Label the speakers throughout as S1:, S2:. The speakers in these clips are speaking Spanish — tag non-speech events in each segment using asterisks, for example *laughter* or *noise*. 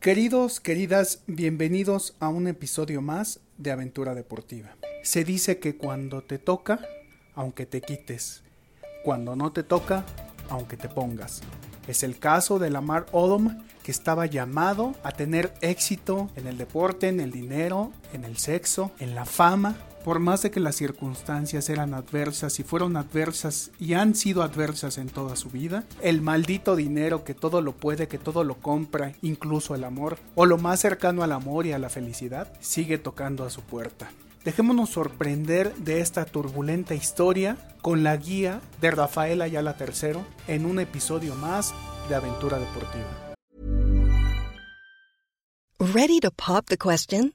S1: Queridos, queridas, bienvenidos a un episodio más de Aventura Deportiva. Se dice que cuando te toca, aunque te quites. Cuando no te toca, aunque te pongas. Es el caso de Lamar Odom, que estaba llamado a tener éxito en el deporte, en el dinero, en el sexo, en la fama. Por más de que las circunstancias eran adversas y fueron adversas y han sido adversas en toda su vida, el maldito dinero que todo lo puede, que todo lo compra, incluso el amor, o lo más cercano al amor y a la felicidad, sigue tocando a su puerta. Dejémonos sorprender de esta turbulenta historia con la guía de Rafael Ayala III en un episodio más de Aventura Deportiva.
S2: Ready to pop the question?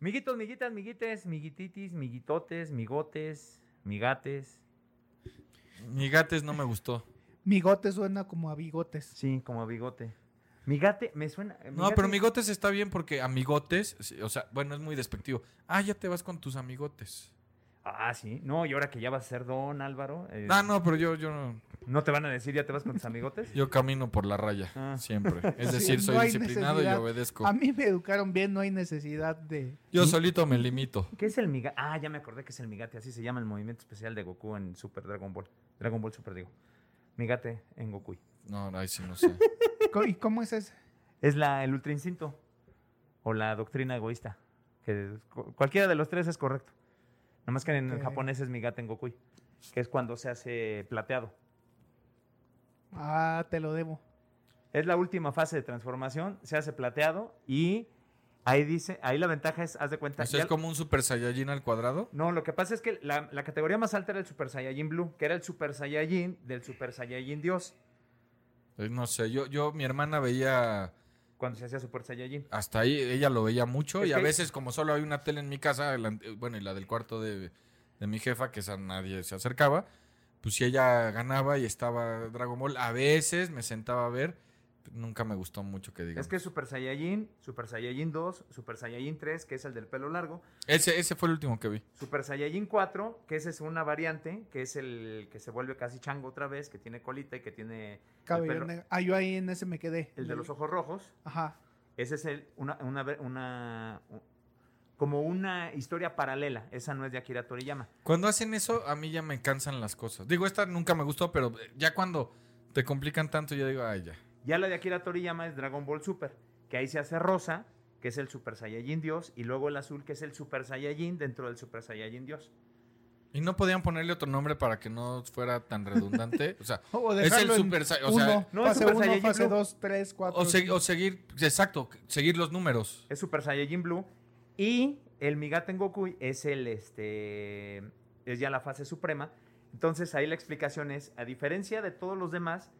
S3: Miguitos, miguitas, miguites, miguititis, miguitotes, migotes, migates.
S4: Migates no me gustó.
S1: Migote suena como a bigotes.
S3: Sí, como bigote. Migate, me suena.
S4: No, pero migotes está bien porque amigotes, sí, o sea, bueno, es muy despectivo. Ah, ya te vas con tus amigotes.
S3: Ah, sí. No, y ahora que ya vas a ser don Álvaro. eh,
S4: Ah, no, pero yo, yo, no-
S3: ¿No te van a decir ya te vas con tus amigotes?
S4: yo camino por la raya
S3: Ah.
S4: siempre. Es
S5: *laughs* Sí,
S4: decir,
S5: no
S4: soy
S5: hay
S4: disciplinado y
S5: necesidad.
S4: obedezco.
S5: A mí me educaron bien, no hay necesidad de.
S4: Yo solito me limito.
S3: ¿Qué es el migate? Ah, ya me acordé que es el migate. Así se llama el movimiento especial de Goku en Super Dragon Ball. Dragon Ball Super, digo. Migate en Goku.
S4: No, ahí sí
S5: *laughs*
S4: no sé.
S5: Co- ¿Y cómo es eso?
S3: Es la, el ultra instinto o la doctrina egoísta. Que es- cu- cualquiera de los tres es correcto. Nomás que en
S5: Ok.
S3: japonés es migate en Goku, que es cuando se hace plateado.
S5: Ah, te lo debo.
S3: Es la última fase de transformación, se hace plateado y ahí dice, ahí la ventaja es, haz de cuenta.
S4: O sea,
S3: ya-
S4: es como un super saiyajin al cuadrado.
S3: No, lo que pasa es que la, la categoría más alta era el Super Saiyajin Blue, que era el Super Saiyajin del Super Saiyajin Dios,
S4: Eh, No sé, yo, yo, mi hermana veía
S3: cuando se hacía Super Saiyajin.
S4: hasta ahí, ella lo veía mucho
S3: Es
S4: y a
S3: que-
S4: veces como solo hay una tele en mi casa, eh, la ant- bueno, y la del cuarto de, de mi jefa, que esa nadie se acercaba, pues si ella ganaba y estaba Dragon Ball, a veces me sentaba a ver, nunca me gustó mucho que digan.
S3: Es que es Super Saiyajin, Super Saiyajin 2, Super Saiyajin 3, que es el del pelo largo,
S4: ese, ese fue el último que vi.
S3: Super Saiyajin 4, que esa es una variante, que es el que se vuelve casi chango otra vez, que tiene colita y que tiene el,
S5: Cabello
S3: pelo-
S5: negro. Ah, yo ahí en ese me quedé.
S3: el de los ojos rojos.
S5: Ajá.
S3: Ese es el- una, una, ve- una- u- como una historia paralela. Esa no es de Akira Toriyama.
S4: Cuando hacen eso, a mí ya me cansan las cosas. Digo, esta nunca me gustó, pero eh, ya cuando te complican tanto, yo digo, ay, ya.
S3: Ya la de Akira Toriyama es Dragon Ball Super, que ahí se hace rosa, que es el Super Saiyajin Dios, y luego el azul, que es el Super Saiyajin dentro del Super Saiyajin Dios.
S4: Y no podían ponerle otro nombre para que no fuera tan redundante.
S3: *laughs*
S4: O sea,
S5: O
S4: Es el
S5: dejarlo en
S4: Super Sai- o sea,
S5: uno,
S3: No, es
S5: fase
S3: Super
S5: 1,
S3: Saiyajin
S5: fase
S3: Blue.
S5: 2, 3, 4.
S4: o, se- o seguir, exacto, seguir los números.
S3: Es Super Saiyajin Blue. Y el Migaten Goku es el este. Es ya la fase suprema. Entonces ahí la explicación es: a diferencia de todos los demás,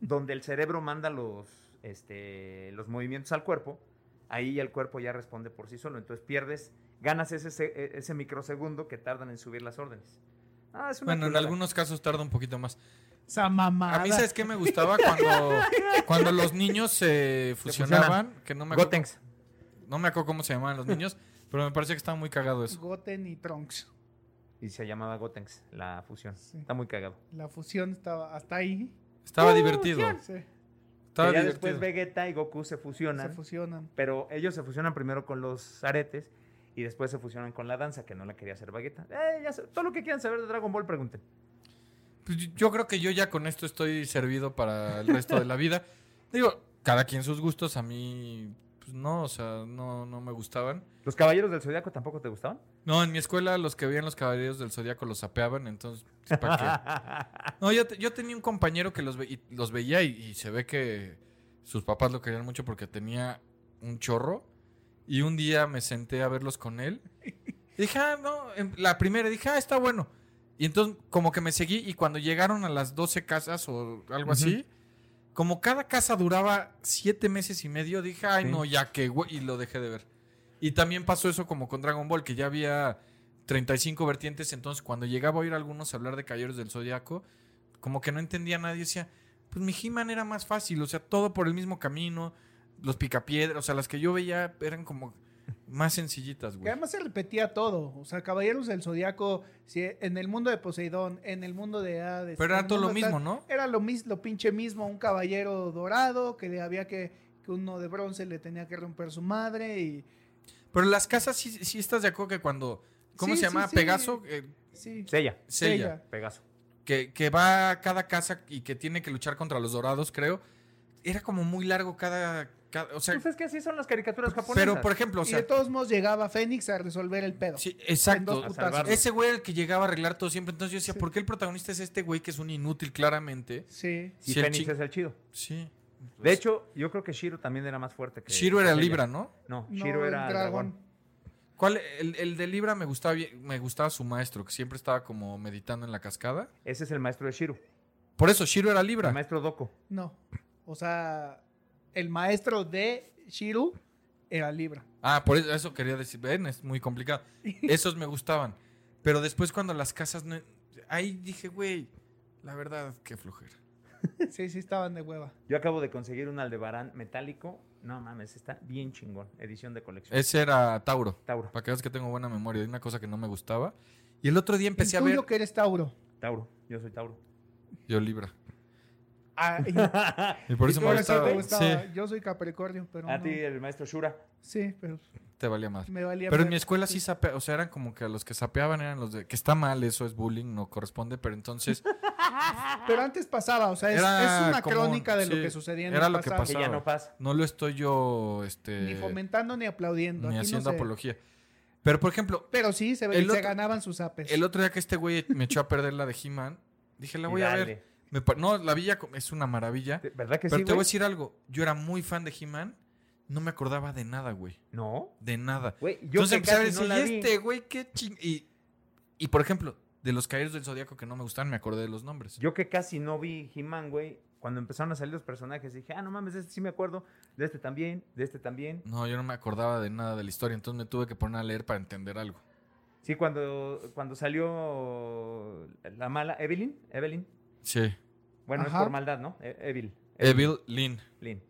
S3: donde el cerebro manda los, este, los movimientos al cuerpo, ahí el cuerpo ya responde por sí solo. Entonces pierdes, ganas ese, se- ese microsegundo que tardan en subir las órdenes. Ah, es una
S4: Bueno, en
S3: chulada.
S4: algunos casos tarda un poquito más.
S5: Esa mamada.
S4: A mí, ¿sabes qué me gustaba cuando, cuando los niños se fusionaban? Que no me, acuerdo,
S3: Gotenks.
S4: no me acuerdo cómo se llamaban los niños, pero me parecía que estaba muy cagado eso.
S5: Goten y Trunks.
S3: Y se llamaba Gotenks, la fusión.
S5: Sí.
S3: Está muy cagado.
S5: La fusión estaba hasta ahí. ¡Uh,
S4: Estaba divertido.
S5: Se,
S4: Estaba
S3: Que ya
S4: divertido.
S3: después Vegeta y Goku se
S5: se
S3: fusionan.
S5: fusionan.
S3: Pero ellos se fusionan primero con los aretes y después se fusionan con la danza, que no la quería hacer Bagueta. Eh, ya sé- todo lo que quieran saber de Dragon Ball, pregunten.
S4: Pues yo- yo creo que yo ya con esto estoy servido para el resto de la vida. Digo, cada quien sus gustos, a mí, pues no, o sea, no, no me gustaban.
S3: ¿Los caballeros del zodiaco tampoco te gustaban?
S4: No, en mi escuela los que veían los caballeros del zodiaco los sapeaban, entonces, pues,
S3: *laughs*
S4: ¿para qué? No, yo, te- yo tenía un compañero que los, ve- y- los veía y, y se ve que sus papás lo querían mucho porque tenía un chorro. Y un día me senté a verlos con él. Dije, ah, no, en la primera dije, ah, está bueno. Y entonces, como que me seguí. Y cuando llegaron a las 12 casas o algo así, como cada casa duraba siete meses y medio, dije, ay,
S3: Sí.
S4: no, ya que, güey, y lo dejé de ver. Y también pasó eso como con Dragon Ball, que ya había 35 vertientes, entonces cuando llegaba a oír a algunos hablar de Caballeros del Zodiaco, como que no entendía a nadie, decía, pues mi He-Man era más fácil, o sea, todo por el mismo camino, los picapiedras, o sea, las que yo veía eran como más sencillitas,
S5: Que
S4: güey.
S5: además se repetía todo. O sea, Caballeros del Zodiaco, si en el mundo de Poseidón, en el mundo de Hades.
S4: Pero
S5: en
S4: era
S5: el
S4: todo lo
S5: mundo de tal,
S4: mismo, ¿no?
S5: Era lo mismo, lo pinche mismo. Un caballero dorado que le había que. que uno de bronce le tenía que romper su madre y.
S4: Pero las casas sí, sí estás de acuerdo que cuando, ¿cómo
S5: Sí,
S4: se
S5: sí,
S4: llama?
S5: sí.
S4: Pegaso, eh,
S5: Sí.
S3: Sella,
S4: Sella.
S5: Sella.
S3: Pegaso.
S4: que, que va a cada casa y que tiene que luchar contra los dorados, creo. Era como muy largo cada. cada- o sea,
S3: Pues es que así son las caricaturas japonesas.
S4: pero por ejemplo, o
S5: y
S4: sea.
S5: de todos modos llegaba Fénix a resolver el pedo.
S4: Sí,
S5: En dos
S4: exacto.
S3: A
S5: putazos.
S3: salvarlo.
S4: Ese güey era el que llegaba a arreglar todo siempre. Entonces yo decía, ¿por qué el protagonista es este güey que es un inútil claramente?
S5: Sí.
S3: y
S4: si el
S3: Fénix
S4: chi- Pues
S3: es el chido.
S4: Sí.
S5: Eh,
S3: De hecho, yo creo que Shiro también era más fuerte que.
S4: Shiro era
S3: que Sella.
S4: Libra, ¿no?
S3: No,
S5: No,
S3: Shiro era
S5: el
S3: dragón.
S4: ¿Cuál? El, el de Libra me gustaba, bien- me gustaba su maestro, que siempre estaba como meditando en la cascada.
S3: Ese es el maestro de Shiro.
S4: Por eso, Shiro era
S3: El
S4: Libra.
S3: maestro Doko.
S5: No. O sea, el maestro de Shiru era Libra.
S4: Ah, por eso, eso quería decir. Ven, es muy
S5: *laughs*
S4: complicado. Esos me gustaban. Pero después cuando las casas... No, ahí dije, güey, la verdad, qué flojera.
S5: Sí, sí, estaban de hueva.
S3: Yo acabo de conseguir un Aldebarán metálico. No mames, está bien chingón. Edición de colección.
S4: Ese era Tauro.
S3: Tauro,
S4: Para que veas que tengo buena memoria. Hay una cosa que no me gustaba. Y el otro día
S5: Empecé
S4: empecé a ver...
S5: que eres Tauro.
S3: Tauro. Yo soy
S4: *laughs*
S3: Tauro.
S4: Yo Libra.
S5: Ah, y-
S4: Y por
S5: y
S4: eso
S5: tú
S4: me
S5: eres el
S4: gustaba.
S5: que gustaba.
S4: Sí,
S5: Yo soy Capricornio, pero
S3: A
S5: no.
S3: ti el maestro Shura.
S5: Sí, pero
S4: te valía más.
S5: me valía.
S4: Pero en
S5: ver-
S4: mi escuela sí sapea, o sea, eran como que los que sapeaban eran los de que está mal, eso es bullying, no corresponde, pero
S5: *laughs*
S4: entonces
S5: Pero antes pasaba, o sea, es,
S4: Era
S5: es una
S4: común,
S5: crónica de
S4: sí.
S5: lo que sucedía en
S4: Era
S5: el
S4: lo que
S5: pasado.
S3: Que
S4: pasaba.
S3: ya no pasa.
S4: no lo estoy yo este
S5: Ni fomentando ni aplaudiendo.
S4: ni
S5: Aquí no
S4: haciendo
S5: se-
S4: apología. Pero por ejemplo,
S5: Pero sí, se, ve-
S4: El
S5: se
S4: otro-
S5: ganaban sus apes.
S4: el otro día que este güey me echó a perder la de He-Man, dije, la
S3: Y
S4: voy a
S3: dale.
S4: ver. Me pa- no, la villa es una maravilla.
S3: Te- ¿Verdad que
S4: Pero
S3: sí,
S4: te voy a
S3: güey?
S4: decir algo, yo era muy fan de He-Man, no me acordaba de nada, güey,
S3: No.
S4: de nada.
S3: Güey, yo
S4: Entonces
S3: que
S4: empecé a
S3: casi
S4: decir,
S3: no la
S4: "Y
S3: vi.
S4: este güey qué ching... Y, y, por ejemplo, de los caballeros del Zodíaco que no me gustan, me acordé de los nombres.
S3: Yo que casi no vi He-Man, güey. Cuando empezaron a salir los personajes, dije, ah, no mames, de este sí me acuerdo. De este también, de este también.
S4: No, yo no me acordaba de nada de la historia, entonces me tuve que poner a leer para entender algo.
S3: Sí, cuando, cuando salió la mala Evelyn. Evelyn.
S4: Sí.
S3: Bueno, es
S5: Ajá.
S3: por maldad, ¿no? E- Evil.
S4: Evil Lynn.
S3: Lynn.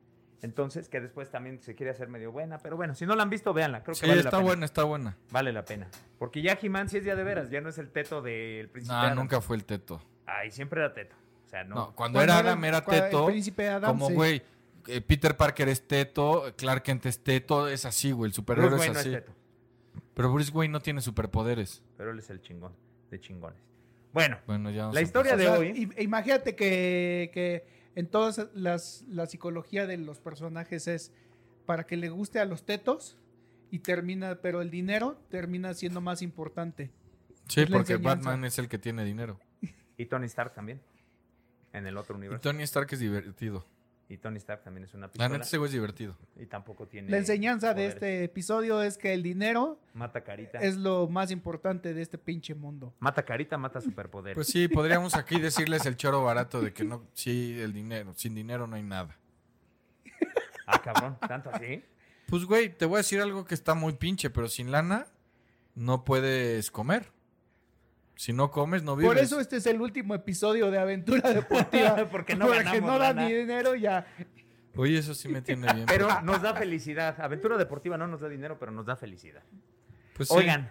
S3: Entonces, que después también se quiere hacer medio buena. Pero bueno, si no la han visto, véanla. Creo que
S4: Sí,
S3: vale la
S4: está
S3: pena.
S4: buena, está buena.
S3: Vale la pena. Porque ya He-Man sí es ya de veras. Ya no es el teto del príncipe.
S4: No,
S3: Adam.
S4: nunca fue el teto.
S3: Ay, siempre era teto. O sea, no.
S4: No, cuando era Adam era
S5: cua- el
S4: teto.
S5: príncipe Adam,
S4: como
S5: sí.
S4: güey, eh, Peter Parker es teto, Clark Kent es teto, es así, güey, el
S3: Bruce
S4: superhéroe
S3: Wayne
S4: es
S3: no
S4: así.
S3: es teto.
S4: Pero Bruce Wayne no tiene superpoderes.
S3: Pero él es el chingón de chingones. Bueno,
S4: Bueno, ya vamos
S3: la
S4: a
S3: historia
S5: O
S3: de
S5: sea,
S3: hoy.
S5: i- Imagínate que, que en todas las la psicología de los personajes es para que le guste a los tetos y termina, pero el dinero termina siendo más importante.
S4: empezar. Sí,
S5: es la
S4: porque
S5: enseñanza.
S4: Batman es el que tiene dinero.
S3: Y Tony Stark también. En el otro
S4: Y
S3: universo.
S4: Tony Stark es divertido.
S3: Y Tony Stark también es una
S4: La
S3: pistola.
S4: neta, ese güey es divertido.
S3: Y tampoco tiene.
S5: La enseñanza de
S3: poderes.
S5: este episodio es que el dinero
S3: Mata carita.
S5: es lo más importante de este pinche mundo.
S3: Mata carita, mata superpoderes.
S4: Pues sí, podríamos aquí decirles el choro barato de que no, sí, el dinero, sin dinero no hay nada.
S3: Ah, cabrón, tanto
S4: *laughs*
S3: así.
S4: Pues, güey, te voy a decir algo que está muy pinche, pero sin lana no puedes comer. Si no comes, no vives.
S3: pues
S5: Por eso este es el último episodio
S3: *laughs*
S5: de Aventura Deportiva.
S3: Porque no
S5: Porque
S3: ganamos
S5: no da
S3: lana.
S5: ni dinero ya.
S4: Oye, eso sí me tiene bien.
S3: Pero
S4: preocupado.
S3: nos da felicidad. Aventura deportiva no nos da dinero, pero nos da felicidad.
S4: Pues sí.
S3: Oigan,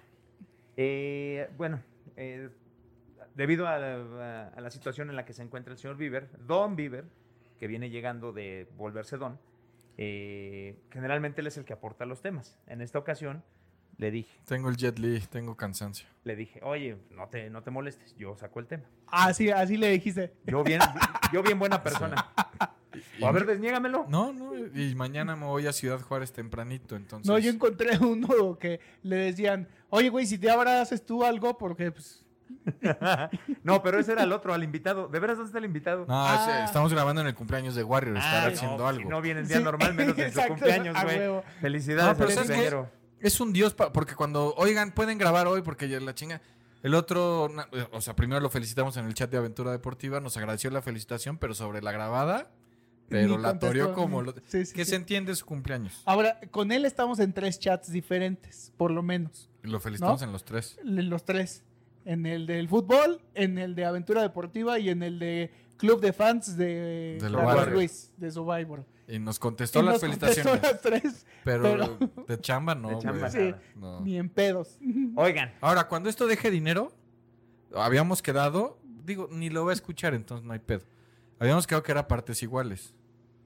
S3: eh, bueno, eh, debido a, la- a la situación en la que se encuentra el señor Bieber, Don Bieber, que viene llegando de volverse Don, eh, generalmente él es el que aporta los temas. En esta ocasión Le dije,
S4: Tengo el jet lag, tengo cansancio.
S3: le dije, oye, no te, no te molestes, yo saco el tema.
S5: Así, así le dijiste.
S3: Yo bien, yo bien
S4: *laughs*
S3: buena persona. O a ver, desniégamelo. *laughs*
S4: No, no, y mañana me voy a Ciudad Juárez tempranito, entonces.
S5: No, yo encontré uno que le decían, oye, güey, si te ahora haces tú algo, porque pues...
S3: No, pero ese era el otro, al invitado. ¿De veras dónde está el invitado?
S4: No,
S5: Ah.
S4: ese- estamos grabando en el cumpleaños de Warrior, estará
S5: Ay,
S4: haciendo
S3: No,
S4: algo.
S3: si no viene el día
S5: *laughs* Sí,
S3: normal, menos en su
S5: exacto,
S3: cumpleaños,
S5: a
S3: güey.
S5: huevo.
S4: No,
S3: Felicidades,
S4: pero
S3: al
S4: ¿sabes qué?
S3: cumpleañero.
S4: Es un dios, pa- porque cuando, oigan, pueden grabar hoy porque ya la chinga. El otro, na- o sea, primero lo felicitamos en el chat de Aventura Deportiva, nos agradeció la felicitación, pero sobre la grabada, pero
S5: Ni
S4: la toreó
S5: contestó,
S4: como...
S5: ni-
S4: Lo,
S5: sí, sí,
S4: que
S5: sí. Ah,
S4: se entiende su cumpleaños.
S5: Ahora, con él estamos en tres chats diferentes, por lo menos.
S4: Lo felicitamos
S5: ¿No?
S4: en los tres.
S5: En los tres. En el del fútbol, en el de aventura deportiva y en el de club de fans de,
S4: Del
S5: Carlos
S4: Warrior.
S5: Luis, de Survivor.
S4: Y nos contestó
S5: Y
S4: las
S5: nos contestó
S4: felicitaciones.
S5: las tres,
S4: Pero, de chamba no,
S3: De
S4: güey.
S3: chamba
S5: Sí.
S3: nada.
S4: No.
S5: ni en pedos.
S3: Oigan,
S4: Ahora, cuando esto deje dinero, habíamos quedado, digo, ni lo va a escuchar, entonces no hay pedo. Habíamos quedado que era partes iguales.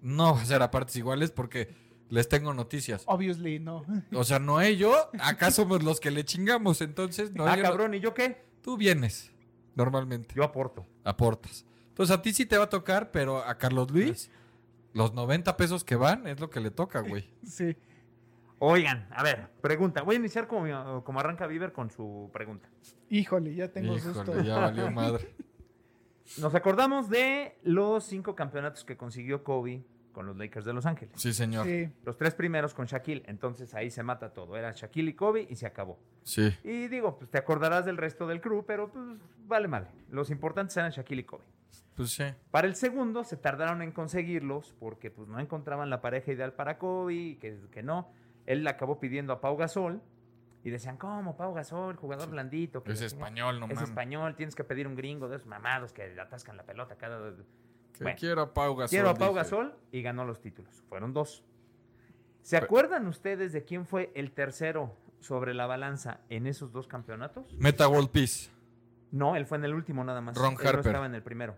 S4: No va a ser a partes iguales porque les tengo noticias.
S5: Obviously, no. *laughs*
S4: O sea, Noé y yo, acá somos los que le chingamos, entonces Noé
S3: ah,
S4: y yo-
S3: cabrón, ¿y yo qué?
S4: tú vienes normalmente,
S3: Yo aporto.
S4: aportas. Entonces a ti sí te va a tocar, pero a Carlos Luis, los 90 pesos que van es lo que le toca, güey.
S5: Sí.
S3: Oigan, a ver, pregunta. Voy a iniciar como, como arranca Bieber con su pregunta.
S5: Híjole, ya tengo
S4: Híjole,
S5: susto.
S4: ya valió madre.
S3: Nos acordamos de los cinco campeonatos que consiguió Kobe con los Lakers de Los Ángeles.
S4: Sí, señor.
S5: Sí.
S3: Los tres primeros con Shaquille, entonces ahí se mata todo. Era Shaquille y Kobe y se acabó.
S4: Sí.
S3: Y digo, pues te acordarás del resto del crew, pero pues vale madre. Los importantes eran Shaquille y Kobe.
S4: Pues sí.
S3: Para el segundo se tardaron en conseguirlos porque pues no encontraban la pareja ideal para Kobe, y que, que no. Él le acabó pidiendo a Pau Gasol y decían, ¿cómo Pau Gasol, jugador blandito? que
S4: Es
S3: la chingada?
S4: español, no
S3: es
S4: mames.
S3: español, tienes que pedir un gringo de esos mamados que le atascan la pelota cada...
S4: Que
S3: Bueno,
S4: quiero a Pau Gasol.
S3: quiero a Pau
S4: dije.
S3: Gasol y ganó los títulos. Fueron dos. ¿Se acuerdan ustedes de quién fue el tercero sobre la balanza en esos dos campeonatos?
S4: Meta World Peace.
S3: No, él fue en el último nada más.
S4: Ron
S3: Él
S4: Harper.
S3: No estaba en el primero.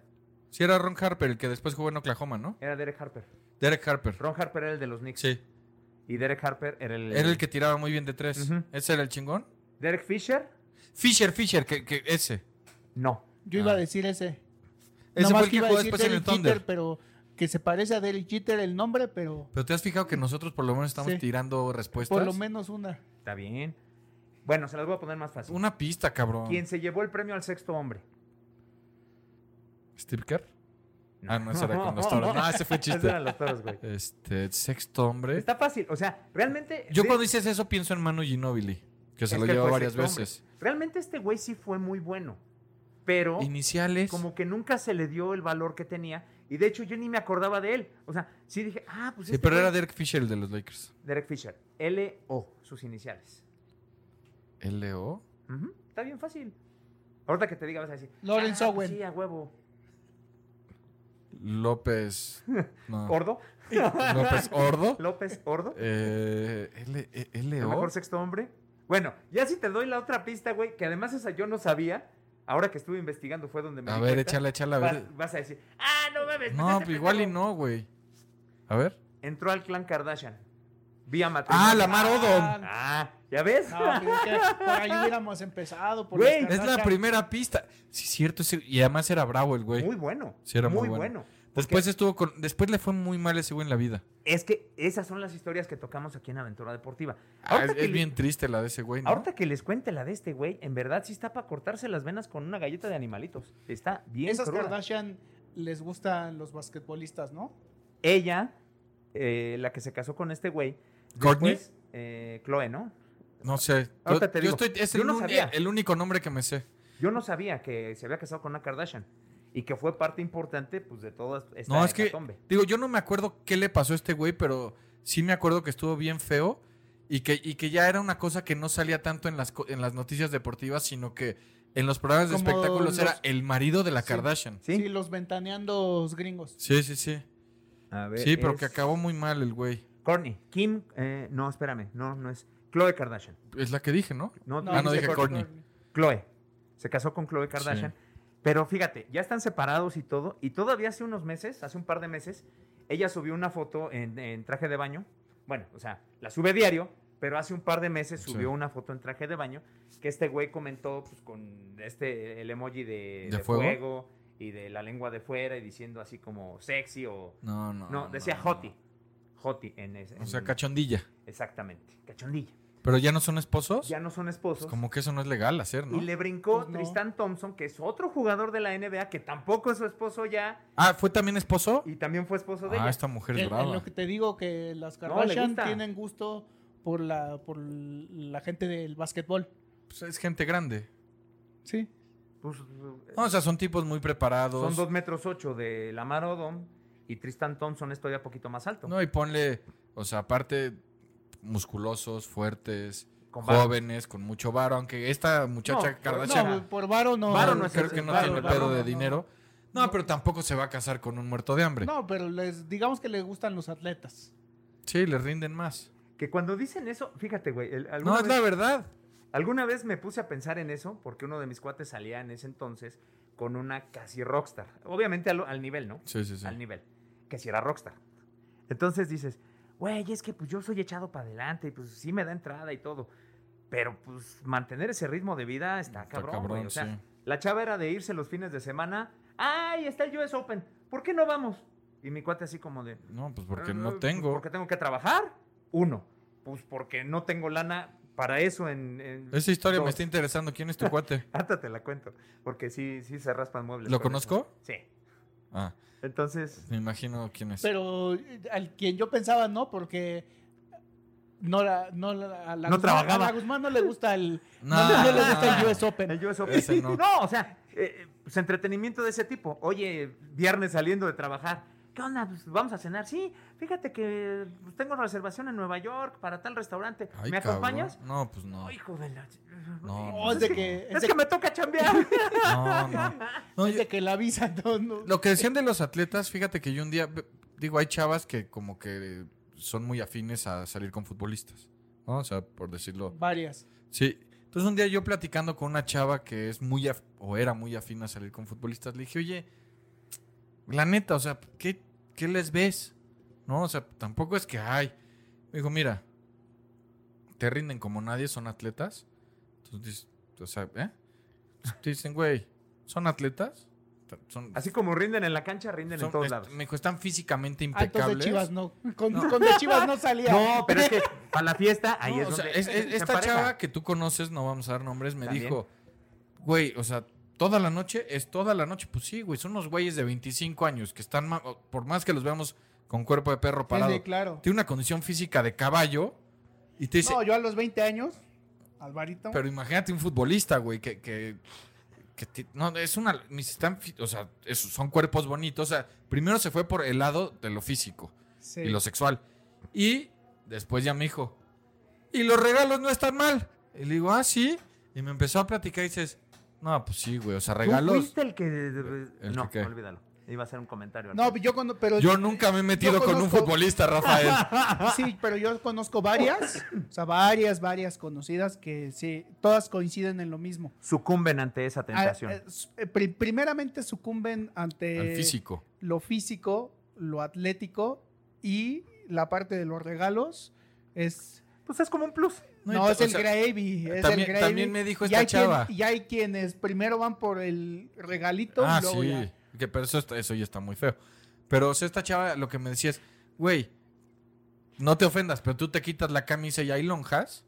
S4: Sí, era Ron Harper, el que después jugó en Oklahoma, ¿no?
S3: Era Derek Harper.
S4: Derek Harper.
S3: Ron Harper era el de los Knicks.
S4: Sí.
S3: Y Derek Harper era el...
S4: Era el que tiraba muy bien de tres.
S3: Ujú.
S4: ¿Ese era el chingón?
S3: Derek Fisher,
S4: Fisher, Fisher, que, que ese.
S3: no.
S5: Yo iba
S4: Ah.
S5: a decir ese.
S4: Ese
S5: Nada más
S4: fue el que
S5: iba a
S4: jugó
S5: decir
S4: después en el
S5: Derek
S4: Thunder.
S5: Jeter, pero que se parece a Derek Jeter el nombre, pero
S4: Pero te has fijado que nosotros por lo menos estamos
S5: Sí.
S4: tirando respuestas.
S5: por lo menos una.
S3: Está bien. Bueno, se las voy a poner más fácil.
S4: Una pista, cabrón.
S3: Quien se llevó el premio al sexto hombre.
S4: ¿Steve Kerr? Ah, no, ese era con los
S3: *laughs*
S4: toros. No, ese fue
S3: Esos
S4: chiste.
S3: eran los toros, güey.
S4: Este, sexto hombre.
S3: Está fácil, o sea, realmente.
S4: Yo
S3: de-
S4: cuando dices eso pienso en Manu Ginobili, que se
S3: es
S4: lo
S3: que
S4: lleva
S3: fue
S4: varias
S3: sexto hombre.
S4: veces.
S3: Realmente este güey sí fue muy bueno, pero
S4: Iniciales.
S3: como que nunca se le dio el valor que tenía. Y de hecho, yo ni me acordaba de él. O sea, sí dije, ah, pues.
S4: Sí,
S3: este
S4: pero
S3: güey-
S4: era Derek Fisher el de los Lakers.
S3: Derek Fisher. L-O, sus iniciales.
S4: ¿L.O.?
S3: Ujú, Está bien fácil. Ahorita que te diga, vas a decir.
S5: Lawrence
S3: "Ah, pues
S5: Owen".
S3: Sí, a huevo. *laughs*
S4: López. No.
S3: Ordo.
S4: López
S3: *laughs*
S4: Ordo.
S3: López Ordo.
S4: Ah. Eh, L, E- L,
S3: El
S4: O.
S3: mejor sexto hombre. Bueno, ya si te doy la otra pista, güey, que además esa yo no sabía. Ahora que estuve investigando fue donde me.
S4: A
S3: di
S4: ver,
S3: cuenta.
S4: échala, échala, a
S3: Vas,
S4: ver.
S3: vas a decir, ah, no mames. *laughs*
S4: No,
S3: pues, este
S4: igual y
S3: pendejo".
S4: no, güey. A ver.
S3: Entró al clan Kardashian. Vía matrimonio.
S4: Ah, Lamar Odom.
S3: Ah, ¿ya ves?
S5: No,
S3: *laughs*
S5: pero es que por ahí hubiéramos empezado. Por
S3: Güey,
S5: los
S4: Es la
S5: Kardashian.
S4: primera pista. Sí, cierto. sí, y además era bravo el güey.
S3: muy bueno.
S4: Sí, era muy
S3: muy
S4: bueno.
S3: bueno.
S4: Después estuvo con. Después le fue muy mal ese güey en la vida.
S3: Es que esas son las historias que tocamos aquí en Aventura Deportiva.
S4: Ah,
S3: Ahorita,
S4: es,
S3: que
S4: es
S3: le-
S4: bien triste la de ese güey, ¿no?
S3: ahorita que les cuente la de este güey, en verdad sí está para cortarse las venas con una galleta de animalitos. Está bien
S5: Esas
S3: cruda.
S5: Kardashian les gustan los basquetbolistas, ¿no?
S3: Ella, eh, la que se casó con este güey.
S4: ¿Courtney?
S3: después, eh, Chloe, ¿no?
S4: No sé. Yo,
S3: Ahorita te
S4: yo
S3: digo.
S4: estoy. Es
S3: Yo
S4: el,
S3: no
S4: uni-
S3: sabía.
S4: el único nombre que me sé.
S3: Yo no sabía que se había casado con una Kardashian y que fue parte importante pues de toda esta
S4: No, es que.
S3: hecatombe.
S4: Digo, yo no me acuerdo qué le pasó a este güey, pero sí me acuerdo que estuvo bien feo. Y que, y que ya era una cosa que no salía tanto en las, co- en las noticias deportivas, sino que en los programas de
S5: Como
S4: espectáculos era
S5: los-
S4: el marido de la
S5: Sí.
S4: Kardashian.
S3: ¿Sí?
S5: Sí, los ventaneandos gringos.
S4: Sí, sí, sí.
S3: A ver,
S4: Sí, pero que
S3: es-
S4: acabó muy mal el güey.
S3: Courtney, Kim, eh, no, espérame, no, no es. Chloe Kardashian.
S4: Es la que dije, ¿no?
S3: No,
S4: Ah, no,
S3: dijiste
S4: dije
S3: Kourtney.
S4: Kourtney.
S3: Chloe. Se casó con Chloe Kardashian. Pero fíjate, ya están separados y todo. Y todavía hace unos meses, hace un par de meses, ella subió una foto en, en traje de baño. Bueno, o sea, la sube diario. Pero hace un par de meses
S4: Sí.
S3: subió una foto en traje de baño que este güey comentó pues, con este el emoji de,
S4: ¿De
S3: de
S4: fuego?
S3: fuego? y de la lengua de fuera y diciendo así como sexy o...
S4: No, no.
S3: No, decía
S4: no.
S3: hoti. Hoti en ese.
S4: O sea,
S3: en-
S4: cachondilla.
S3: Exactamente, cachondilla.
S4: Pero ya no son esposos.
S3: Ya no son
S4: Pues
S3: esposos.
S4: como que eso no es legal hacer, ¿no?
S3: Y le brincó
S5: Pues no.
S3: Tristan Thompson, que es otro jugador de la NBA, que tampoco es su esposo ya,
S4: Ah, ¿fue también esposo?
S3: y también fue esposo de
S4: Ah,
S3: ella.
S4: esta mujer es
S5: En, en
S4: brava.
S5: lo que te digo que las
S3: No, le
S5: Kardashian
S3: gusta.
S5: tienen gusto por la por la gente del básquetbol.
S4: Pues es gente grande.
S5: Sí.
S3: Pues,
S4: No, o sea, son tipos muy preparados.
S3: son 2 metros 8 de Lamar Odom y Tristan Thompson es todavía poquito más alto.
S4: No, y ponle, o sea, aparte musculosos, fuertes,
S3: Con varo.
S4: jóvenes, con mucho varo, aunque esta muchacha
S3: No,
S4: Kardashian
S3: no,
S5: No, por varo no.
S3: Varo no es
S4: creo
S3: el-
S4: que no
S3: varo,
S4: tiene
S3: varo,
S4: pedo
S3: no,
S4: de
S5: no.
S4: dinero. No, pero tampoco se va a casar con un muerto de hambre.
S5: No, pero les digamos que les gustan los atletas.
S4: Sí, le rinden más.
S3: Que cuando dicen eso, fíjate, güey, el- alguna,
S4: No, es
S3: vez,
S4: la verdad.
S3: alguna vez me puse a pensar en eso, porque uno de mis cuates salía en ese entonces con una casi rockstar. Obviamente al, al nivel, ¿no?
S4: Sí, sí, sí.
S3: al nivel, que si era rockstar. Entonces dices, güey, es que pues yo soy echado para adelante y pues sí me da entrada y todo. Pero pues mantener ese ritmo de vida está,
S4: Está
S3: cabrón,
S4: cabrón,
S3: güey. O sea,
S4: sí.
S3: la chava era de irse los fines de semana. ¡Ay, está el US Open! ¿Por qué no vamos? Y mi cuate así como de...
S4: No, pues porque
S3: "Eh,
S4: no
S3: pues,
S4: tengo.
S3: Porque tengo que trabajar. Uno. Pues porque no tengo lana para eso en... en-
S4: Esa historia me
S3: dos.
S4: está interesando.
S3: *laughs*
S4: ¿Quién es tu cuate?
S3: Ahorita te la cuento. Porque sí, sí se raspan muebles.
S4: ¿Lo
S3: con eso.
S4: conozco?
S3: Sí.
S4: Ah,
S3: Entonces...
S4: me imagino quién es.
S5: Pero eh, al quien yo pensaba no, porque no la, no la, a la
S3: No
S5: Guzmán,
S3: trabajaba.
S5: a la Guzmán no le gusta el no,
S4: *laughs* No.
S5: no le gusta el US Open.
S3: El US Open.
S4: Ese
S3: *laughs*
S4: no.
S3: no. o sea, eh, pues entretenimiento de ese tipo. Oye, viernes saliendo de trabajar. ¿Qué onda? Pues, vamos a cenar. Sí, fíjate que pues, tengo reservación en Nueva York para tal restaurante.
S4: Ay,
S3: ¿Me
S4: cabrón.
S3: acompañas?
S4: No, pues no.
S3: Oh, hijo de la...
S4: No,
S5: No, es de que,
S3: Es
S5: es de,
S3: que me toca chambear.
S5: *laughs*
S4: No, no. No,
S5: es
S4: yo-
S5: de que la visa *laughs* no, no.
S4: Lo que decían de los atletas, fíjate que yo un día, ve- digo, hay chavas que como que son muy afines a salir con futbolistas, ¿no? O sea, por decirlo.
S5: varias.
S4: Sí. Entonces un día yo platicando con una chava que es muy, af- o era muy afín a salir con futbolistas, le dije, oye, la neta, o sea, ¿qué, qué les ves? No, o sea, tampoco es que hay. Me dijo, mira, te rinden como nadie, son atletas. Entonces, dices, o sea, ¿eh? Te dicen, güey, ¿son atletas? Son,
S3: *laughs* Así como rinden en la cancha, rinden
S4: son-
S3: en todos
S4: est-
S3: lados.
S4: Me dijo, están físicamente
S5: Ah, entonces
S4: impecables.
S5: Chivas no. Con, con de Chivas
S4: *laughs*
S5: no salía.
S3: No, pero es que para la fiesta, ahí
S4: No,
S3: es
S4: o sea,
S3: donde...
S4: es- es-
S3: se
S4: esta
S3: empareja.
S4: chava que tú conoces, no vamos a dar nombres, me
S3: También.
S4: dijo, güey, o sea, toda la noche es toda la noche. Pues sí, güey, son unos güeyes de 25 años que están, ma- o- por más que los veamos con cuerpo de perro
S5: Sí,
S4: parado,
S5: sí, claro.
S4: tiene una condición física de caballo y te dice,
S5: No, yo a los 20 años, Alvarito.
S4: pero imagínate un futbolista, güey, que... que que ti- no, es una. ni si están fi- o sea, es- son cuerpos bonitos. O sea, primero se fue por el lado de lo físico.
S5: sí.
S4: y lo sexual. Y después ya me dijo, y los regalos no están mal. Y le digo, ah, sí. Y me empezó a platicar y dices, no, pues sí, güey, o sea,
S3: ¿Tú
S4: regalos.
S3: fuiste el que...?
S4: ¿El
S3: no,
S4: que qué?
S3: olvídalo. Iba a hacer un comentario.
S5: No, yo cuando, pero
S4: Yo nunca me he metido
S5: Yo
S4: con un
S5: conozco-
S4: futbolista, Rafael.
S5: *laughs* sí, pero yo conozco varias, o sea, varias, varias conocidas que sí, todas coinciden en lo mismo.
S3: Sucumben ante esa
S5: Ah,
S3: tentación.
S5: eh, su- eh, pri- primeramente sucumben ante
S4: Al físico.
S5: lo físico, lo atlético y la parte de los regalos es
S3: Pues es como un plus.
S4: No,
S5: no,
S4: y ta-
S5: es
S4: o
S5: el
S4: sea,
S5: gravy, es
S4: también-
S5: el gravy.
S4: también me dijo
S5: Y
S4: esta
S5: hay quien-
S4: chava.
S5: y hay quienes primero van por el regalito
S4: Ah,
S5: y luego
S4: sí.
S5: ya.
S4: Que, pero eso, está- eso ya está muy feo. Pero o sea, esta chava lo que me decía es, güey, no te ofendas, pero tú te quitas la camisa y hay lonjas.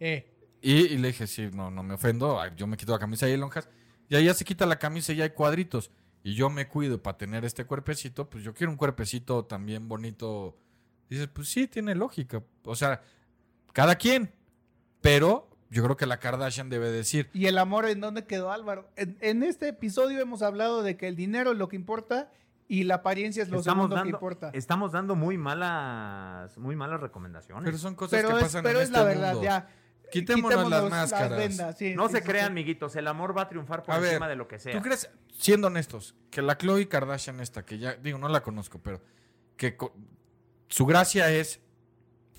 S5: Eh,
S4: Y, y le dije, sí, no, no me ofendo, ay, yo me quito la camisa y hay lonjas. Y ahí ya se quita la camisa y ya hay cuadritos. Y yo me cuido para tener este cuerpecito, pues yo quiero un cuerpecito también bonito. Dices, pues sí, tiene lógica. O sea, cada quien. Pero yo creo que la Kardashian debe decir,
S5: ¿Y el amor en dónde quedó Álvaro? En, en este episodio hemos hablado de que el dinero es lo que importa y la apariencia es lo
S3: estamos
S5: segundo que
S3: dando,
S5: importa.
S3: estamos dando muy malas, muy malas recomendaciones.
S4: pero son cosas
S5: pero
S4: que
S5: es,
S4: pasan
S5: pero
S4: en
S5: es
S4: este
S5: la verdad,
S4: mundo.
S5: ya.
S4: Quitémonos las máscaras.
S5: vendas, sí,
S3: no
S5: sí,
S3: se
S5: sí,
S3: crean,
S5: sí.
S3: amiguitos, el amor va a triunfar por
S4: A
S3: encima
S4: ver,
S3: de lo que sea.
S4: ¿Tú crees, siendo honestos, que la Chloe Kardashian esta, que ya, digo, no la conozco, pero que co- su gracia es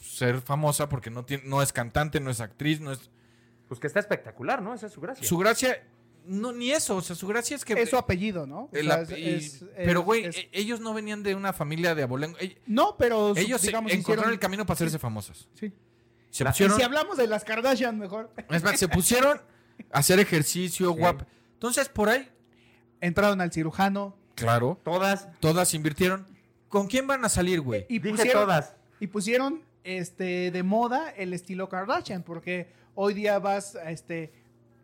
S4: ser famosa porque no, tiene, no es cantante, no es actriz, no es...
S3: Pues que está espectacular, ¿no? Esa es su gracia.
S4: Su gracia, no, ni eso, o sea, su gracia es que...
S5: Es su apellido, ¿no? O
S4: el
S5: sea,
S4: ap-
S5: es-
S4: y-
S5: es-
S4: pero,
S5: es-
S4: güey,
S5: es-
S4: e- ellos no venían de una familia de abolengo. e-
S5: no, pero su-
S4: Ellos se-
S5: digamos,
S4: encontraron
S5: hicieron-
S4: el camino para hacerse famosos.
S5: Sí.
S4: Se
S3: La-
S5: Y
S4: pusieron,
S5: si hablamos de las Kardashian, mejor.
S4: es más, se pusieron a hacer ejercicio, guap. Entonces, por ahí,
S5: Entraron al cirujano
S4: claro,
S3: Todas.
S4: todas invirtieron. ¿Con quién van a salir, güey?
S5: y
S3: Dije
S5: pusieron,
S3: todas.
S5: y pusieron este, de moda el estilo Kardashian, porque hoy día vas a este,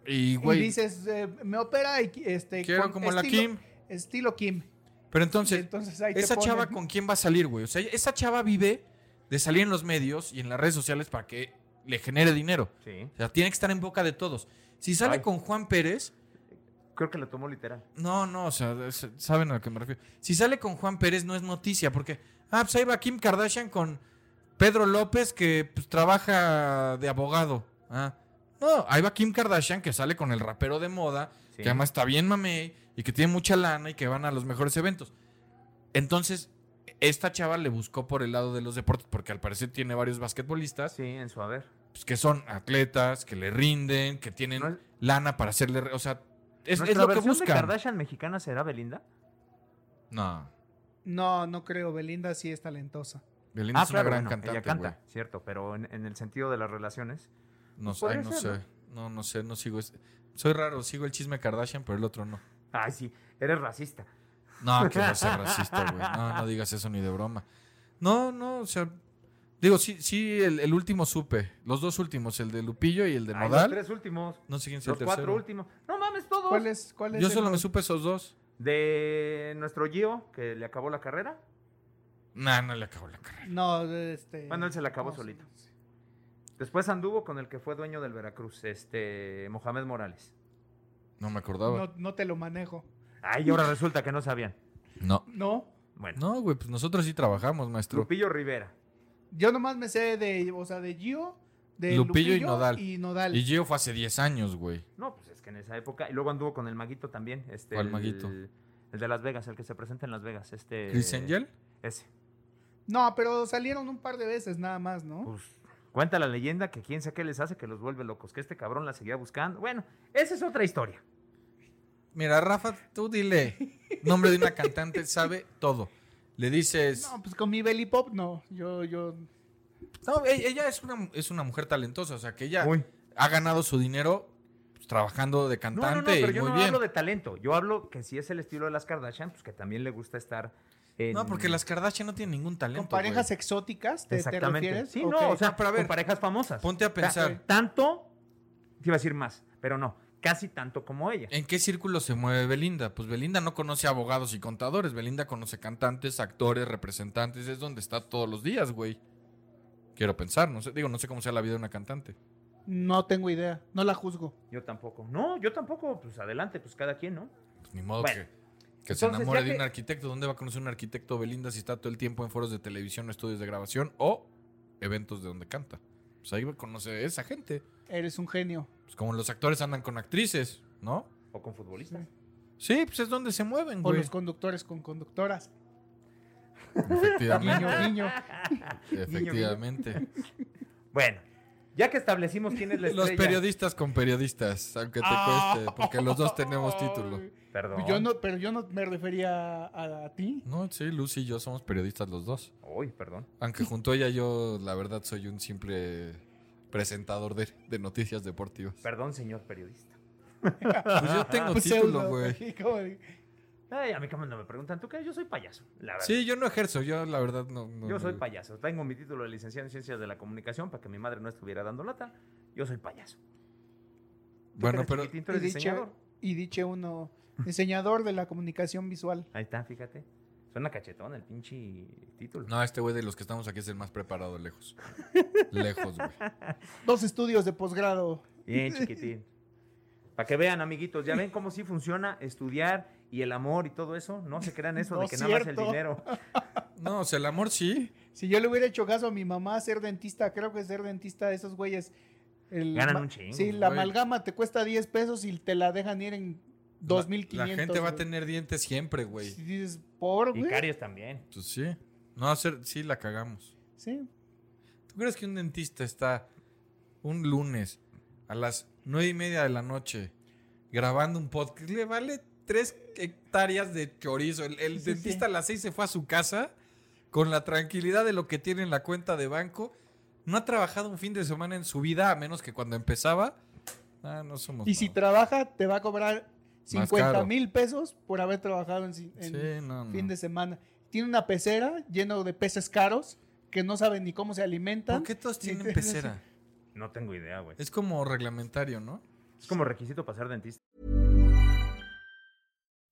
S4: Y,
S5: y
S4: güey,
S5: dices, eh, me opera y este,
S4: quiero
S5: con-
S4: como la
S5: estilo-
S4: Kim.
S5: Estilo Kim.
S4: Pero
S5: Y
S4: entonces,
S5: entonces ahí te
S4: esa chava
S5: ponen-
S4: con quién va a salir, güey. O sea, esa chava vive de salir en los medios y en las redes sociales para que le genere dinero.
S3: Sí.
S4: O sea, tiene que estar en boca de todos. Si sale
S3: Ay.
S4: con Juan Pérez,
S3: Creo que lo tomó literal.
S4: no, no, o sea, es- saben a lo que me refiero. Si sale con Juan Pérez no es noticia, porque, ah, pues ahí va Kim Kardashian con Pedro López que pues, trabaja de abogado. Ah, no, ahí va Kim Kardashian que sale con el rapero de moda,
S3: Sí.
S4: que además está bien mamey y que tiene mucha lana y que van a los mejores eventos. Entonces, esta chava le buscó por el lado de los deportes, porque al parecer tiene varios basquetbolistas
S3: Sí, en su haber.
S4: pues, que son atletas, que le rinden, que tienen
S3: No es-
S4: lana para hacerle. re- O sea, es, es
S3: ¿Nuestra
S4: lo que
S3: versión de
S4: buscan.
S3: Kardashian mexicana será Belinda?
S4: No,
S5: No, no creo. Belinda sí es talentosa. *laughs*
S4: Belinda es una
S3: Ah, claro,
S4: gran
S3: bueno,
S4: cantante.
S3: Ella canta,
S4: güey.
S3: cierto, pero en, en el sentido de las relaciones.
S4: No, sé,
S3: Puede
S4: ay, no
S3: ser,
S4: sé. No, no sé, no sigo. ese- Soy raro, sigo el chisme Kardashian, pero el otro no.
S3: Ay, sí, eres racista.
S4: No, que no sea racista, güey. No, no digas eso ni de broma. No, no, o sea. Digo, sí, sí, el, el último supe. Los dos últimos, el de Lupillo y el de
S3: Ay, los
S4: Nodal.
S3: tres últimos.
S4: No sé quién sea
S3: Los
S4: el
S3: cuatro
S4: tercero.
S3: últimos. No mames, todos.
S5: ¿Cuál es? Cuál es
S4: Yo
S5: el
S4: solo me
S5: otro?
S4: supe esos dos.
S3: De nuestro Gio, que le acabó la carrera.
S4: Nah, no le acabó la carrera.
S5: No, este.
S3: Bueno, él se la acabó
S5: no,
S3: solito.
S5: sí.
S3: Después anduvo con el que fue dueño del Veracruz, este Mohamed Morales.
S4: No me acordaba.
S5: No, no te lo manejo.
S3: Ay, y ahora resulta que no sabían.
S4: No.
S5: No.
S3: Bueno,
S4: No, güey, pues nosotros sí trabajamos, maestro.
S3: Lupillo Rivera.
S5: Yo nomás me sé de, o sea, de Gio, de
S4: Lupillo
S5: Lupillo,
S4: y Nodal.
S5: Y Nodal.
S4: Y Gio fue hace 10 años, güey.
S3: No, pues es que en esa época. Y luego anduvo con el Maguito también. Este,
S4: ¿Cuál
S3: el-
S4: Maguito?
S3: El, de Las Vegas, el que se presenta en Las Vegas. Este,
S4: ¿Chris Angel?
S3: Ese.
S5: No, pero salieron un par de veces nada más, ¿no?
S3: Pues, cuenta la leyenda que quién sabe qué les hace que los vuelve locos, que este cabrón la seguía buscando. Bueno, esa es otra historia.
S4: Mira, Rafa, tú dile. Nombre de una cantante sabe todo. Le dices.
S5: No, pues con mi belly pop no. Yo, yo.
S4: No, e- ella es una, es una mujer talentosa, o sea, que ella
S3: Uy.
S4: ha ganado su dinero pues, trabajando de
S3: No, no, no,
S4: cantante
S3: pero
S4: y
S3: yo
S4: muy
S3: no
S4: bien.
S3: hablo de talento. Yo hablo que si es el estilo de las Kardashian, pues que también le gusta estar. En...
S4: No, porque las Kardashian no tienen ningún talento.
S5: Con parejas
S4: güey.
S5: exóticas, ¿te, te
S3: Exactamente.
S5: refieres?
S3: Sí,
S5: Ok.
S3: no, o sea,
S4: Ah, pero a ver,
S3: con parejas famosas.
S4: Ponte a
S3: O sea, eh,
S4: pensar,
S3: tanto, te iba a decir más, pero no, casi tanto como ella.
S4: ¿en qué círculo se mueve Belinda? Pues Belinda no conoce abogados y contadores. Belinda conoce cantantes, actores, representantes. Es donde está todos los días, güey. Quiero pensar, no sé, digo, no sé cómo sea la vida de una cantante.
S5: No tengo idea. No la juzgo.
S3: Yo tampoco. No, yo tampoco, pues adelante, pues cada quien, ¿no?
S4: Pues ni modo
S3: Bueno,
S4: que, que se
S3: entonces,
S4: enamore
S3: ya
S4: de un
S3: que-
S4: arquitecto. ¿Dónde va a conocer un arquitecto Belinda si está todo el tiempo en foros de televisión o estudios de grabación o eventos de donde canta? Pues ahí conoce a esa gente.
S5: Eres un genio.
S4: Pues como los actores andan con actrices, ¿no?
S3: O con futbolistas.
S4: Sí, pues es donde se mueven,
S5: O
S4: güey.
S5: los conductores con conductoras.
S4: Efectivamente.
S5: *laughs* Niño, niño.
S4: efectivamente.
S3: Bueno, ya que establecimos quién es la
S4: *laughs* Los
S3: estrella.
S4: periodistas con periodistas, aunque te cueste, porque los dos tenemos título.
S5: *laughs*
S3: Perdón.
S5: Yo no, pero yo no me refería a, a ti.
S4: No, sí, Lucy y yo somos periodistas los dos.
S3: Uy, perdón.
S4: Aunque junto a ella yo, la verdad, soy un simple presentador de, de noticias deportivas.
S3: Perdón, señor periodista.
S4: Pues yo tengo
S5: Pues,
S4: título,
S5: pseudo,
S4: güey.
S5: así como de-
S3: Ay, a mí como no me preguntan, ¿tú qué? Yo soy payaso, la verdad.
S4: Sí, yo no ejerzo, yo la verdad no. no-
S3: Yo soy
S4: no-
S3: payaso. Tengo mi título de licenciado en Ciencias de la Comunicación para que mi madre no estuviera dando lata. Yo soy payaso. ¿Tú
S4: Bueno,
S3: que eres chiquitín,
S4: pero
S3: tú
S5: Y
S3: eres
S5: diche,
S3: diseñador.
S5: y diche uno, diseñador de la comunicación visual.
S3: Ahí está, fíjate. Suena cachetón el pinche título.
S4: no, este güey de los que estamos aquí es el más preparado
S5: *laughs*
S4: lejos. lejos, güey.
S5: Dos estudios de posgrado.
S3: Bien, chiquitín. Para que vean, amiguitos, ya ven cómo sí funciona estudiar y el amor y todo eso. No se crean eso
S5: *laughs* No
S3: de
S5: es
S3: que nada más el
S5: cierto.
S3: dinero.
S4: No, o sea, el amor sí.
S5: Si yo le hubiera hecho caso a mi mamá ser dentista, creo que ser dentista, esos güeyes. el
S3: Ganan
S5: ma-
S3: un chingo,
S5: Sí, la
S4: güey.
S5: amalgama te cuesta 10 pesos y te la dejan ir en 2500.
S4: La gente va a
S5: güey.
S4: tener dientes siempre, güey.
S5: Si dices, por,
S3: Y
S5: *laughs* güey.
S3: caries también.
S4: Pues sí. No, hacer, sí la cagamos.
S5: Sí.
S4: ¿Tú crees que un dentista está un lunes a las nueve y media de la noche grabando un podcast? Le vale tres hectáreas de chorizo. El, el
S5: Sí, sí,
S4: dentista
S5: sí.
S4: a las seis se fue a su casa con la tranquilidad de lo que tiene en la cuenta de banco. no ha trabajado un fin de semana en su vida, a menos que cuando empezaba. Ah, no somos.
S5: Y si
S4: nada.
S5: trabaja, te va a cobrar
S4: caro.
S5: 50 mil pesos por haber trabajado en, si- en
S4: Sí, no, no.
S5: fin de semana. Tiene una pecera llena de peces caros que no saben ni cómo se alimentan.
S4: ¿Por qué todos
S5: Sí,
S4: tienen
S5: sí,
S4: pecera?
S3: No tengo idea, güey.
S4: Es como reglamentario, ¿no?
S3: Es como requisito pasar dentista.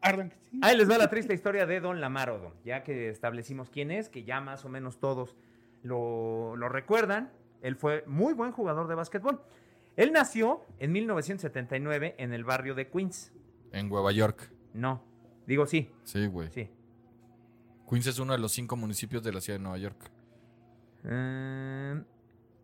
S5: Arda.
S3: Ahí les va la triste historia de Don Lamaro, don. Ya que establecimos quién es, que ya más o menos todos lo, lo recuerdan. Él fue muy buen jugador de básquetbol. Él nació en 1979 en el barrio de Queens.
S4: En Nueva York.
S3: No, digo sí,
S4: Sí, güey.
S3: sí.
S4: Queens es uno de los cinco municipios de la ciudad de Nueva York.
S3: Eh,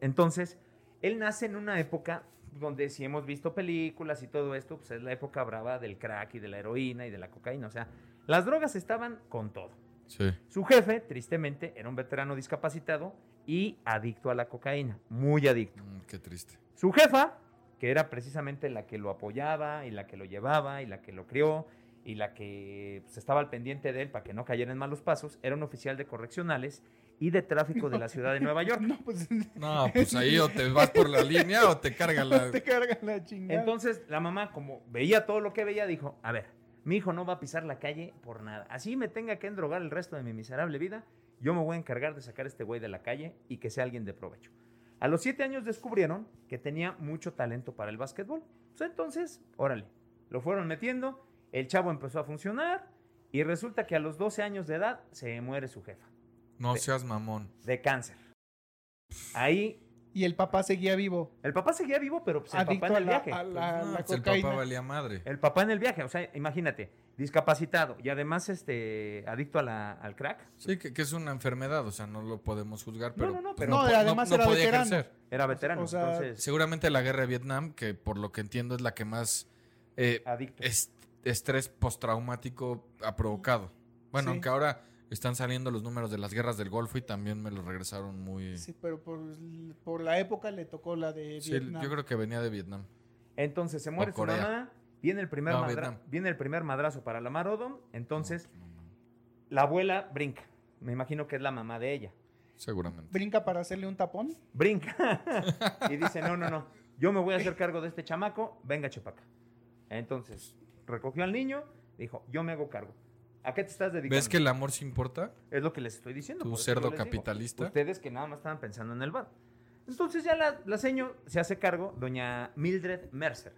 S3: Entonces, él nace en una época donde si hemos visto películas y todo esto, pues es la época brava del crack y de la heroína y de la cocaína. O sea, las drogas estaban con todo.
S4: Sí.
S3: Su jefe, tristemente, era un veterano discapacitado y adicto a la cocaína, muy adicto.
S4: Mm, qué triste.
S3: Su jefa, que era precisamente la que lo apoyaba y la que lo llevaba y la que lo crió y la que pues, estaba al pendiente de él para que no cayera en malos pasos, era un oficial de correccionales y de tráfico de la ciudad de Nueva York.
S5: No, pues *laughs*
S4: No, pues ahí o te vas por la línea o te carga la.
S5: *laughs* te cargan la chingada.
S3: Entonces la mamá, como veía todo lo que veía, dijo, a ver, mi hijo no va a pisar la calle por nada. Así me tenga que endrogar el resto de mi miserable vida, yo me voy a encargar de sacar a este güey de la calle y que sea alguien de provecho. A los siete años descubrieron que tenía mucho talento para el básquetbol. Pues, entonces, órale, lo fueron metiendo, el chavo empezó a funcionar y resulta que a los 12 años de edad se muere su jefa
S4: No seas mamón.
S3: de cáncer. Ahí
S5: y el papá seguía vivo.
S3: el papá seguía vivo, pero pues, el
S5: adicto
S3: papá
S5: a
S3: en el
S5: la,
S3: viaje.
S5: a
S4: Pues
S5: la-
S4: no,
S5: la
S4: pues el
S5: cocaína.
S4: papá valía madre.
S3: El papá en el viaje, o sea, imagínate, discapacitado y además este adicto a la- al crack,
S4: Sí, que, que es una enfermedad, o sea, no lo podemos juzgar, pero.
S3: no, no,
S4: pues,
S3: pero-
S5: No,
S4: po-
S5: además era veterano.
S3: era veterano,
S5: O sea,
S3: entonces
S4: Seguramente la guerra de Vietnam, que por lo que entiendo es la que más eh,
S3: adicto.
S4: est- estrés postraumático ha provocado. Bueno,
S5: Sí.
S4: aunque ahora están saliendo los números de las guerras del Golfo y también me los regresaron muy...
S5: Sí, pero por, por la época le tocó la de
S4: Sí,
S5: Vietnam.
S4: yo creo que venía de Vietnam.
S3: Entonces se muere
S4: o
S3: su
S4: Corea.
S3: mamá, viene el primer
S4: No,
S3: madra-
S4: Vietnam.
S3: viene el primer madrazo para la Marodon, entonces
S4: No, no, no,
S3: la abuela brinca. Me imagino que es la mamá de ella.
S4: seguramente.
S5: Brinca para hacerle un tapón.
S3: Brinca *laughs* y dice, "No, no, no. Yo me voy a hacer cargo de este chamaco, venga Chupaca." Entonces, recogió al niño, dijo, "Yo me hago cargo." ¿A qué te estás dedicando?
S4: ¿Ves que el amor sí importa?
S3: Es lo que les estoy diciendo.
S4: Tu
S3: por eso pues, yo
S4: cerdo
S3: les digo,
S4: capitalista.
S3: ustedes que nada más estaban pensando en el bar. Entonces ya la, la seño se hace cargo, doña Mildred Mercer.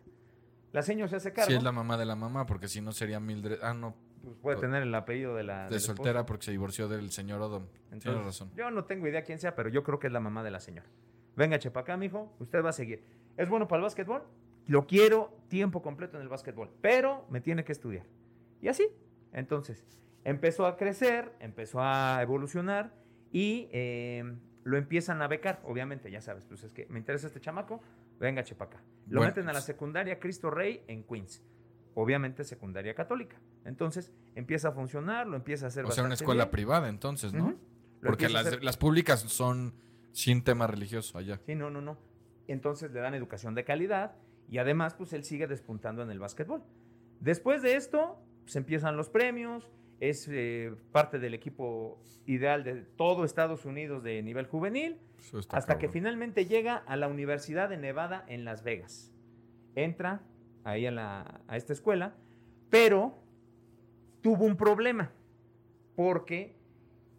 S3: La seño se hace cargo.
S4: Si es la mamá de la mamá, porque si no sería Mildred... Ah, no,
S3: pues, puede tener el apellido de la...
S4: de
S3: del esposo.
S4: soltera porque se divorció del señor Odom. Tienes
S3: Entonces,
S4: razón.
S3: Yo no tengo idea quién sea, pero yo creo que es la mamá de la señora. Venga, chepa acá, mijo. Usted va a seguir. ¿Es bueno para el básquetbol? Lo quiero tiempo completo en el básquetbol, pero me tiene que estudiar. Y así. Entonces, empezó a crecer, empezó a evolucionar y eh, lo empiezan a becar, obviamente, ya sabes. Pues es que me interesa este chamaco, venga, chepa acá. Lo
S4: Bueno,
S3: meten a la
S4: pues-
S3: secundaria Cristo Rey en Queens. Obviamente, secundaria católica. Entonces, empieza a funcionar, lo empieza a hacer
S4: O sea, una
S3: bastante
S4: escuela
S3: bien.
S4: privada entonces, pues, ¿no?
S3: Ujú. Lo
S4: Porque
S3: empieza a
S4: las,
S3: hacer-
S4: las públicas son sin tema religioso allá.
S3: Sí, no, no, no. Entonces le dan educación de calidad y además pues él sigue despuntando en el básquetbol. Después de esto, pues empiezan los premios, es eh, parte del equipo ideal de todo Estados Unidos de nivel juvenil,
S4: Eso está
S3: hasta que
S4: cabrón.
S3: finalmente llega a la Universidad de Nevada en Las Vegas. Entra ahí a, la- a esta escuela, pero tuvo un problema porque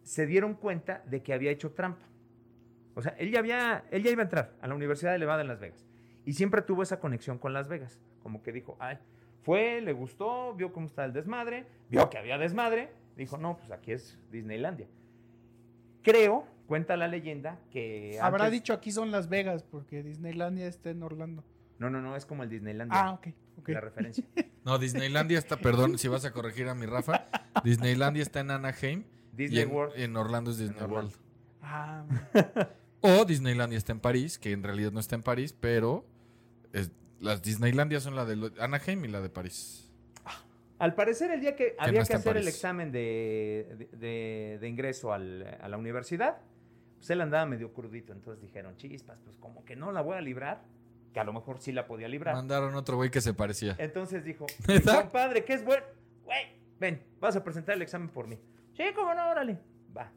S3: se dieron cuenta de que había hecho trampa. O sea, él ya, había, él ya iba a entrar a la Universidad de Nevada en Las Vegas y siempre tuvo esa conexión con Las Vegas. Como que dijo, ay, fue, le gustó, vio cómo estaba el desmadre, vio que había desmadre, dijo, no, pues aquí es Disneylandia. Creo, cuenta la leyenda, que...
S5: Habrá
S3: antes-
S5: dicho aquí son Las Vegas, porque Disneylandia está en Orlando.
S3: No, no, no, es como el Disneylandia.
S5: Ah, ok. ok.
S3: La
S5: *laughs*
S3: referencia.
S4: No, Disneylandia
S3: *laughs*
S4: está, perdón si vas a corregir a mi Rafa. Disneylandia está en Anaheim.
S3: Disney
S4: y en,
S3: World.
S4: en Orlando es Disney
S3: En
S4: World.
S3: Orlando.
S4: *laughs*
S5: Ah,
S4: O Disneylandia está en París, que en realidad no está en París, pero es- Las Disneylandia son la de Anaheim y la de París.
S3: Al parecer, el día que, había que
S4: está en
S3: hacer el
S4: París.
S3: examen de, de- de- de ingreso al- a la universidad, pues él andaba medio crudito. Entonces dijeron, chispas, pues como que no la voy a librar, que a lo mejor sí la podía librar.
S4: Mandaron otro güey que se parecía.
S3: Entonces dijo, mi
S4: *laughs* ¿Neta?
S3: compadre, que es bueno. Güey, ven, vas a presentar el examen por mí. Sí, cómo no, órale. Va.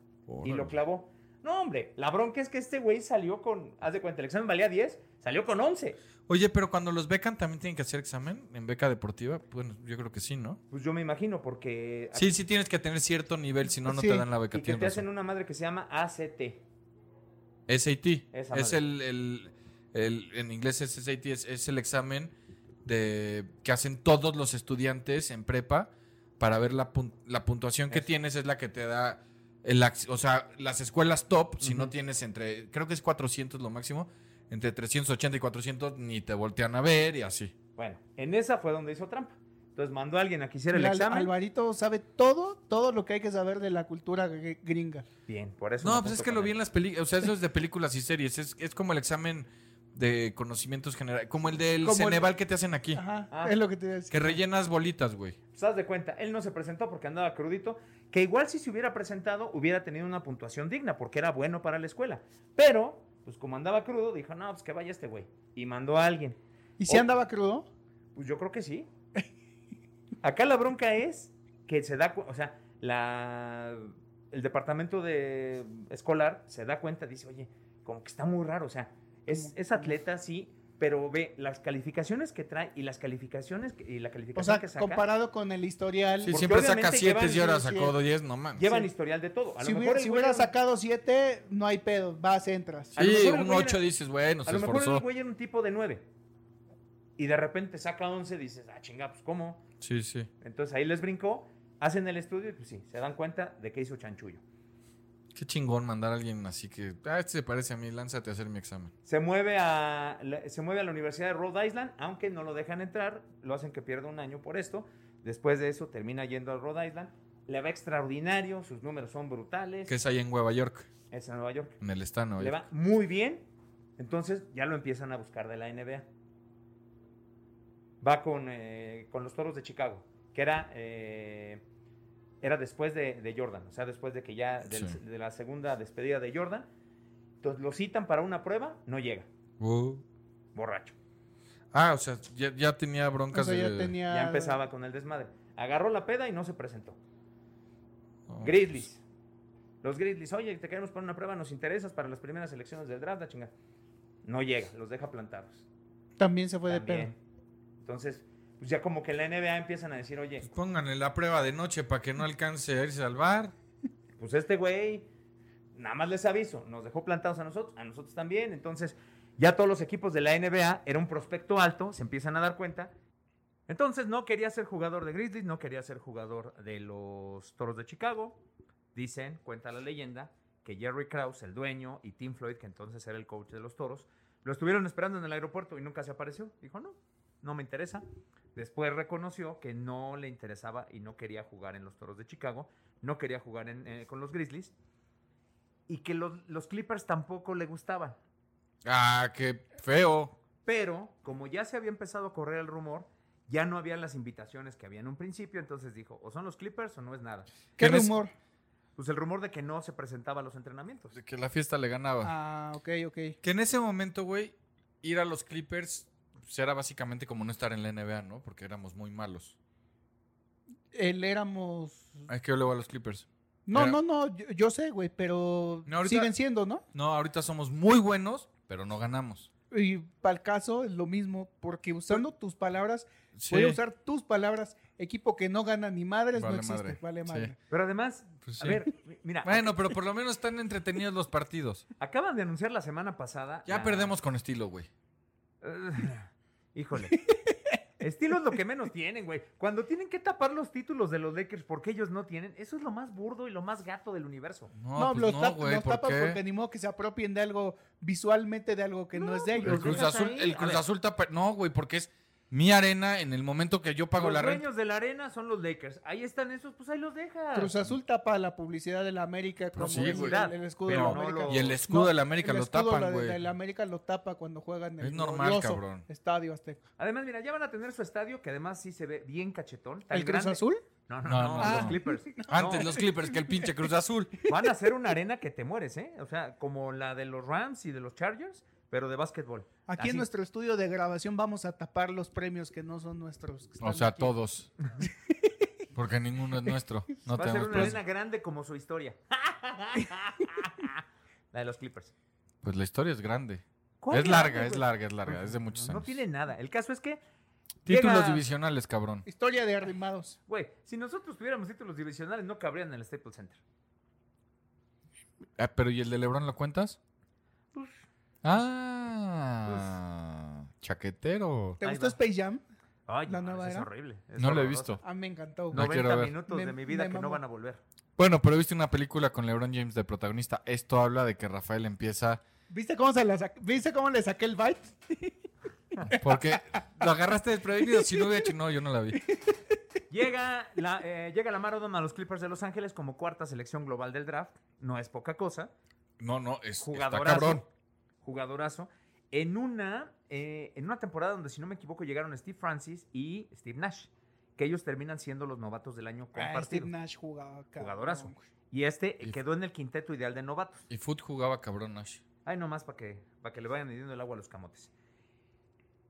S3: Y lo
S4: Órale.
S3: clavó. No, hombre, la bronca es que este güey salió con, haz de cuenta, el examen valía 10, salió con 11.
S4: Oye, pero cuando los becan también tienen que hacer examen en beca deportiva. Bueno, yo creo que sí, ¿no?
S3: Pues yo me imagino, porque...
S4: Sí, sí tienes que tener cierto nivel, si no, no
S5: Sí,
S4: te dan la
S3: Ah,
S4: beca.
S3: Y que
S4: tienes
S3: te hacen
S4: razón.
S3: una madre que se llama ACT.
S4: SAT.
S3: Esa
S4: Es
S3: madre.
S4: el, el- el- En inglés es SAT, es, es el examen de que hacen todos los estudiantes en prepa para ver la, pun- la puntuación que
S3: Eso.
S4: tienes, es la que te da. El, ac- o sea, las escuelas top, si no
S3: Ujú.
S4: tienes entre. Creo que es 400 lo máximo. Entre 380 y 400 ni te voltean a ver y así.
S3: Bueno, en esa fue donde hizo trampa. Entonces mandó a alguien a que hiciera el
S5: Al-
S3: examen.
S5: Alvarito sabe todo, todo lo que hay que saber de la cultura gr- gringa.
S3: Bien, por eso. me
S4: No, pues es
S3: junto
S4: que
S3: con
S4: lo
S3: él.
S4: vi en las películas, o sea, eso es de películas y series, es, es como el examen de conocimientos generales, como el del
S5: Como el-
S4: Ceneval que te hacen aquí,
S5: Ajá,
S3: Ah.
S5: es lo que te iba a decir.
S4: que rellenas bolitas, güey.
S3: Pues haz de cuenta, él no se presentó porque andaba crudito, que igual si se hubiera presentado hubiera tenido una puntuación digna porque era bueno para la escuela. Pero, pues como andaba crudo, dijo, no, pues que vaya este güey. Y mandó a alguien.
S5: ¿Y si
S3: Oh.
S5: andaba crudo?
S3: Pues yo creo que sí. Acá la bronca es que se da, cu- o sea, la, el departamento de escolar se da cuenta, dice, oye, como que está muy raro, o sea, es, es atleta, sí, pero ve las calificaciones que trae y las calificaciones que- y la
S5: O
S3: calificación
S5: sea,
S3: que saca.
S5: comparado con el historial.
S4: Sí,
S3: Porque
S4: siempre saca
S3: obviamente
S4: 7
S3: llevan-
S4: y ahora
S3: sí,
S4: sacó 10, no mames.
S3: Llevan historial de todo. A
S5: si
S3: lo
S5: hubiera,
S3: mejor el
S5: si
S3: güey
S5: hubiera
S3: era un-
S5: sacado 7, no hay pedo, vas, entras.
S3: a lo
S4: Sí,
S3: mejor el
S4: un
S3: güey
S4: 8
S3: era-
S4: dices, bueno,
S3: A
S4: se
S3: lo mejor el
S4: esforzó.
S3: güey era un tipo de 9. Y de repente saca 11, dices, ah, chinga, pues cómo.
S4: Sí, sí.
S3: Entonces ahí les brincó, hacen el estudio y pues sí, se dan cuenta de que hizo chanchullo.
S4: Qué chingón mandar a alguien así que, ah, este se parece a mí, lánzate a hacer mi examen.
S3: Se mueve, a, la- se mueve a la Universidad de Rhode Island, aunque no lo dejan entrar, lo hacen que pierda un año por esto. Después de eso termina yendo a Rhode Island, le va extraordinario, sus números son brutales,
S4: Que es ahí en Nueva York,
S3: es en Nueva York,
S4: en el estado de
S3: le
S4: Nueva
S3: va
S4: York.
S3: muy bien, entonces ya lo empiezan a buscar de la NBA. Va con, eh, con los Toros de Chicago, que era, eh, era después de, de Jordan, o sea, después de que ya del-
S4: Sí.
S3: de la segunda despedida de Jordan. Entonces lo citan para una prueba, no llega,
S4: Uh.
S3: borracho.
S4: Ah, o sea, ya, ya tenía
S5: O
S4: broncas
S5: sea, ya
S4: de-
S5: tenía.
S3: Ya empezaba con el desmadre. Agarró la peda y no se presentó.
S4: No,
S3: Grizzlies. Los Grizzlies, oye, te queremos poner una prueba, nos interesas para las primeras elecciones del draft, la chingada. No llega, los deja plantados.
S5: También se fue de
S3: También.
S5: pedo.
S3: Entonces, pues ya como que en la NBA empiezan a decir, oye,
S4: pues pónganle la prueba de noche para que no alcance a irse al bar.
S3: pues este güey, nada más les aviso, nos dejó plantados a nosotros, a nosotros también. Entonces, ya todos los equipos de la NBA era un prospecto alto, se empiezan a dar cuenta. Entonces, no quería ser jugador de Grizzlies, no quería ser jugador de los Toros de Chicago. Dicen, cuenta la leyenda, que Jerry Krause, el dueño, y Tim Floyd, que entonces era el coach de los Toros, lo estuvieron esperando en el aeropuerto y nunca se apareció. Dijo, no, no me interesa. Después reconoció que no le interesaba y no quería jugar en los Toros de Chicago, no quería jugar en, eh, con los Grizzlies y que los, los Clippers tampoco le gustaban.
S4: Ah, qué feo.
S3: Pero como ya se había empezado a correr el rumor, ya no habían las invitaciones que había en un principio, entonces dijo, o son los Clippers o no es nada.
S5: ¿Qué
S4: ¿Quién es?
S5: rumor?
S3: Pues el rumor de que no se presentaba a los entrenamientos.
S4: De que la fiesta le ganaba.
S5: Ah, ok, ok.
S4: Que en ese momento, güey, ir a los Clippers pues, era básicamente como no estar en la NBA, ¿no? Porque éramos muy malos.
S5: Él éramos.
S4: Es que yo le voy a los Clippers.
S5: No,
S4: Era-
S5: no, no, yo, yo sé, güey, pero
S4: No, ahorita-
S5: siguen siendo, ¿no?
S4: No, ahorita somos muy buenos, pero no ganamos.
S5: Y para el caso es lo mismo, porque usando tus palabras,
S4: Sí.
S5: voy a usar tus palabras, equipo que no gana ni madres,
S4: Vale
S5: no existe,
S4: madre,
S5: vale
S4: sí.
S5: madre.
S3: Pero además,
S4: Pues
S3: a
S4: sí.
S3: ver, mi- mira,
S4: Bueno, pero por lo menos están entretenidos los partidos.
S3: acaban de anunciar la semana pasada.
S4: Ya
S3: la-
S4: perdemos con estilo, güey.
S3: *laughs* Híjole. Estilo es lo que menos tienen, güey. Cuando tienen que tapar los títulos de los Lakers porque ellos no tienen, eso es lo más burdo y lo más gato del universo.
S4: No,
S5: no,
S4: pues
S5: los,
S4: no,
S5: tap-
S4: güey,
S5: los
S4: ¿por
S5: tapas
S4: qué?
S5: porque ni modo que se apropien de algo visualmente de algo que no, es de ellos.
S4: El
S3: los
S4: Cruz
S3: dejas
S4: Azul,
S3: ahí.
S4: el
S3: A
S4: Cruz
S3: ver.
S4: Azul tapa- No, güey, porque es mi arena en el momento que yo pago
S3: los
S4: la renta.
S3: dueños de la arena son los Lakers. Ahí están esos, pues ahí los dejas.
S5: Cruz Azul tapa la publicidad de la América como
S4: Pues sí,
S5: el,
S4: güey.
S5: el- el escudo
S3: Pero
S5: de la
S3: no
S5: América.
S3: lo-
S4: Y el escudo
S5: No,
S4: de la América
S5: el
S4: lo
S5: escudo
S4: tapan,
S5: de-
S4: güey.
S5: de la América lo tapa cuando juegan en el
S4: Es normal,
S5: glorioso
S4: cabrón.
S5: Estadio Azteca.
S3: Ah. Además, mira, ya van a tener su estadio que además sí se ve bien cachetón. tan
S5: ¿El Cruz
S3: grande.
S5: Azul?
S3: No, no,
S4: No,
S3: no,
S4: no,
S3: los
S4: no.
S5: *laughs*
S3: Clippers.
S4: Antes
S3: No,
S4: los Clippers que el pinche
S3: *laughs*
S4: Cruz Azul.
S3: Van a ser una arena que te mueres, ¿eh? O sea, como la de los Rams y de los Chargers, pero de básquetbol.
S5: Aquí
S3: Así.
S5: en nuestro estudio de grabación vamos a tapar los premios que no son nuestros. que
S4: O
S5: están
S4: sea,
S5: aquí.
S4: todos. Porque ninguno es nuestro. No
S3: Va a ser
S4: tenemos
S3: una
S4: precio.
S3: arena grande como su historia. *laughs* la de los Clippers.
S4: Pues la historia es grande.
S3: ¿Cuál
S4: Es larga, es
S3: güey?
S4: larga, es larga. Es de muchos
S3: No
S4: años.
S3: tiene nada. El caso es que.
S4: Títulos
S3: llega-
S4: divisionales, cabrón.
S5: Historia de arrimados. Ah,
S3: Güey, si nosotros tuviéramos títulos divisionales, no cabrían en el Staples Center.
S4: Ah, pero ¿y el de Lebron lo cuentas?
S3: Pues-
S4: Ah. Chaquetero.
S5: ¿Te
S3: Ahí
S5: gustó
S3: va.
S5: Space Jam?
S3: Ay,
S5: ¿La
S3: no,
S5: nueva
S3: eso es
S5: era?
S3: horrible. es
S4: No lo he
S3: horroroso.
S4: visto.
S5: Ah, me encantó.
S4: No.
S5: güey.
S3: 90
S4: quiero ver.
S3: minutos
S5: Me-
S3: de mi vida
S5: me
S3: que no
S5: mamó.
S3: van a volver.
S4: Bueno, pero viste una película con LeBron James de protagonista. Esto habla de que Rafael empieza.
S5: ¿Viste cómo, se la sa- ¿Viste cómo le saqué el bite?
S3: *laughs*
S4: Porque lo agarraste desprevenido. Si no hubiera hecho, no, yo no la vi.
S3: Llega la, eh, llega la Maradona a los Clippers de Los Ángeles como cuarta selección global del draft. No es poca cosa.
S4: No, no, es está
S3: Jugadorazo.
S4: cabrón.
S3: Jugadorazo. En una, eh, en una temporada donde, si no me equivoco, llegaron Steve Francis y Steve Nash, que ellos terminan siendo los novatos del año
S5: Ah, Steve
S3: compartido.
S5: Nash jugaba. cabrón,
S3: Jugadorazo.
S5: güey.
S3: y este
S4: Y-
S3: quedó en el quinteto ideal de novatos.
S4: Y Foot jugaba cabrón, Nash.
S3: Ay, nomás para que, para que le vayan midiendo el agua a los camotes.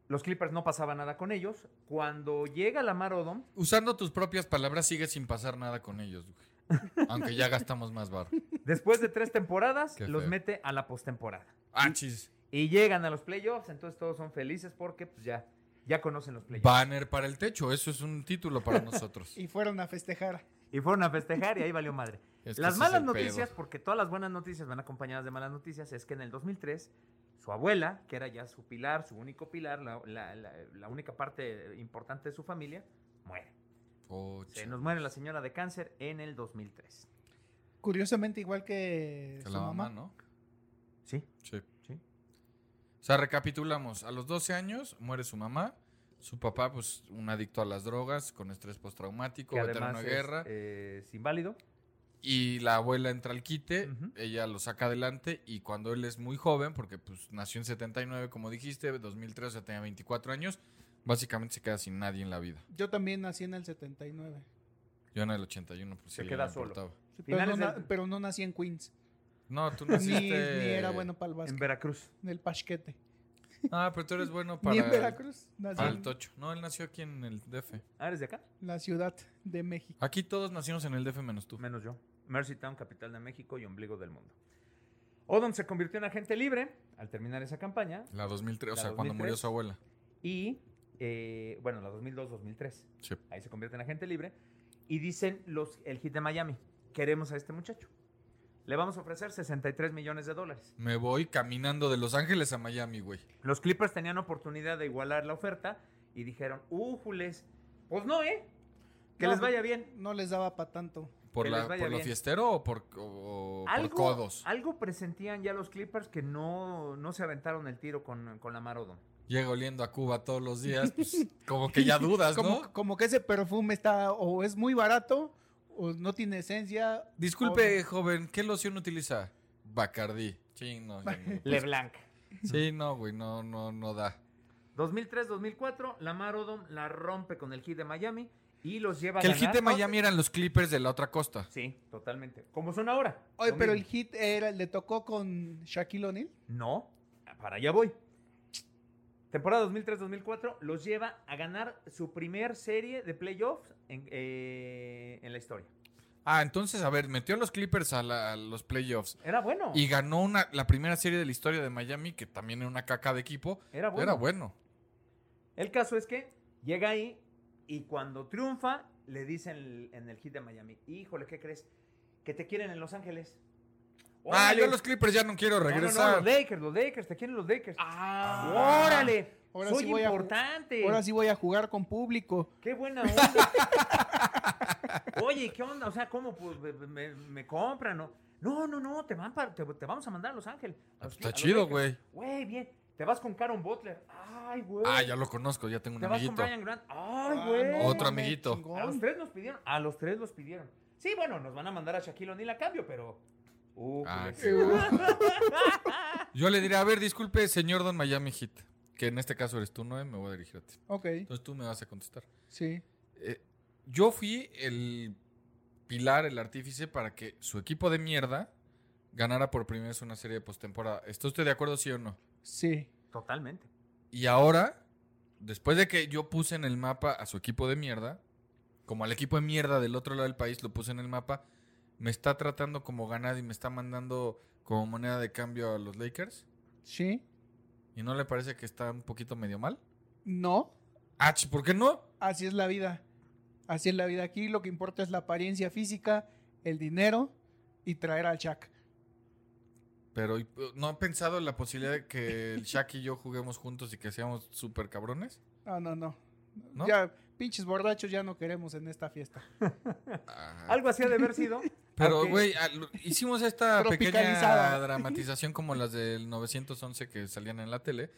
S3: Los Clippers no pasaba nada con ellos. Cuando llega la Marodom,
S4: Usando tus propias palabras, sigue sin pasar nada con ellos, güey. Aunque ya gastamos más bar.
S3: después de tres temporadas,
S4: Qué
S3: los
S4: feo.
S3: mete a la postemporada.
S4: Ah, chis.
S3: Y llegan a los playoffs, entonces todos son felices porque pues, ya, ya conocen los playoffs.
S4: Banner para el techo, eso es un título para
S3: *laughs*
S4: nosotros.
S5: Y fueron a festejar.
S3: Y fueron a festejar y ahí valió madre.
S4: *laughs* Es que ese
S3: las
S4: es
S3: malas
S4: el
S3: noticias,
S4: pedo.
S3: porque todas las buenas noticias van acompañadas de malas noticias, es que en el 2003 su abuela, que era ya su pilar, su único pilar, la, la- la- la única parte importante de su familia, muere.
S4: Pocha.
S3: Se nos muere la señora de cáncer en el 2003.
S5: Curiosamente, igual que,
S4: Que
S5: su
S4: la mamá,
S5: mamá.
S4: ¿no?
S3: ¿Sí?
S4: Sí.
S3: Sí.
S4: O sea, recapitulamos. A los 12 años muere su mamá. Su papá, pues, un adicto a las drogas, con estrés postraumático,
S3: Que
S4: veterano
S3: además
S4: de
S3: es,
S4: guerra.
S3: eh, es inválido.
S4: Y la abuela entra al quite,
S3: Ujú.
S4: ella lo saca adelante. Y cuando él es muy joven, porque pues nació en 79, como dijiste, 2003, o sea, tenía 24 años, básicamente se queda sin nadie en la vida.
S5: Yo también nací en el 79.
S4: Yo en el 81, pues
S3: Se
S4: sí,
S3: queda
S4: no
S3: solo.
S4: importaba.
S5: Pero no,
S3: Finales
S5: na-
S3: del-
S5: pero no nací en Queens.
S4: No, tú
S5: *laughs* Ni,
S4: naciste...
S5: ni era bueno para el
S3: en
S5: básquet.
S3: Veracruz.
S5: En el pasquete.
S4: Ah, pero tú eres bueno para...
S5: *laughs* Ni en Veracruz. Nací
S4: para el
S5: en
S4: tocho. No, él nació aquí en el DF.
S3: Ah, ¿eres de acá?
S5: la Ciudad de México.
S4: Aquí todos nacimos en el DF menos tú.
S3: Menos yo. Mercytown, capital de México y ombligo del mundo. Odom se convirtió en agente libre al terminar esa campaña
S4: La 2003, o
S3: La
S4: sea, cuando murió
S3: 2003.
S4: su abuela.
S3: y, eh, bueno, la 2002-2003.
S4: Sí.
S3: Ahí se convierte en agente libre. Y dicen los, el hit de Miami, queremos a este muchacho. Le vamos a ofrecer 63 millones de dólares.
S4: Me voy caminando de Los Ángeles a Miami, güey.
S3: Los Clippers tenían oportunidad de igualar la oferta y dijeron, ¡újules! Pues no, ¿eh? Que
S4: pues,
S5: No,
S3: les vaya bien.
S5: No les daba para tanto.
S4: ¿Por,
S3: Que
S4: la,
S3: les vaya
S4: por lo
S3: bien.
S4: fiestero o por, o- o por
S3: Algo,
S4: codos?
S3: algo presentían ya los Clippers que no, no se aventaron el tiro con, con la Marodon.
S4: Llega oliendo a Cuba todos los
S3: *laughs*
S4: días, pues como que ya dudas,
S5: como,
S4: ¿no?
S5: como que ese perfume está o es muy barato o no tiene esencia.
S4: Disculpe, joven, ¿qué loción utiliza? Bacardí. Sí, no. ya no.
S3: *laughs* LeBlanc.
S4: Sí, no, güey, no, no, no da.
S3: 2003-2004, la Marodon la rompe con el hit de Miami y los lleva a
S4: Que el
S3: ganar.
S4: hit de Miami eran los Clippers de la otra costa.
S3: Sí, totalmente. Como son ahora.
S5: O- Oye,
S3: Lo
S5: pero el
S3: mismo.
S5: hit era, le tocó con Shaquille O'Neal.
S3: No, para allá voy. Temporada 2003-2004 los lleva a ganar su primer serie de playoffs en, eh, en la historia.
S4: Ah, entonces, a ver, metió a los Clippers a, la- a los playoffs.
S3: Era bueno.
S4: Y ganó una, la primera serie de la historia de Miami, que también era una caca de equipo.
S3: Era Ah, bueno.
S4: Era bueno.
S3: El caso es que llega ahí y cuando triunfa le dicen el- en el hit de Miami, híjole, ¿qué crees? Que te quieren en Los Ángeles.
S4: Ah,
S3: Órale.
S4: yo a los Clippers ya no quiero
S3: No, no, no,
S4: regresar.
S3: los Lakers, los Lakers, te quieren los Lakers.
S5: Ah.
S3: ¡Órale!
S5: Ahora
S3: Soy
S5: sí voy a ju-
S3: importante.
S5: Ahora sí voy a jugar con público.
S3: ¡Qué buena
S5: *laughs*
S3: onda! Oye, ¿qué onda? O sea, ¿cómo pues, me, me- me compran? No, no, no, no te, van para, te, te vamos a mandar a Los Ángeles. A
S4: Ah,
S3: los-
S4: pues está
S3: a los
S4: chido,
S3: Lakers.
S4: güey.
S3: Güey, bien. Te vas con Karen Butler. Ay, güey.
S4: Ah, ya lo conozco, ya tengo un
S3: Te vas con
S4: amiguito.
S3: Brian Grant. Ay,
S5: Ah,
S3: güey. Ah,
S5: no,
S4: Otro
S5: mames,
S4: amiguito.
S5: chingón.
S3: A los tres nos pidieron. A los tres los pidieron. Sí, bueno, nos van a mandar a Shaquille O'Neal a cambio, pero. Uh,
S4: Ah,
S3: pues,
S4: qué
S3: *laughs*
S4: Yo le diré, a ver, disculpe, señor Don Miami Heat, que en este caso eres tú, Noé, me voy a dirigir a ti.
S5: Ok,
S4: Entonces tú me vas a contestar.
S5: sí.
S4: Eh, yo fui el pilar, el artífice para que su equipo de mierda ganara por primera vez una serie de postemporada. ¿Está usted de acuerdo, sí o no?
S5: Sí.
S3: Totalmente.
S4: Y ahora, después de que yo puse en el mapa a su equipo de mierda, como al equipo de mierda del otro lado del país lo puse en el mapa, me está tratando como ganado y me está mandando como moneda de cambio a los Lakers.
S5: Sí.
S4: ¿Y no le parece que está un poquito medio mal?
S5: No.
S4: Ah, chi, ¿por qué no?
S5: Así es la vida. Así es la vida aquí. Lo que importa es la apariencia física, el dinero y traer al Shaq.
S4: Pero ¿y, eh, no han pensado en la posibilidad de que el Shaq y yo juguemos juntos y que seamos súper cabrones.
S5: No, no, no.
S4: ¿No?
S5: Ya, pinches borrachos ya no queremos en esta fiesta.
S4: Ah.
S3: Algo así ha de haber
S5: *laughs*
S3: sido.
S4: Pero,
S3: aunque-
S4: güey, al- hicimos esta pequeña
S5: Tropicalizada.
S4: dramatización como las del 911 que salían en la tele.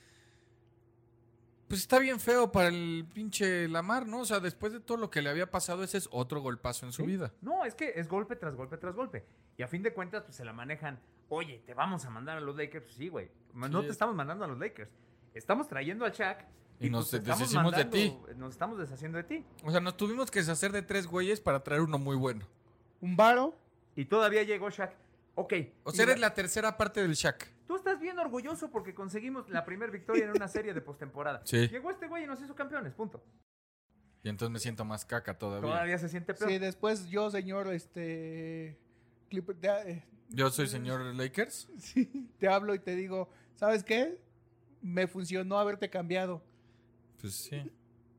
S4: Pues está bien feo para el pinche Lamar, ¿no? O sea, después de todo lo que le había pasado, ese es otro golpazo en su vida.
S3: No, es que es golpe tras golpe tras golpe. Y a fin de cuentas, pues se la manejan. Oye, te vamos a mandar a los Lakers. Pues, sí, güey. Ma- No
S4: Sí.
S3: te estamos mandando a los Lakers. Estamos trayendo al Shaq. pues,
S4: Y nos
S3: te estamos
S4: deshicimos de ti.
S3: Nos estamos deshaciendo de ti.
S4: O sea, nos tuvimos que deshacer de tres güeyes para traer uno muy bueno.
S5: Un varo,
S3: Y todavía llegó Shaq. Ok.
S4: O sea,
S3: mira,
S4: eres la tercera parte del Shaq.
S3: Tú estás bien orgulloso porque conseguimos la primera victoria en una serie de postemporada.
S4: Sí.
S3: Llegó este güey y nos hizo campeones, punto.
S4: Y entonces me siento más caca todavía.
S3: Todavía se siente peor.
S5: Sí, después yo, señor, este. Clipper, te, eh,
S4: Yo soy señor Lakers.
S5: sí, te hablo y te digo, ¿sabes qué? Me funcionó haberte cambiado.
S4: Pues sí.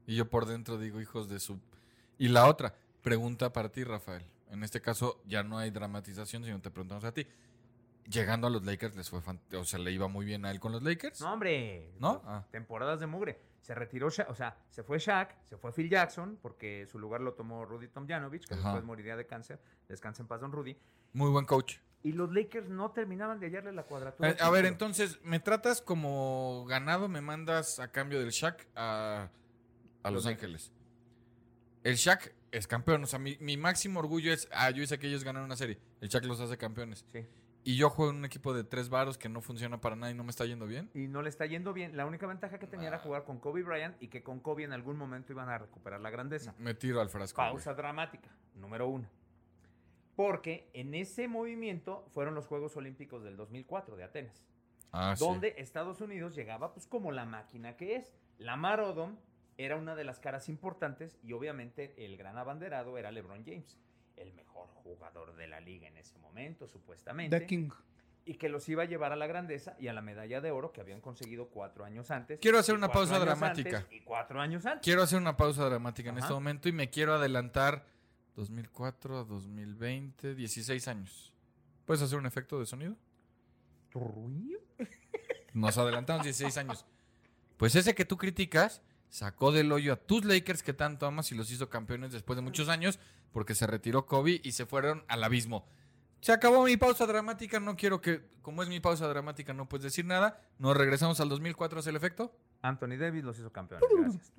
S4: Y yo por dentro digo, hijos de su... Y la otra, pregunta para ti, Rafael. En este caso ya no hay dramatización, sino te preguntamos a ti. Llegando a los Lakers les fue fan- o sea, le iba muy bien a él con los Lakers.
S3: No, hombre.
S4: ¿No?
S3: Pues,
S4: Ah.
S3: Temporadas de mugre. Se retiró, Sha- o sea, se fue Shaq, se fue Phil Jackson, porque su lugar lo tomó Rudy Tomjanovich, que
S4: Ajá.
S3: después moriría de cáncer. Descansa en paz, don Rudy.
S4: Muy buen coach.
S3: Y los Lakers no terminaban de hallarle la
S4: A,
S3: cuadratura.
S4: Eh, a ver,
S3: Pero-
S4: entonces, ¿me tratas como ganado? ¿Me mandas a cambio del Shaq a, a Los Ángeles? El Shaq es campeón. O sea, mi, mi máximo orgullo es, ah, yo hice que ellos ganaron una serie. El Shaq los hace campeones.
S3: Sí.
S4: Y yo juego en un equipo de tres varos que no funciona para nada y no me está yendo bien.
S3: Y no le está yendo bien. La única ventaja que
S4: Ah.
S3: tenía era jugar con Kobe Bryant y que con Kobe en algún momento iban a recuperar la grandeza.
S4: Me tiro al frasco. güey.
S3: Pausa dramática, número uno. Porque en ese movimiento fueron los Juegos Olímpicos del 2004 de Atenas,
S4: Ah, sí.
S3: donde Estados Unidos llegaba pues como la máquina que es. Lamar Odom era una de las caras importantes y obviamente el gran abanderado era LeBron James, el mejor jugador de la liga en ese momento, supuestamente
S5: The King.
S3: y que los iba a llevar a la grandeza y a la medalla de oro que habían conseguido cuatro años antes.
S4: Quiero hacer
S3: y
S4: una
S3: cuatro
S4: pausa
S3: años
S4: dramática.
S3: antes, y cuatro años antes.
S4: Quiero hacer una pausa dramática en
S3: Ajá.
S4: este momento y me quiero adelantar 2004 a 2020, 16 años. ¿Puedes hacer un efecto de sonido?
S3: *laughs*
S4: Nos adelantamos 16 años. Pues ese que tú criticas sacó del hoyo a tus Lakers que tanto amas y los hizo campeones después de muchos años porque se retiró Kobe y se fueron al abismo. Se acabó mi pausa dramática, no quiero que, como es mi pausa dramática, no puedes decir nada. Nos regresamos al 2004, ¿es el efecto?
S3: Anthony Davis los hizo campeones. Gracias.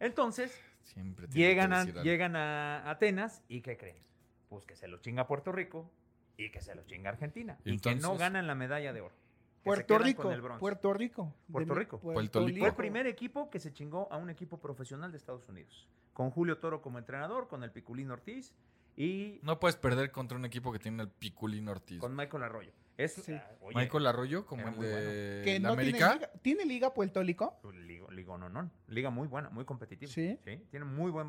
S3: Entonces,
S4: Siempre tiene que
S3: llegan a,
S4: decir algo.
S3: llegan a Atenas y ¿qué creen? Pues que se los chinga Puerto Rico y que se los chinga Argentina. Y
S4: Entonces-
S3: que no ganan la medalla de oro. que se
S5: Puerto
S3: quedan con
S5: Rico,
S3: el bronce.
S5: Puerto Rico.
S3: Puerto
S5: De-
S3: Rico.
S4: Puerto Rico.
S3: Fue el primer equipo que se chingó a un equipo profesional de Estados Unidos. Con Julio Toro como entrenador, con el Piculín Ortiz y
S4: No puedes perder contra un equipo que tiene el Piculín Ortiz.
S3: con Michael Arroyo. Es,
S5: Sí.
S3: ah, oye,
S4: Michael Arroyo, como
S3: era
S4: el
S3: muy
S4: de
S5: Que
S4: Eh, la
S5: no
S4: América.
S5: Tiene, liga, ¿Tiene liga Puerto Rico?
S3: Liga, liga no, no. pues, Liga muy buena, muy competitiva.
S5: Sí.
S3: Tiene muy buen.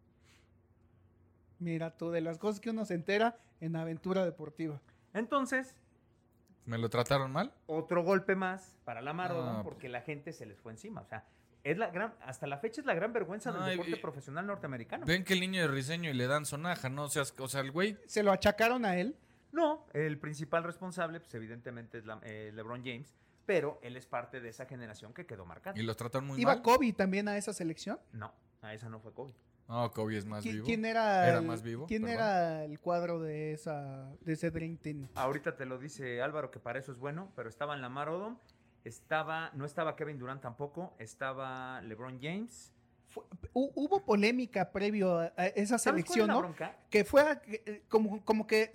S5: Mira tú, de las cosas que uno se entera en aventura deportiva.
S3: Entonces,
S4: ¿Me lo trataron mal?
S3: otro golpe más para la Maradona
S4: Ah,
S3: porque la gente se les fue encima. O sea, es la gran, hasta la fecha es la gran vergüenza del
S4: Ay,
S3: deporte
S4: y-
S3: profesional norteamericano.
S4: Ven que el niño de Riseño y le dan sonaja, ¿no? O sea, es- o sea, el güey
S5: ¿Se lo achacaron a él?
S3: No, el principal responsable, pues evidentemente es la- eh, LeBron James, pero él es parte de esa generación que quedó marcada.
S4: y los tratan muy
S5: ¿Iba
S4: mal.
S5: Kobe también a esa selección?
S3: No, a esa no fue Kobe.
S4: No, Kobe es más
S5: ¿Qui-
S4: vivo.
S5: ¿Quién era,
S4: Era
S5: el,
S4: más vivo,
S5: ¿quién
S4: perdón.
S5: era el cuadro de, esa, de ese Dream Team?
S3: Ahorita te lo dice Álvaro que para eso es bueno, pero estaba en la Marodom, estaba, no estaba Kevin Durant tampoco, estaba LeBron James.
S5: Fu- hu- hubo polémica previo a, a esa
S3: ¿Sabes cuál es
S5: selección,
S3: la
S5: ¿no?
S3: bronca?
S5: Que fue a- que, eh, como, como que,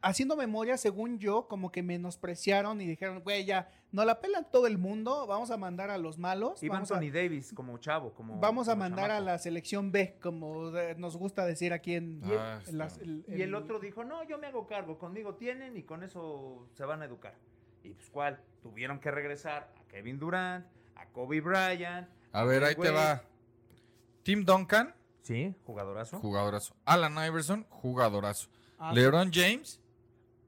S5: haciendo memoria, según yo, como que menospreciaron y dijeron, güey, ya, no la pelan todo el mundo, vamos a mandar a los malos.
S3: Iba
S5: vamos a-
S3: Anthony Davis como chavo, como
S5: Vamos a
S3: como
S5: mandar a
S3: chamaco.
S5: la selección B, como eh, nos gusta decir aquí en...
S4: Y el- Ah, está.
S5: las-
S3: Y el otro dijo, no, yo me hago cargo, conmigo tienen y con eso se van a educar. Y pues cuál, tuvieron que regresar a Kevin Durant, a Kobe Bryant.
S4: A ver, ahí te
S3: Güey.
S4: va. Tim Duncan,
S3: Sí, jugadorazo.
S4: jugadorazo. Alan Iverson, jugadorazo.
S5: Ah.
S4: LeBron James,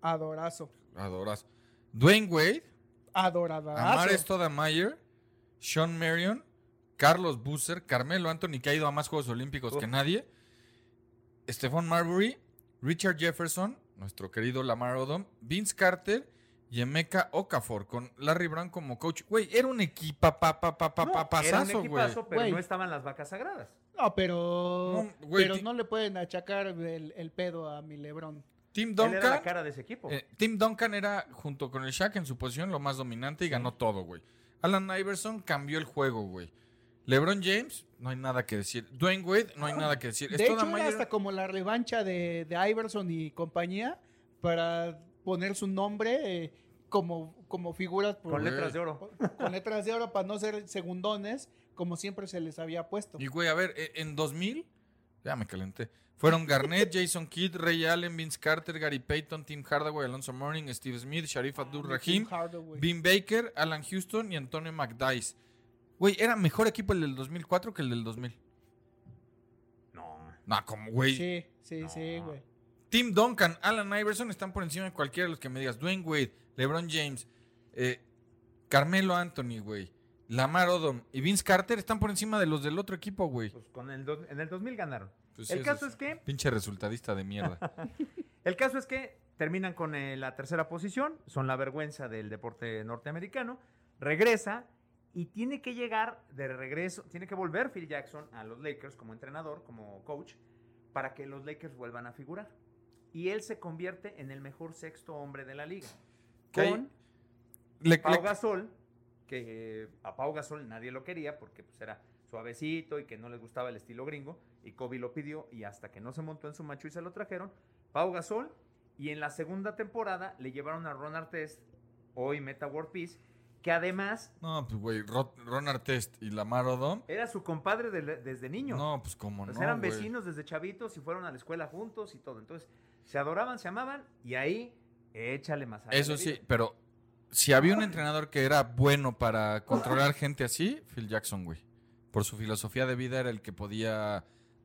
S5: Adorazo.
S4: jugadorazo. Dwayne Wade,
S5: Adoradazo.
S3: Ah,
S4: Amares Todameyer, Sean Marion, Carlos Boozer, Carmelo Anthony, que ha ido a más Juegos Olímpicos
S3: Uf.
S4: que nadie, Stephon Marbury, Richard Jefferson, nuestro querido Lamar Odom, Vince Carter y Emeka Okafor, con Larry Brown como coach. Güey, era un equipa pa pa pa pa
S3: No,
S4: pa
S3: era un
S4: pasazo, güey.
S3: equipazo, pero
S5: Güey.
S3: no estaban las vacas sagradas.
S5: No, pero,
S4: No, güey,
S5: pero
S4: ti-
S5: no le pueden achacar el, el pedo a mi Lebrón.
S4: Tim
S3: Él era la
S4: Duncan.
S3: cara de ese equipo.
S4: eh, Tim Duncan era, junto con el Shaq en su posición, lo más dominante y ganó todo, güey. Alan Iverson cambió el juego, güey. LeBron James, no hay nada que decir. Dwayne Wade, no hay nada que decir.
S5: De
S4: Stoudemire-
S5: hecho, era hasta como la revancha de, de Iverson y compañía para poner su nombre eh, como, como figuras por-
S3: con
S4: güey.
S3: letras de oro.
S5: *laughs* con letras de oro para no ser segundones, como siempre se les había puesto.
S4: Y, güey, a ver, e- en 2000, ya me calenté. Fueron
S5: *laughs*
S4: Garnett, Jason Kidd, Ray Allen, Vince Carter, Gary Payton, Tim Hardaway, Alonso Mourning, Steve Smith, Sharif Abdul-Rahim,
S5: Ah, Tim Hardaway.
S4: Vin Baker, Alan Houston y Antonio McDice. Güey, era mejor equipo el del 2004 que el del 2000.
S3: No.
S4: Nah, como, güey.
S5: Sí, sí, sí, güey.
S4: Tim Duncan, Alan Iverson están por encima de cualquiera de los que me digas. Dwayne Wade, LeBron James, eh, Carmelo Anthony, güey. Lamar Odom y Vince Carter están por encima de los del otro equipo, güey.
S3: Pues con el do- en el 2000 ganaron.
S4: Pues
S3: el
S4: sí,
S3: caso
S4: eso
S3: es que
S4: Pinche resultadista de
S3: *laughs*
S4: mierda.
S3: El caso es que terminan con eh, la tercera posición, son la vergüenza del deporte norteamericano, regresa y tiene que llegar de regreso, tiene que volver Phil Jackson a los Lakers como entrenador, como coach, para que los Lakers vuelvan a figurar. Y él se convierte en el mejor sexto hombre de la liga.
S4: Que ahí-
S3: Con
S4: Le-
S3: Pau
S4: le-
S3: Gasol, que eh, a Pau Gasol nadie lo quería porque pues, era suavecito y que no les gustaba el estilo gringo, y Kobe lo pidió y hasta que no se montó en su macho y se lo trajeron, Pau Gasol, y en la segunda temporada le llevaron a Ron Artest, hoy Meta World Peace, que además
S4: No, pues, güey, Ro- Ron Artest y Lamar Odom.
S3: era su compadre de- desde niño.
S4: No, pues como
S3: O
S4: no.
S3: sea, eran
S4: güey.
S3: vecinos desde chavitos y fueron a la escuela juntos y todo. Entonces, se adoraban, se amaban y ahí échale más
S4: Eso sí, pero si había un entrenador que era bueno para controlar gente así, Phil Jackson, güey. Por su filosofía de vida era el que podía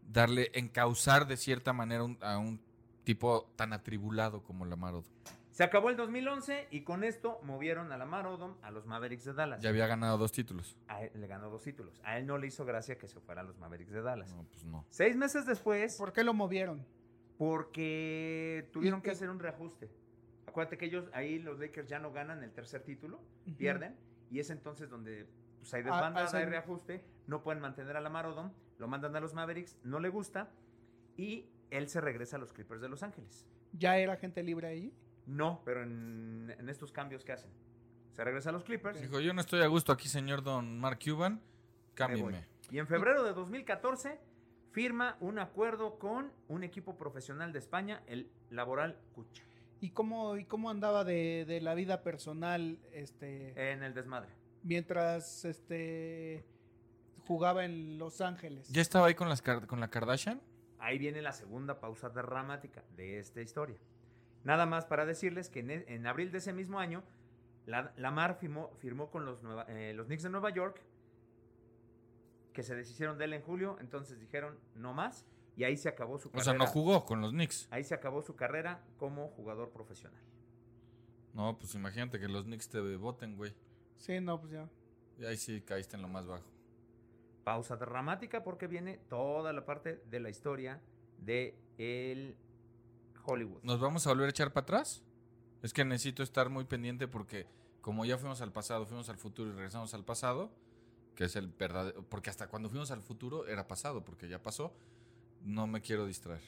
S4: darle, encauzar de cierta manera un- a un tipo tan atribulado como Lamar Odom.
S3: Se acabó el 2011 y con esto movieron a Lamar Odom a los Mavericks de Dallas.
S4: Ya había ganado dos títulos.
S3: A él- le ganó dos títulos. A él no le hizo gracia que se fuera a los Mavericks de Dallas.
S4: No, pues no.
S3: Seis meses después,
S5: ¿Por qué lo movieron?
S3: porque tuvieron
S5: Y-
S3: que
S5: y-
S3: hacer un reajuste. Acuérdate que ellos, ahí los Lakers ya no ganan el tercer título,
S5: Ujú.
S3: pierden, y es entonces donde pues, hay
S5: Ah,
S3: desbandada, hay
S5: hacen-
S3: reajuste, no pueden mantener a Lamar Odom, lo mandan a los Mavericks, no le gusta, y él se regresa a los Clippers de Los Ángeles.
S5: ¿Ya era gente libre ahí?
S3: No, pero en, en estos cambios que hacen. Se regresa a los Clippers.
S4: Dijo, yo no estoy a gusto aquí, señor Don Mark Cuban.
S3: Me voy.
S4: Cámbienme.
S3: Y en febrero de 2014 firma un acuerdo con un equipo profesional de España, el Laboral Cucha,
S5: ¿Y cómo, y cómo andaba de, de la vida personal este,
S3: en el desmadre.
S5: mientras este, jugaba en Los Ángeles?
S4: ¿Ya estaba ahí con, las, Kar- con la Kardashian?
S3: Ahí viene la segunda pausa dramática de esta historia. Nada más para decirles que en, e- en abril de ese mismo año, la- Lamar firmó, firmó con los, Nueva- eh, los Knicks de Nueva York, que se deshicieron de él en julio, entonces dijeron no más, y y ahí se acabó su
S4: O
S3: carrera.
S4: sea, no jugó con los Knicks.
S3: Ahí se acabó su carrera como jugador profesional.
S4: No, pues imagínate que los Knicks te voten, güey.
S5: Sí, no, pues ya.
S4: Y ahí sí caíste en lo más bajo.
S3: Pausa dramática porque viene toda la parte de la historia de el Hollywood.
S4: ¿Nos vamos a volver a echar para atrás? Es que necesito estar muy pendiente porque como ya fuimos al pasado, fuimos al futuro y regresamos al pasado, que es el verdadero... Porque hasta cuando fuimos al futuro era pasado, porque ya pasó. No me quiero distraer.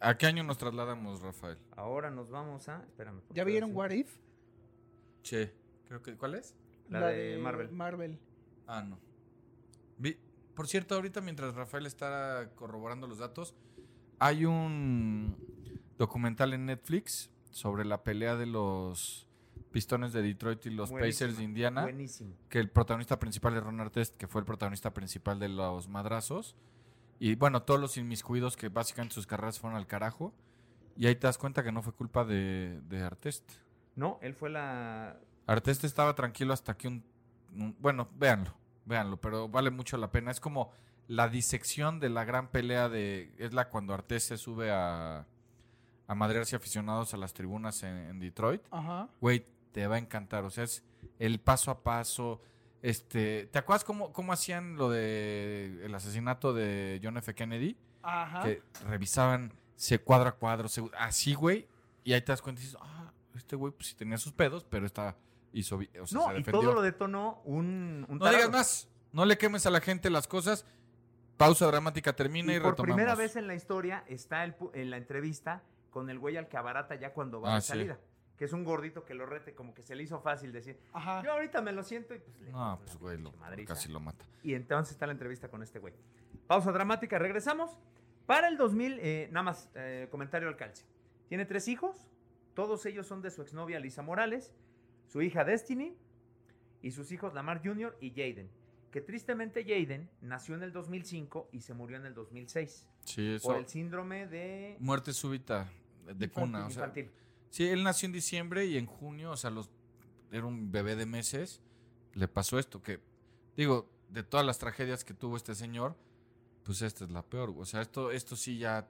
S4: ¿A qué año nos trasladamos, Rafael?
S3: Ahora nos vamos a. Espérame. porque
S5: ¿Ya vieron
S3: ahora
S5: What If?
S4: Che, creo que... ¿Cuál es?
S3: sí. La, de, Marvel.
S5: Marvel.
S4: Ah, no. Vi- por cierto, ahorita mientras Rafael está corroborando los datos, hay un documental en Netflix sobre la pelea de los Pistones de Detroit y los
S3: Buenísima,
S4: Pacers de Indiana,
S3: Buenísimo.
S4: que el protagonista principal es Ron Artest, que fue el protagonista principal de los madrazos. Y bueno, todos los inmiscuidos que básicamente sus carreras fueron al carajo. Y ahí te das cuenta que no fue culpa de, de Artest.
S3: No, él fue la.
S4: Artest estaba tranquilo hasta que un, un- Bueno, véanlo, véanlo, pero vale mucho la pena. Es como la disección de la gran pelea de... Es la cuando Artest se sube a, a madrearse aficionados a las tribunas en, en Detroit.
S5: Ajá.
S4: Güey, te va a encantar. O sea, es el paso a paso. Este, ¿Te acuerdas cómo, cómo hacían lo de el asesinato de John F. Kennedy?
S5: Ajá.
S4: que revisaban se cuadro a cuadro, se- así, güey. Y ahí te das cuenta y dices, ah, este güey pues sí tenía sus pedos, pero está hizo bien, o sea, se
S3: No, y
S4: defendió.
S3: todo lo detonó un. un
S4: no digas
S3: tarado.
S4: más, no le quemes a la gente las cosas. Pausa dramática termina y,
S3: Y por
S4: retomamos.
S3: primera vez en la historia está el pu- en la entrevista con el güey al que abarata ya cuando va
S4: Ah,
S3: de
S4: sí.
S3: salida. Que es un gordito que lo rete, como que se le hizo fácil decir.
S5: Ajá.
S3: Yo ahorita me lo siento y pues le.
S4: No,
S3: meto
S4: pues
S3: una
S4: güey, lo-
S3: pinche madriza.
S4: casi lo mata.
S3: Y entonces está la entrevista con este güey. Pausa dramática, regresamos. Para el 2000, eh, nada más, eh, comentario al calcio. Tiene tres hijos, todos ellos son de su exnovia Lisa Morales, su hija Destiny y sus hijos Lamar Jr. y Jaden. Que tristemente Jaden nació en el 2005 y se murió en el 2006
S4: Sí, eso.
S3: por el síndrome de
S4: Muerte súbita de cuna. o sea,
S3: infantil.
S4: sí, él nació en diciembre y en junio, o sea, los era un bebé de meses. Le pasó esto, que digo, de todas las tragedias que tuvo este señor, pues esta es la peor. güey. O sea, esto, esto sí ya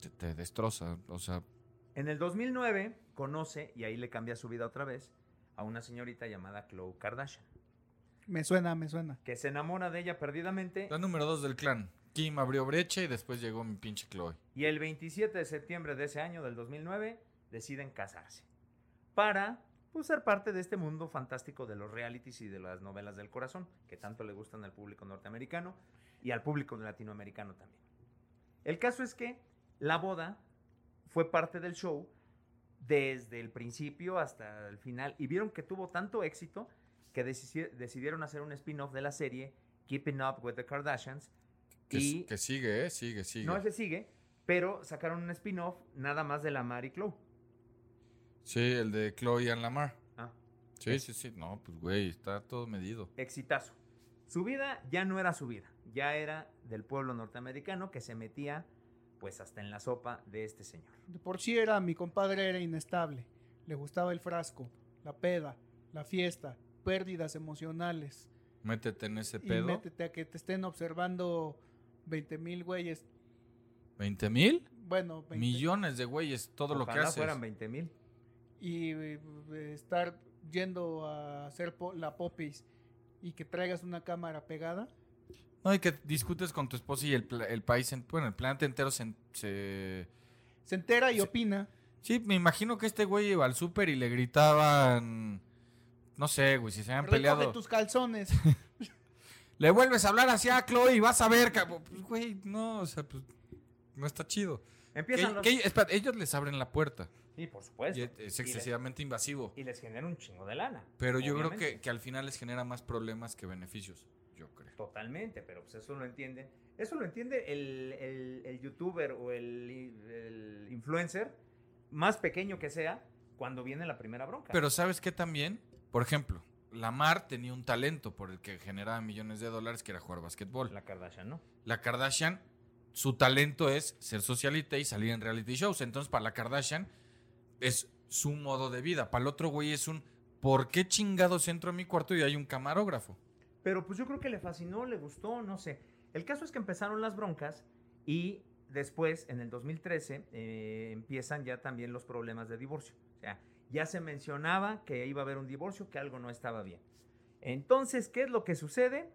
S4: te, te destroza. O sea,
S3: En el 2009 conoce, y ahí le cambia su vida otra vez, a una señorita llamada Khloe Kardashian,
S5: Me suena, me suena.
S3: que se enamora de ella perdidamente
S4: la número dos del clan. Kim abrió brecha y después llegó mi pinche Chloe.
S3: Y el 27 de septiembre de ese año, del 2009, deciden casarse. Para pues, ser parte de este mundo fantástico de los realities y de las novelas del corazón, que tanto le gustan al público norteamericano y al público latinoamericano también. El caso es que la boda fue parte del show desde el principio hasta el final y vieron que tuvo tanto éxito que decisi- decidieron hacer un spin-off de la serie Keeping Up with the Kardashians.
S4: Que,
S3: y-
S4: que sigue, ¿eh? Sigue, sigue.
S3: no ese sigue, pero sacaron un spin-off nada más de la Mary Chloe.
S4: Sí, el de Chloe and Lamar.
S3: Ah,
S4: Sí, sí, sí. No, pues güey, está todo medido.
S3: exitazo. Su vida ya no era su vida, ya era del pueblo norteamericano que se metía pues hasta en la sopa de este señor.
S5: De por sí era, mi compadre era inestable. Le gustaba el frasco, la peda, la fiesta, pérdidas emocionales.
S4: Métete en ese
S5: Y
S4: pedo.
S5: métete a que te estén observando 20 mil güeyes.
S4: ¿20 mil?
S5: Bueno, 20.
S4: Millones de güeyes, todo lo que
S3: Ojalá
S4: haces.
S3: fueran 20 mil.
S5: Y eh, estar yendo a hacer po- la popis y que traigas una cámara pegada.
S4: No, y que discutes con tu esposa y el, pla- el país, en- bueno, el planeta entero se... en- se-
S5: Se entera y
S4: Sí.
S5: opina.
S4: Sí, me imagino que este güey iba al súper y le gritaban... No sé, güey, si se habían
S5: Recoge
S4: peleado.
S5: tus calzones.
S4: Le vuelves a hablar así a Chloe y vas a ver, cabrón. Pues, güey, no, o sea, pues... No está chido.
S3: Empiezan
S4: Que-
S3: los...
S4: que- espera, ellos les abren la puerta.
S3: Sí, por supuesto.
S4: Y es- es
S3: Y les-
S4: excesivamente invasivo.
S3: Y les, genera un chingo de lana.
S4: Pero yo creo
S3: obviamente.
S4: que, que al final les genera más problemas que beneficios. Yo creo.
S3: Totalmente, pero pues eso lo entienden. Eso lo entiende el, el- el youtuber o el, el influencer, más pequeño que sea, cuando viene la primera bronca.
S4: Pero ¿sabes qué también? Por ejemplo, Lamar tenía un talento por el que generaba millones de dólares, que era jugar basquetbol.
S3: La Kardashian, ¿no?
S4: La Kardashian, su talento es ser socialite y salir en reality shows. Entonces, para la Kardashian es su modo de vida. Para el otro güey es un ¿por qué chingados entro a mi cuarto y hay un camarógrafo?
S3: Pero pues yo creo que le fascinó, le gustó, no sé. El caso es que empezaron las broncas Y después, en el 2013, eh, empiezan ya también los problemas de divorcio. O sea, ya se mencionaba que iba a haber un divorcio, que algo no estaba bien. Entonces, ¿qué es lo que sucede?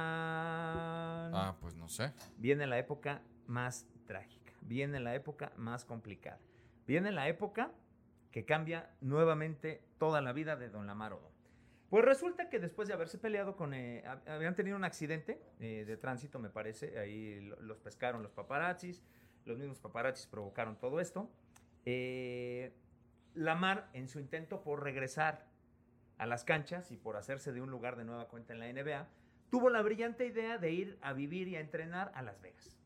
S3: ¡Tarán!
S4: Ah, pues no sé.
S3: viene la época más trágica, viene la época más complicada, viene la época que cambia nuevamente toda la vida de Don Lamar Odom. Pues resulta que después de haberse peleado con... eh, hab- habían tenido un accidente eh, de tránsito, me parece, ahí lo- los pescaron los paparazzis, los mismos paparazzis provocaron todo esto. Eh, Lamar, en su intento por regresar a las canchas y por hacerse de un lugar de nueva cuenta en la NBA, tuvo la brillante idea de ir a vivir y a entrenar a Las Vegas.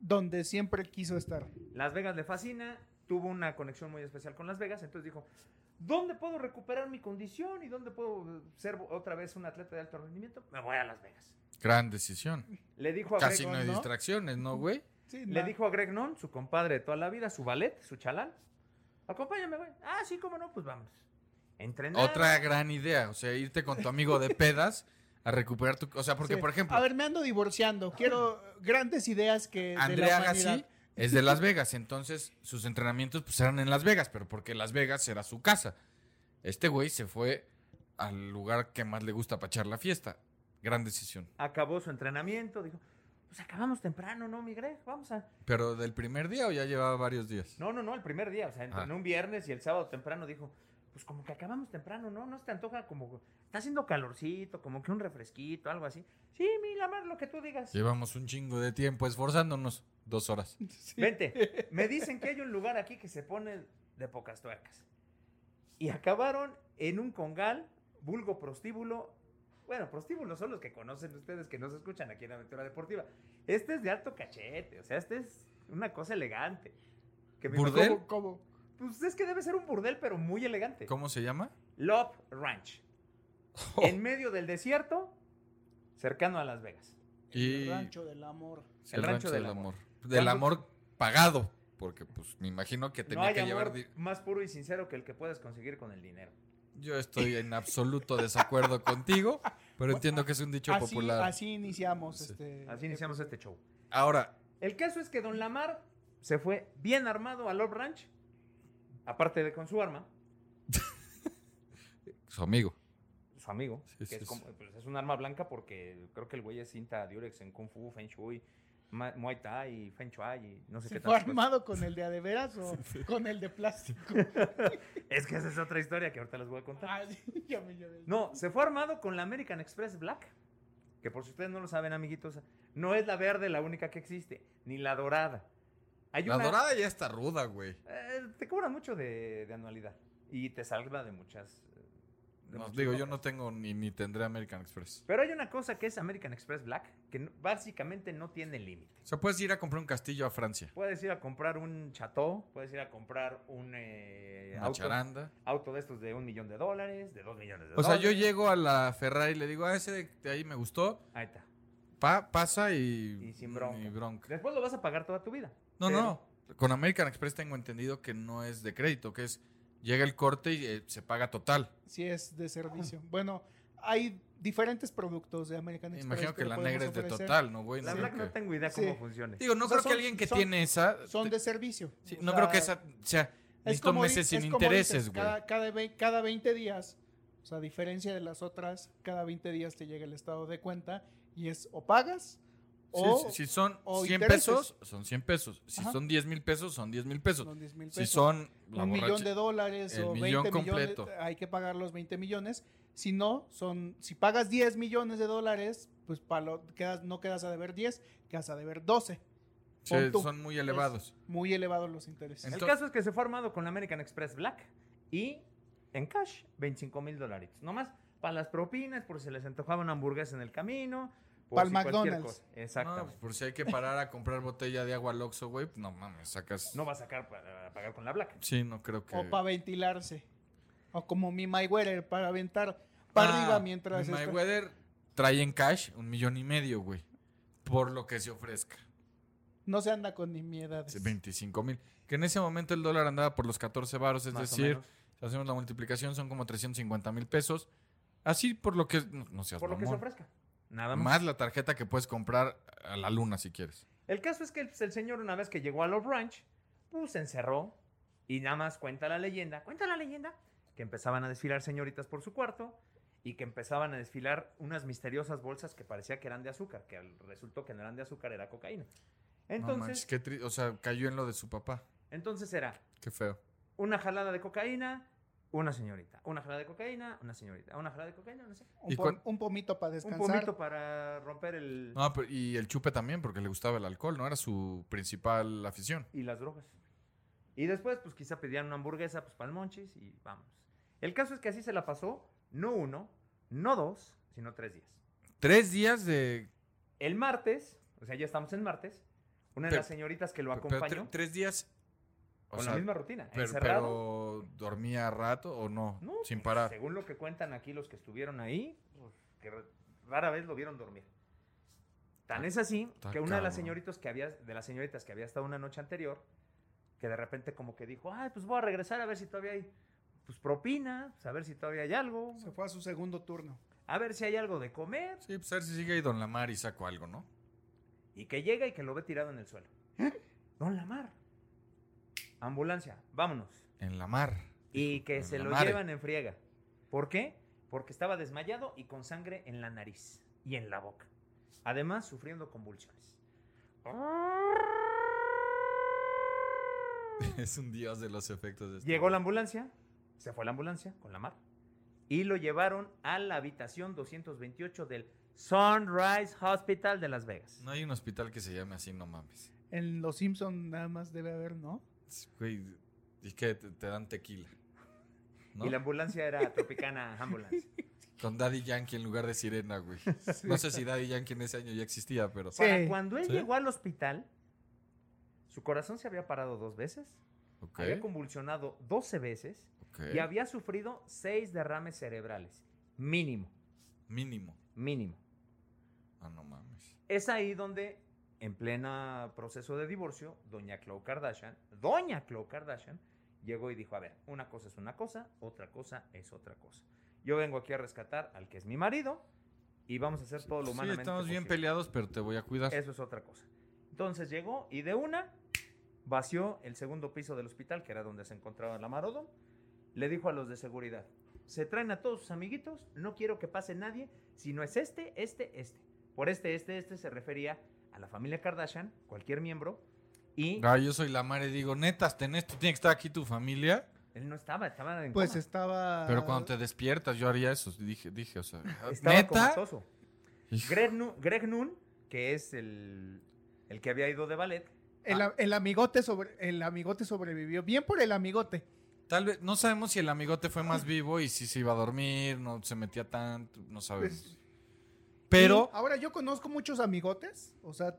S5: Donde siempre quiso estar.
S3: Las Vegas le fascina, tuvo una conexión muy especial con Las Vegas, entonces dijo, ¿dónde puedo recuperar mi condición y dónde puedo ser otra vez un atleta de alto rendimiento? Me voy a Las Vegas.
S4: Gran decisión.
S3: Le dijo a
S4: Casi
S3: Greg,
S4: no hay
S5: ¿no?
S4: distracciones, ¿no, güey?
S5: Sí,
S3: le
S5: no.
S3: dijo a Greg Non, su compadre de toda la vida, su ballet, su chalán, acompáñame, güey. Ah, sí, cómo no, pues vamos. Entrenar.
S4: Otra gran idea, o sea, irte con tu amigo de pedas a recuperar tu... O sea, porque,
S5: Sí.
S4: por ejemplo,
S5: A ver, me ando divorciando. Quiero eh, grandes ideas que. de la
S4: Andrea
S5: humanidad.
S4: Gassi es de Las Vegas, entonces sus entrenamientos pues eran en Las Vegas, pero porque Las Vegas era su casa. Este güey se fue al lugar que más le gusta para echar la fiesta. Gran decisión.
S3: Acabó su entrenamiento, dijo, pues acabamos temprano, ¿no, mi Greg? Vamos a...
S4: Pero del primer día o ya llevaba varios días.
S3: No, no, no, el primer día, o sea,
S4: Ah.
S3: en un viernes y el sábado temprano dijo, pues como que acabamos temprano, ¿no? No se te antoja como, está haciendo calorcito, como que un refresquito, algo así. Sí, mira, Mar, lo que tú digas.
S4: Llevamos un chingo de tiempo esforzándonos. Dos horas.
S3: Vente, me dicen que hay un lugar aquí que se pone de pocas tuercas. Y acabaron en un congal, vulgo prostíbulo. Bueno, prostíbulos son los que conocen ustedes que no se escuchan aquí en Aventura Deportiva. Este es de alto cachete, o sea, este es una cosa elegante. Que me
S4: ¿Burdel?
S3: imagino- Pues es que debe ser un burdel, pero muy elegante.
S4: ¿Cómo Oh. se llama?
S3: Love
S4: *laughs*
S3: Ranch. En medio del desierto, cercano a Las Vegas.
S4: Y
S5: El rancho del amor.
S4: el rancho del amor. Del
S3: ¿Cuándo-
S4: amor pagado. Porque pues me imagino que
S3: No
S4: tenía
S3: hay
S4: que
S3: amor
S4: llevar... di-
S3: más puro y sincero que el que puedes conseguir con el dinero.
S4: Yo estoy en absoluto desacuerdo contigo, pero entiendo que es un dicho
S5: Así,
S4: popular.
S5: así iniciamos. Este,
S3: Así iniciamos este show.
S4: Ahora,
S3: El caso es que Don Lamar se fue bien armado a Love Ranch, aparte de con su arma,
S4: su amigo.
S3: su amigo,
S4: Sí,
S3: que
S4: sí,
S3: es,
S4: sí.
S3: como- pues es un arma blanca porque creo que el güey es cinta diurex en Kung Fu, Feng Shui, Ma- Muay Thai, Feng Shui y no sé
S5: ¿Se
S3: qué
S5: fue
S3: tal. pues.
S5: armado con el de a de veras
S4: *laughs*
S5: o con el de plástico?
S3: Es que esa es otra historia que ahorita les voy a contar.
S5: Ah, sí, ya me llevé.
S3: No, se fue armado con la American Express Black. Que por si ustedes no lo saben, amiguitos, no es la verde la única que existe, ni la dorada. Hay
S4: La
S3: una-
S4: dorada ya está ruda, güey.
S3: Eh, te cobran mucho de, de anualidad. Y te salva de muchas. eh, de
S4: No,
S3: muchas
S4: digo, yo
S3: broncas.
S4: no tengo ni, ni tendré American Express.
S3: Pero hay una cosa que es American Express Black, que no- básicamente no tiene límite.
S4: O sea, puedes ir a comprar un castillo a Francia.
S3: Puedes ir a comprar un chateau, puedes ir a comprar un eh,
S4: Una
S3: auto,
S4: charanda.
S3: auto de estos de un millón de dólares, de dos millones de
S4: O sea,
S3: dólares.
S4: yo llego a la Ferrari y le digo, ah, ese de, de ahí me gustó.
S3: Ahí está.
S4: Pa- pasa y.
S3: Y sin bronca.
S4: y bronca.
S3: Después lo vas a pagar toda tu vida.
S4: No,
S3: Pero-
S4: no. Con American Express tengo entendido que no es de crédito, que es. Llega el corte y eh, se paga total.
S5: Sí, es de servicio. Bueno, hay diferentes productos de American
S4: Me
S5: Express.
S4: imagino que
S5: le
S4: la
S5: podemos
S4: negra es de
S5: ofrecer.
S4: total, ¿no, güey?
S3: La
S4: No
S3: Black
S4: creo
S3: no
S4: que-
S3: tengo idea
S5: Sí.
S3: cómo funcione.
S4: Digo, no
S5: O sea,
S4: creo que
S5: son-
S4: alguien que
S5: son-
S4: tiene esa.
S5: Son de servicio.
S4: Sí,
S5: O
S4: no
S5: sea,
S4: creo que esa. O sea,
S5: es
S4: necesito
S5: como di-
S4: meses sin
S5: es como dices,
S4: intereses, güey.
S5: Cada, cada, ve- cada 20 días, o sea, a diferencia de las otras, cada 20 días te llega el estado de cuenta y es o pagas o
S4: Sí, si, si son
S5: o
S4: 100
S5: intereses.
S4: pesos, son 100 pesos. Si
S5: Ajá.
S4: son 10 mil pesos, son 10 mil pesos.
S5: son 10 mil
S4: Si
S5: pesos.
S4: son la
S5: un millón
S4: borracha-
S5: de dólares
S4: el
S5: o 20
S4: millón
S5: millones,
S4: completo.
S5: hay que pagar los 20 millones. Si no, son, si pagas 10 millones de dólares, pues palo, quedas, no quedas a deber 10, quedas a deber 12.
S4: Sí,
S5: pon tú.
S4: son muy elevados.
S5: Muy elevados los intereses.
S4: Ent-
S3: el
S4: Entonces-
S3: caso es que se fue armado con la American Express Black y en cash 25 mil dólares. Nomás para las propinas, por si les antojaba una hamburguesa en el camino. por
S5: Pa'l
S3: si cualquier
S5: McDonald's.
S3: cosa. Exactamente.
S4: No, pues, por si hay que parar a comprar botella de agua al Oxxo, güey, pues, no mames, sacas.
S3: No va a sacar para pagar con la Black.
S4: Sí, no creo que.
S5: O para ventilarse. O como mi Mayweather, para aventar para
S4: Ah,
S5: arriba mientras.
S4: mi
S5: está-
S4: Mayweather trae en cash un millón y medio, güey. Por lo que se ofrezca.
S5: No se anda con nimiedades.
S4: Sí, 25 mil. Que en ese momento el dólar andaba por los 14 varos, es
S3: Más o
S4: decir,
S3: menos.
S4: si hacemos la multiplicación, son como 350 mil pesos. Así por lo que. No, no seas
S3: Por lo que se
S4: mamón.
S3: ofrezca. Nada más.
S4: Más la tarjeta que puedes comprar a la luna si quieres.
S3: El caso es que pues, el señor, una vez que llegó a Love Ranch, pues se encerró y nada más cuenta la leyenda, cuenta la leyenda, que empezaban a desfilar señoritas por su cuarto y que empezaban a desfilar unas misteriosas bolsas que parecía que eran de azúcar, que al- resultó que no eran de azúcar, era cocaína.
S4: no manches,
S3: Entonces,
S4: qué tri- O sea, cayó en lo de su papá.
S3: entonces era
S4: Qué feo.
S3: una jalada de cocaína, una señorita, una jalada de cocaína, una señorita, una jalada de cocaína, no sé.
S5: Un,
S4: ¿Y
S5: pom-
S4: cuán-
S5: un pomito para
S3: Un
S5: descansar.
S3: pomito para romper el...
S4: No, pero- y el chupe también, porque le gustaba el alcohol, ¿no? Era su principal afición.
S3: y las drogas. Y después, pues quizá pedían una hamburguesa, pues para el monchis y vamos. El caso es que así se la pasó, no uno, no dos, sino tres días.
S4: Tres días de.
S3: El martes, o sea, ya estamos en martes, una de
S4: Pero-
S3: las señoritas que lo
S4: pero- pero tre-
S3: acompañó
S4: tres días. o
S3: con
S4: sea,
S3: la misma rutina,
S4: pero,
S3: encerrado.
S4: pero dormía a rato o no,
S3: No,
S4: sin
S3: pues,
S4: parar.
S3: Según lo que cuentan aquí los que estuvieron ahí, pues, que ra- rara vez lo vieron dormir. Tan es así
S4: Está
S3: que una de las
S4: cabrón.
S3: señoritas que había, de las señoritas que había estado una noche anterior, que de repente como que dijo, ay, pues voy a regresar a ver si todavía hay pues, propina, pues, a ver si todavía hay algo,
S5: Se fue a su segundo turno.
S3: a ver si hay algo de comer,
S4: Sí, pues a ver si sigue ahí Don Lamar y saco algo, ¿no?
S3: y que llega y que lo ve tirado en el suelo.
S4: ¿Eh?
S3: Don Lamar. Ambulancia, vámonos.
S4: En la mar.
S3: Y que
S4: en
S3: se
S4: la
S3: lo
S4: madre.
S3: llevan en friega. ¿Por qué? Porque estaba desmayado y con sangre en la nariz y en la boca. Además, sufriendo convulsiones.
S4: *laughs* es un dios de los efectos de este
S3: Llegó la
S4: güey.
S3: ambulancia, se fue la ambulancia con la mar y lo llevaron a la habitación 228 del Sunrise Hospital de Las Vegas.
S4: No hay un hospital que se llame así, no mames.
S5: En Los Simpson nada más debe haber, ¿no?
S4: Es- Güey, y que te, te dan tequila. ¿no?
S3: Y la ambulancia era Tropicana Ambulance.
S4: Con Daddy Yankee en lugar de
S3: *laughs*
S4: Sirena, güey. No sé si Daddy Yankee en ese año ya existía, pero.
S5: Sí.
S3: Para cuando él
S4: *laughs* Sí.
S3: llegó al hospital, su corazón se había parado dos veces,
S4: Ok.
S3: había convulsionado 12 veces
S4: ok.
S3: y había sufrido seis derrames cerebrales. Mínimo,
S4: Mínimo.
S3: mínimo.
S4: Ah, no mames.
S3: Es ahí donde, en plena proceso de divorcio, doña Khloe Kardashian, doña Khloe Kardashian, llegó y dijo, a ver, una cosa es una cosa, otra cosa es otra cosa. Yo vengo aquí a rescatar al que es mi marido y vamos a hacer todo lo
S4: Sí,
S3: humanamente
S4: estamos bien
S3: posible".
S4: peleados, pero te voy a cuidar.
S3: Eso es otra cosa. Entonces llegó y de una vació el segundo piso del hospital, que era donde se encontraba la Marodo. Le dijo a los de seguridad, se traen a todos sus amiguitos, no quiero que pase nadie, si no es este, este, este. Por este, este, este se refería a la familia Kardashian, cualquier miembro, y
S4: Ah, yo soy la madre y digo, netas, tenés, tú tienes que estar aquí tu familia.
S3: él no estaba, estaba en
S5: Pues
S3: coma. Ah.
S5: estaba.
S4: Pero cuando te despiertas, yo haría eso. Dije, dije, o sea,
S3: estaba
S4: neta.
S3: comatoso.
S4: Hijo,
S3: Greg, Nu- Greg Nun, que es el, el que había ido de ballet,
S5: El,
S4: Ah.
S5: a- el amigote sobre, el amigote sobrevivió. Bien por el amigote.
S4: Tal vez, no sabemos si el amigote fue más vivo y si se iba a dormir, no se metía tanto, no sabemos. Pero,
S5: Y ahora yo conozco muchos amigotes. O sea,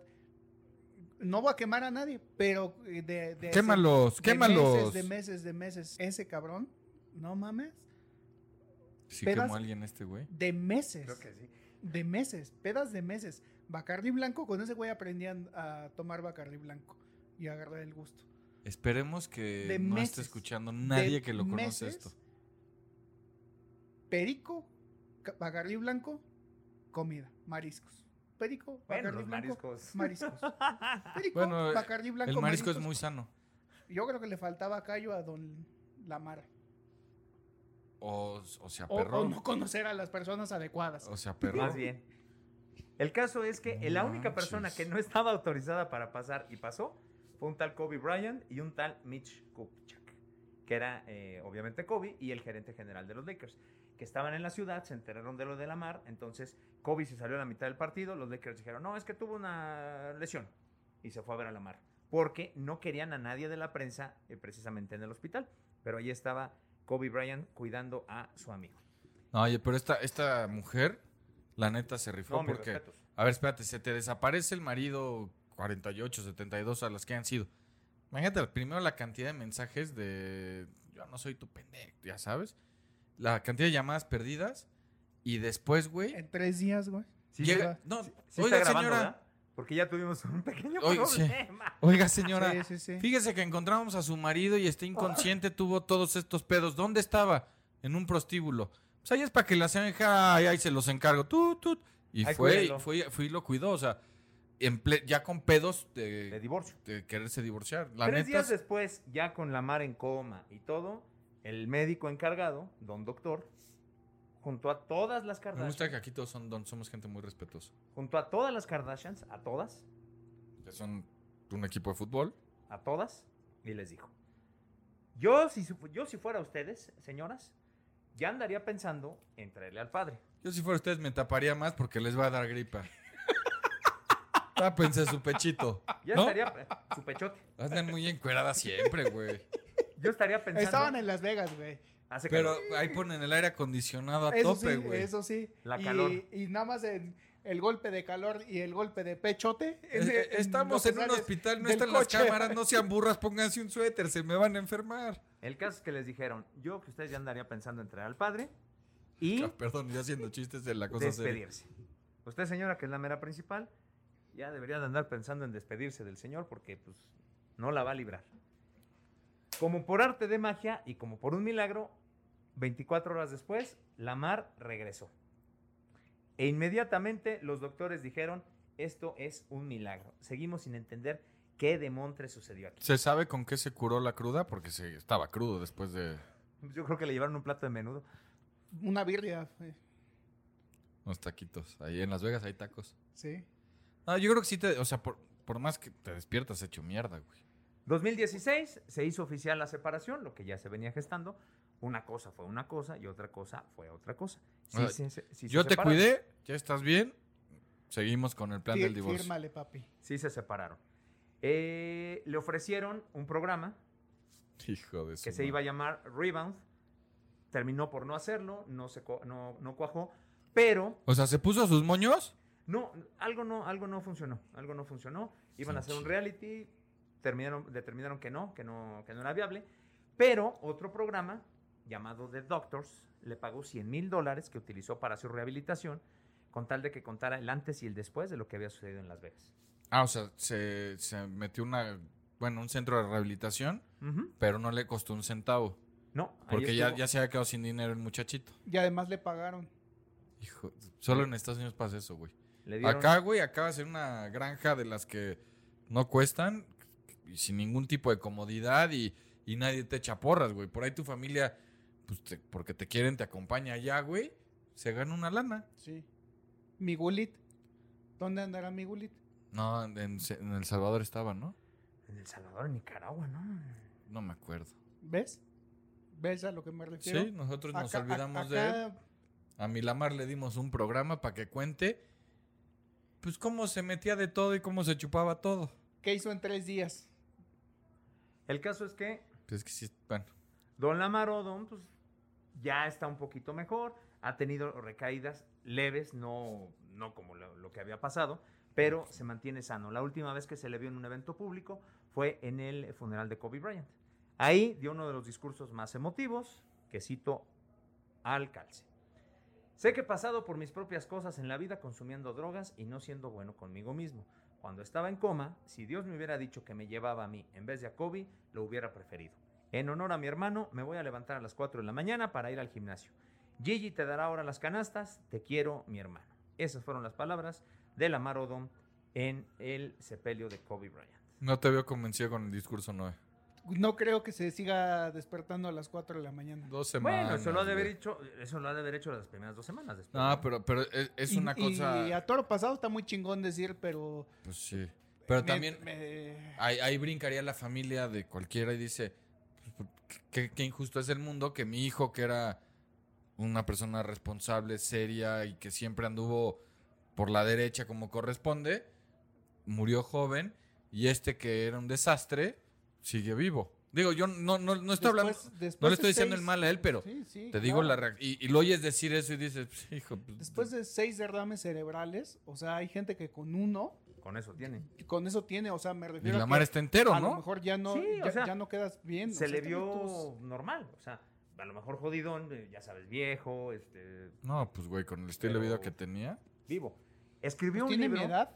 S5: no voy a quemar a nadie, pero eh, de. de
S4: quémalos,
S5: de
S4: quémalos.
S5: meses, de meses, de meses. Ese cabrón, no mames.
S4: Si
S5: pedas-
S4: quemó a alguien este güey.
S5: De meses.
S3: creo que sí.
S5: De meses, pedas de meses. Bacardi blanco, con ese güey aprendían a tomar Bacardi blanco y a agarrar el gusto.
S4: Esperemos que
S5: De
S4: no esté
S5: meses.
S4: escuchando nadie
S5: De
S4: que lo conoce
S5: meses,
S4: esto.
S5: Perico, ca- Bacardi blanco, comida, mariscos. Perico,
S3: Bueno,
S5: Bacardi
S3: los
S5: blanco,
S3: mariscos. *laughs*
S5: mariscos. Perico,
S4: Bueno,
S5: Bacardi blanco,
S4: el marisco es
S5: mariscos.
S4: muy sano.
S5: Yo creo que le faltaba callo a don Lamar.
S4: O, o sea,
S5: O,
S4: perro.
S5: o no conocer a las personas adecuadas.
S4: O sea, perro.
S3: Más bien. El caso es que
S4: No
S3: la única
S4: manches.
S3: persona que no estaba autorizada para pasar y pasó fue un tal Kobe Bryant y un tal Mitch Kupchak, que era eh, obviamente Kobe y el gerente general de los Lakers, que estaban en la ciudad, se enteraron de lo de la mar, entonces Kobe se salió a la mitad del partido, los Lakers dijeron, no, es que tuvo una lesión y se fue a ver a la mar, porque no querían a nadie de la prensa eh, precisamente en el hospital, pero ahí estaba Kobe Bryant cuidando a su amigo.
S4: No, oye, pero esta, esta mujer, la neta, se rifó
S3: No, mis
S4: porque.
S3: respetos.
S4: A ver, espérate, se te desaparece el marido 48, 72 a las que han sido. Imagínate primero la cantidad de mensajes de yo no soy tu pendejo, ya sabes. La cantidad de llamadas perdidas y después, güey,
S5: En tres días, güey.
S3: Sí,
S4: llega,
S3: sí,
S4: no,
S3: sí, sí
S4: oiga
S3: está grabando,
S4: señora,
S3: ¿verdad? Porque ya tuvimos un *laughs* pequeño
S4: Oiga, sí.
S3: problema.
S4: oiga señora,
S5: Sí, sí, sí.
S4: fíjese que encontramos a su marido y está inconsciente, tuvo todos estos pedos. ¿Dónde estaba? En un prostíbulo. Pues ahí es para que la señora, ay, ahí se los encargo. Tú, tú. Y
S3: Ay,
S4: fue, y
S3: cuídelo.
S4: fue, fue y lo cuidó, o sea, en ple- ya con pedos de,
S3: de divorcio.
S4: de quererse divorciar. La
S3: Tres
S4: neta
S3: días
S4: es-
S3: después, ya con la mar en coma y todo, el médico encargado, don doctor, junto a todas las
S4: me gusta que
S3: Kardashians,
S4: aquí todos son don, somos gente muy respetuosa.
S3: junto a todas las Kardashians, a todas,
S4: Que son un equipo de fútbol.
S3: a todas, y les dijo, yo si, su- yo si fuera ustedes, señoras, ya andaría pensando en traerle al padre.
S4: Yo si fuera ustedes me taparía más porque les va a
S3: *laughs*
S4: dar gripa. Tápense su pechito.
S3: Ya
S4: ¿no?
S3: estaría su pechote.
S4: Andan muy encueradas siempre, güey.
S3: Yo estaría pensando.
S5: Estaban en Las Vegas, güey.
S3: Hace
S4: Pero
S3: calor.
S4: ahí ponen el aire acondicionado a
S5: Este Eso
S4: tope,
S5: sí,
S4: güey.
S5: eso sí.
S3: La
S5: y,
S3: calor.
S5: Y nada más en el golpe de calor y el golpe de pechote. en-
S4: Eh, eh,
S5: en
S4: Estamos
S5: lo
S4: en
S5: que
S4: un
S5: sales
S4: hospital, no
S5: del
S4: están las
S5: coche.
S4: cámaras, no sean burras, pónganse un suéter, se me van a enfermar.
S3: El caso es que les dijeron, yo que ustedes ya andaría pensando en traer al padre y
S4: Ah, perdón, yo haciendo chistes de la cosa seria.
S3: despedirse. Usted, señora, que es la mera principal, ya debería de andar pensando en despedirse del señor porque pues no la va a librar. Como por arte de magia y como por un milagro, 24 horas después, Lamar regresó. E inmediatamente los doctores dijeron, esto es un milagro. Seguimos sin entender qué demontre sucedió aquí.
S4: ¿Se sabe con qué se curó la cruda? Porque se estaba crudo después de...
S3: Pues Yo creo que le llevaron un plato de menudo.
S5: *laughs* Una birria, eh,
S4: Unos taquitos. Ahí en Las Vegas hay tacos.
S5: sí.
S4: No, yo creo que sí te... O sea, por, por más que te despiertas hecho mierda, güey.
S3: 2016 se hizo oficial la separación, lo que ya se venía gestando. Una cosa fue una cosa y otra cosa fue otra cosa. Sí
S4: Ay,
S3: se- se- sí se
S4: yo te
S3: separaron.
S4: cuidé, ya estás bien. Seguimos con el plan
S5: Fí-
S4: del divorcio.
S5: Fírmale, papi.
S3: Sí se separaron. Eh, le ofrecieron un programa
S4: Hijo de su
S3: que se
S4: madre.
S3: iba a llamar Rebound. Terminó por no hacerlo, no, se cua- no, no cuajó, pero
S4: O sea, ¿se puso sus moños?
S3: no, algo no, algo no funcionó. Algo no funcionó. Iban a hacer un reality, terminaron, determinaron que no, que no, que no era viable. Pero otro programa llamado The Doctors le pagó 100 mil dólares que utilizó para su rehabilitación, con tal de que contara el antes y el después de lo que había sucedido en Las Vegas.
S4: Ah, o sea, se, se metió una... Bueno, un centro de rehabilitación,
S3: Ujú.
S4: pero no le costó un centavo.
S3: No, ahí
S4: Porque ya,
S3: estuvo.
S4: ya se había quedado sin dinero el muchachito.
S5: Y además le pagaron.
S4: Hijo, solo en Estados Unidos pasa eso, güey.
S3: Le dieron-
S4: Acá, güey, acaba de ser una granja de las que no cuestan y sin ningún tipo de comodidad y, y nadie te echa porras, güey. Por ahí tu familia, pues te- porque te quieren, te acompaña allá, güey. Se gana una lana.
S5: Sí. Mi gulit. ¿Dónde andará mi gulit?
S4: No, en, en El Salvador estaba, ¿no?
S3: En El Salvador, en Nicaragua, ¿no?
S4: No me acuerdo.
S5: ¿Ves? ¿Ves a lo que me refiero?
S4: Sí, nosotros nos
S5: Acá- a-
S4: olvidamos de
S5: acá
S4: él. A Milamar le dimos un programa para que cuente, pues cómo se metía de todo y cómo se chupaba todo.
S5: ¿Qué hizo en tres días?
S3: El caso es que
S4: Pues es que sí, bueno.
S3: Don Lamarodon, pues ya está un poquito mejor, ha tenido recaídas leves, no, no como lo, lo que había pasado, pero se mantiene sano. La última vez que se le vio en un evento público fue en el funeral de Kobe Bryant. Ahí dio uno de los discursos más emotivos, que cito al calce. Sé que he pasado por mis propias cosas en la vida consumiendo drogas y no siendo bueno conmigo mismo. Cuando estaba en coma, si Dios me hubiera dicho que me llevaba a mí en vez de a Kobe, lo hubiera preferido. En honor a mi hermano, me voy a levantar a las 4 de la mañana para ir al gimnasio. Gigi te dará ahora las canastas, te quiero, mi hermano. Esas fueron las palabras de Lamar Odom en el sepelio de Kobe Bryant.
S4: No te veo convencido con el discurso, Noé.
S5: No creo que se siga despertando a las 4 de la mañana.
S4: Dos semanas.
S3: Bueno, eso lo, ha de
S4: güey.
S3: haber hecho, eso lo ha de haber hecho las primeras dos semanas después.
S4: No,
S3: ¿no?
S4: pero, pero es, es
S5: Y-
S4: una cosa.
S5: Y a toro pasado está muy chingón decir, pero.
S4: Pues sí. Pero
S5: me-
S4: también
S5: me-
S4: ahí, ahí brincaría la familia de cualquiera y dice: pues, ¿qué, qué injusto es el mundo que mi hijo, que era una persona responsable, seria y que siempre anduvo por la derecha como corresponde, murió joven y este que era un desastre sigue vivo. Digo, yo no, no, no estoy hablando.
S5: después- después
S4: no le
S5: de
S4: estoy diciendo
S5: seis-
S4: el mal a él, pero
S5: Sí, sí,
S4: te digo
S5: claro.
S4: la reac- Y, y lo oyes decir eso y dices: pues, hijo. pues,
S5: Después de seis derrames cerebrales, o sea, hay gente que con uno,
S3: Con eso tienen.
S5: con eso tiene, o sea, me
S4: Y
S5: refiero.
S4: la
S5: a
S4: mar
S5: que
S4: está entero,
S5: A
S4: ¿no?
S5: lo mejor ya no,
S3: Sí, o
S5: ya,
S3: sea,
S5: ya no quedas bien. o
S3: Se
S5: sea,
S3: le
S5: este
S3: vio
S5: güey,
S3: normal, o sea, a lo mejor jodidón, eh, ya sabes, viejo, este,
S4: No, pues güey, con el estilo de vida
S3: Pero-
S4: que tenía.
S3: vivo.
S5: pues,
S3: Escribió un
S5: ¿Tiene
S3: libro.
S5: mi edad?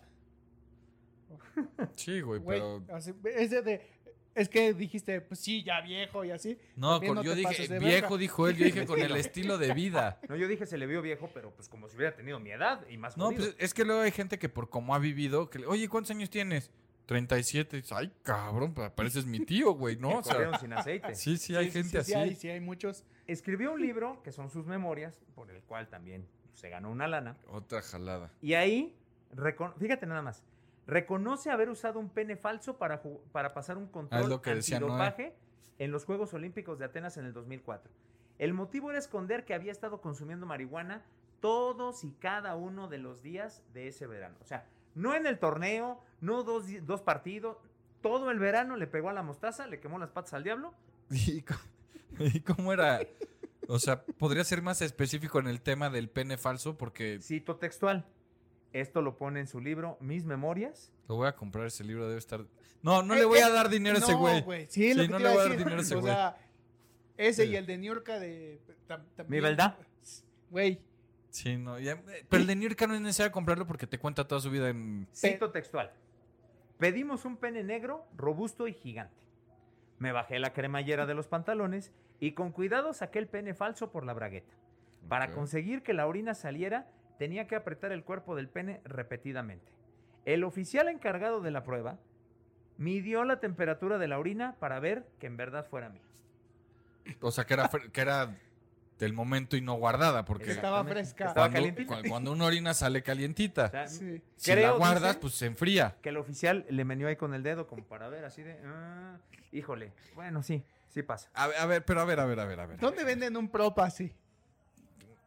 S4: Sí, güey,
S5: Güey,
S4: pero
S5: así- es de, de- Es que dijiste, pues sí, ya viejo y así.
S4: No,
S5: También
S4: con-
S5: no
S4: yo
S5: te
S4: dije,
S5: pases de
S4: viejo
S5: verga.
S4: dijo él, yo dije con
S5: *laughs*
S4: el estilo de vida.
S3: No, yo dije se le vio viejo, pero pues como si hubiera tenido mi edad y más
S4: No,
S3: jodido.
S4: pues es que luego hay gente que por cómo ha vivido, que le- oye, ¿cuántos años tienes? 37. Dices, Ay, cabrón, pa- pareces mi tío, güey, ¿no? O
S3: Que corrieron
S4: sea,
S3: sin
S4: *laughs*
S3: aceite.
S4: sí, sí, hay
S5: Sí, sí,
S4: gente
S5: sí, sí
S4: así.
S5: hay, sí hay muchos.
S3: Escribió un libro que son sus memorias, por el cual también se ganó una lana.
S4: Otra jalada. *laughs*
S3: Y ahí, recon- fíjate nada más, reconoce haber usado un pene falso para, ju- para pasar un
S4: Ah, es
S3: control
S4: lo que decía
S3: antidopaje en los Juegos Olímpicos de Atenas en el 2004. El motivo era esconder que había estado consumiendo marihuana todos y cada uno de los días de ese verano. O sea, no en el torneo, no dos, di- dos partidos, todo el verano le pegó a la mostaza, le quemó las patas al diablo.
S4: ¿Y cómo, y cómo era? O sea, podría ser más específico en el tema del pene falso porque
S3: Cito textual. Esto lo pone en su libro Mis Memorias.
S4: lo voy a comprar ese libro, debe estar... No, no le
S5: Eh,
S4: voy a
S5: eh,
S4: dar dinero a ese
S5: no,
S4: güey.
S5: Sí,
S4: Sí,
S5: lo que
S4: no
S5: te
S4: le voy
S5: iba a
S4: a dar
S5: decir.
S4: dinero a ese
S5: *laughs* O
S4: güey.
S5: sea, ese
S4: Sí.
S5: y el de Niurka de... tam-
S3: ¿Mi
S5: también-
S3: verdad?
S5: Güey,
S4: Sí, no, ya- eh, pero el de Nirka no es necesario comprarlo porque te cuenta toda su vida en...
S3: Cito textual. Pedimos un pene negro, robusto y gigante. Me bajé la cremallera de los pantalones y con cuidado saqué el pene falso por la bragueta. Para
S4: Ok.
S3: conseguir que la orina saliera, tenía que apretar el cuerpo del pene repetidamente. El oficial encargado de la prueba midió la temperatura de la orina para ver que en verdad fuera mía.
S4: O sea, que era, fre- que era del momento y no guardada porque...
S5: Estaba
S3: Exactamente.
S5: fresca.
S3: Estaba
S4: Cuando,
S3: calientita.
S4: cu- cuando una orina sale calientita.
S3: O sea,
S5: sí.
S4: si la
S3: creo,
S4: guardas,
S3: dicen,
S4: pues se enfría.
S3: Que el oficial le meneó ahí con el dedo como para ver, así de... "Ah, híjole, bueno, sí, sí pasa.
S4: A ver, a ver, pero a ver, a ver, a ver, a ver.
S5: ¿Dónde venden un prop así?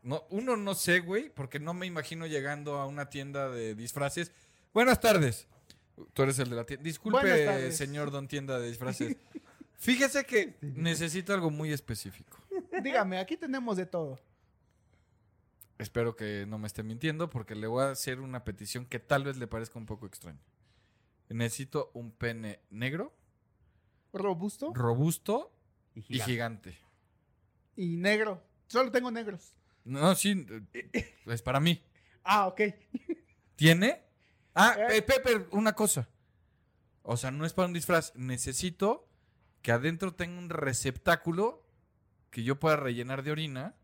S4: No, uno no sé, güey, porque no me imagino llegando a una tienda de disfraces. Buenas tardes. Tú eres el de la tienda.
S5: Buenas
S4: Disculpe,
S5: tardes.
S4: señor don tienda de disfraces. Fíjese que necesito algo muy específico.
S5: Dígame, aquí tenemos de todo.
S4: Espero que no me esté mintiendo porque le voy a hacer una petición que tal vez le parezca un poco extraña. Necesito un pene negro,
S5: Robusto
S4: robusto
S3: Y
S4: y
S3: gigante.
S4: gigante.
S5: y negro. Solo tengo negros.
S4: No, *laughs* sí, es para mí.
S5: Ah, ok.
S4: ¿Tiene? Ah,
S5: Eh.
S4: eh, Pepe, una cosa. O sea, no es para un disfraz. Necesito que adentro tenga un receptáculo que yo pueda rellenar de orina.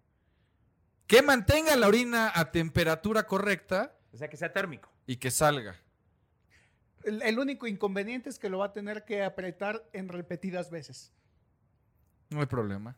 S4: Que mantenga la orina a temperatura correcta
S3: O sea, que sea térmico. *laughs*
S4: y que salga.
S5: El, el único inconveniente es que lo va a tener que apretar en repetidas veces.
S4: No hay problema.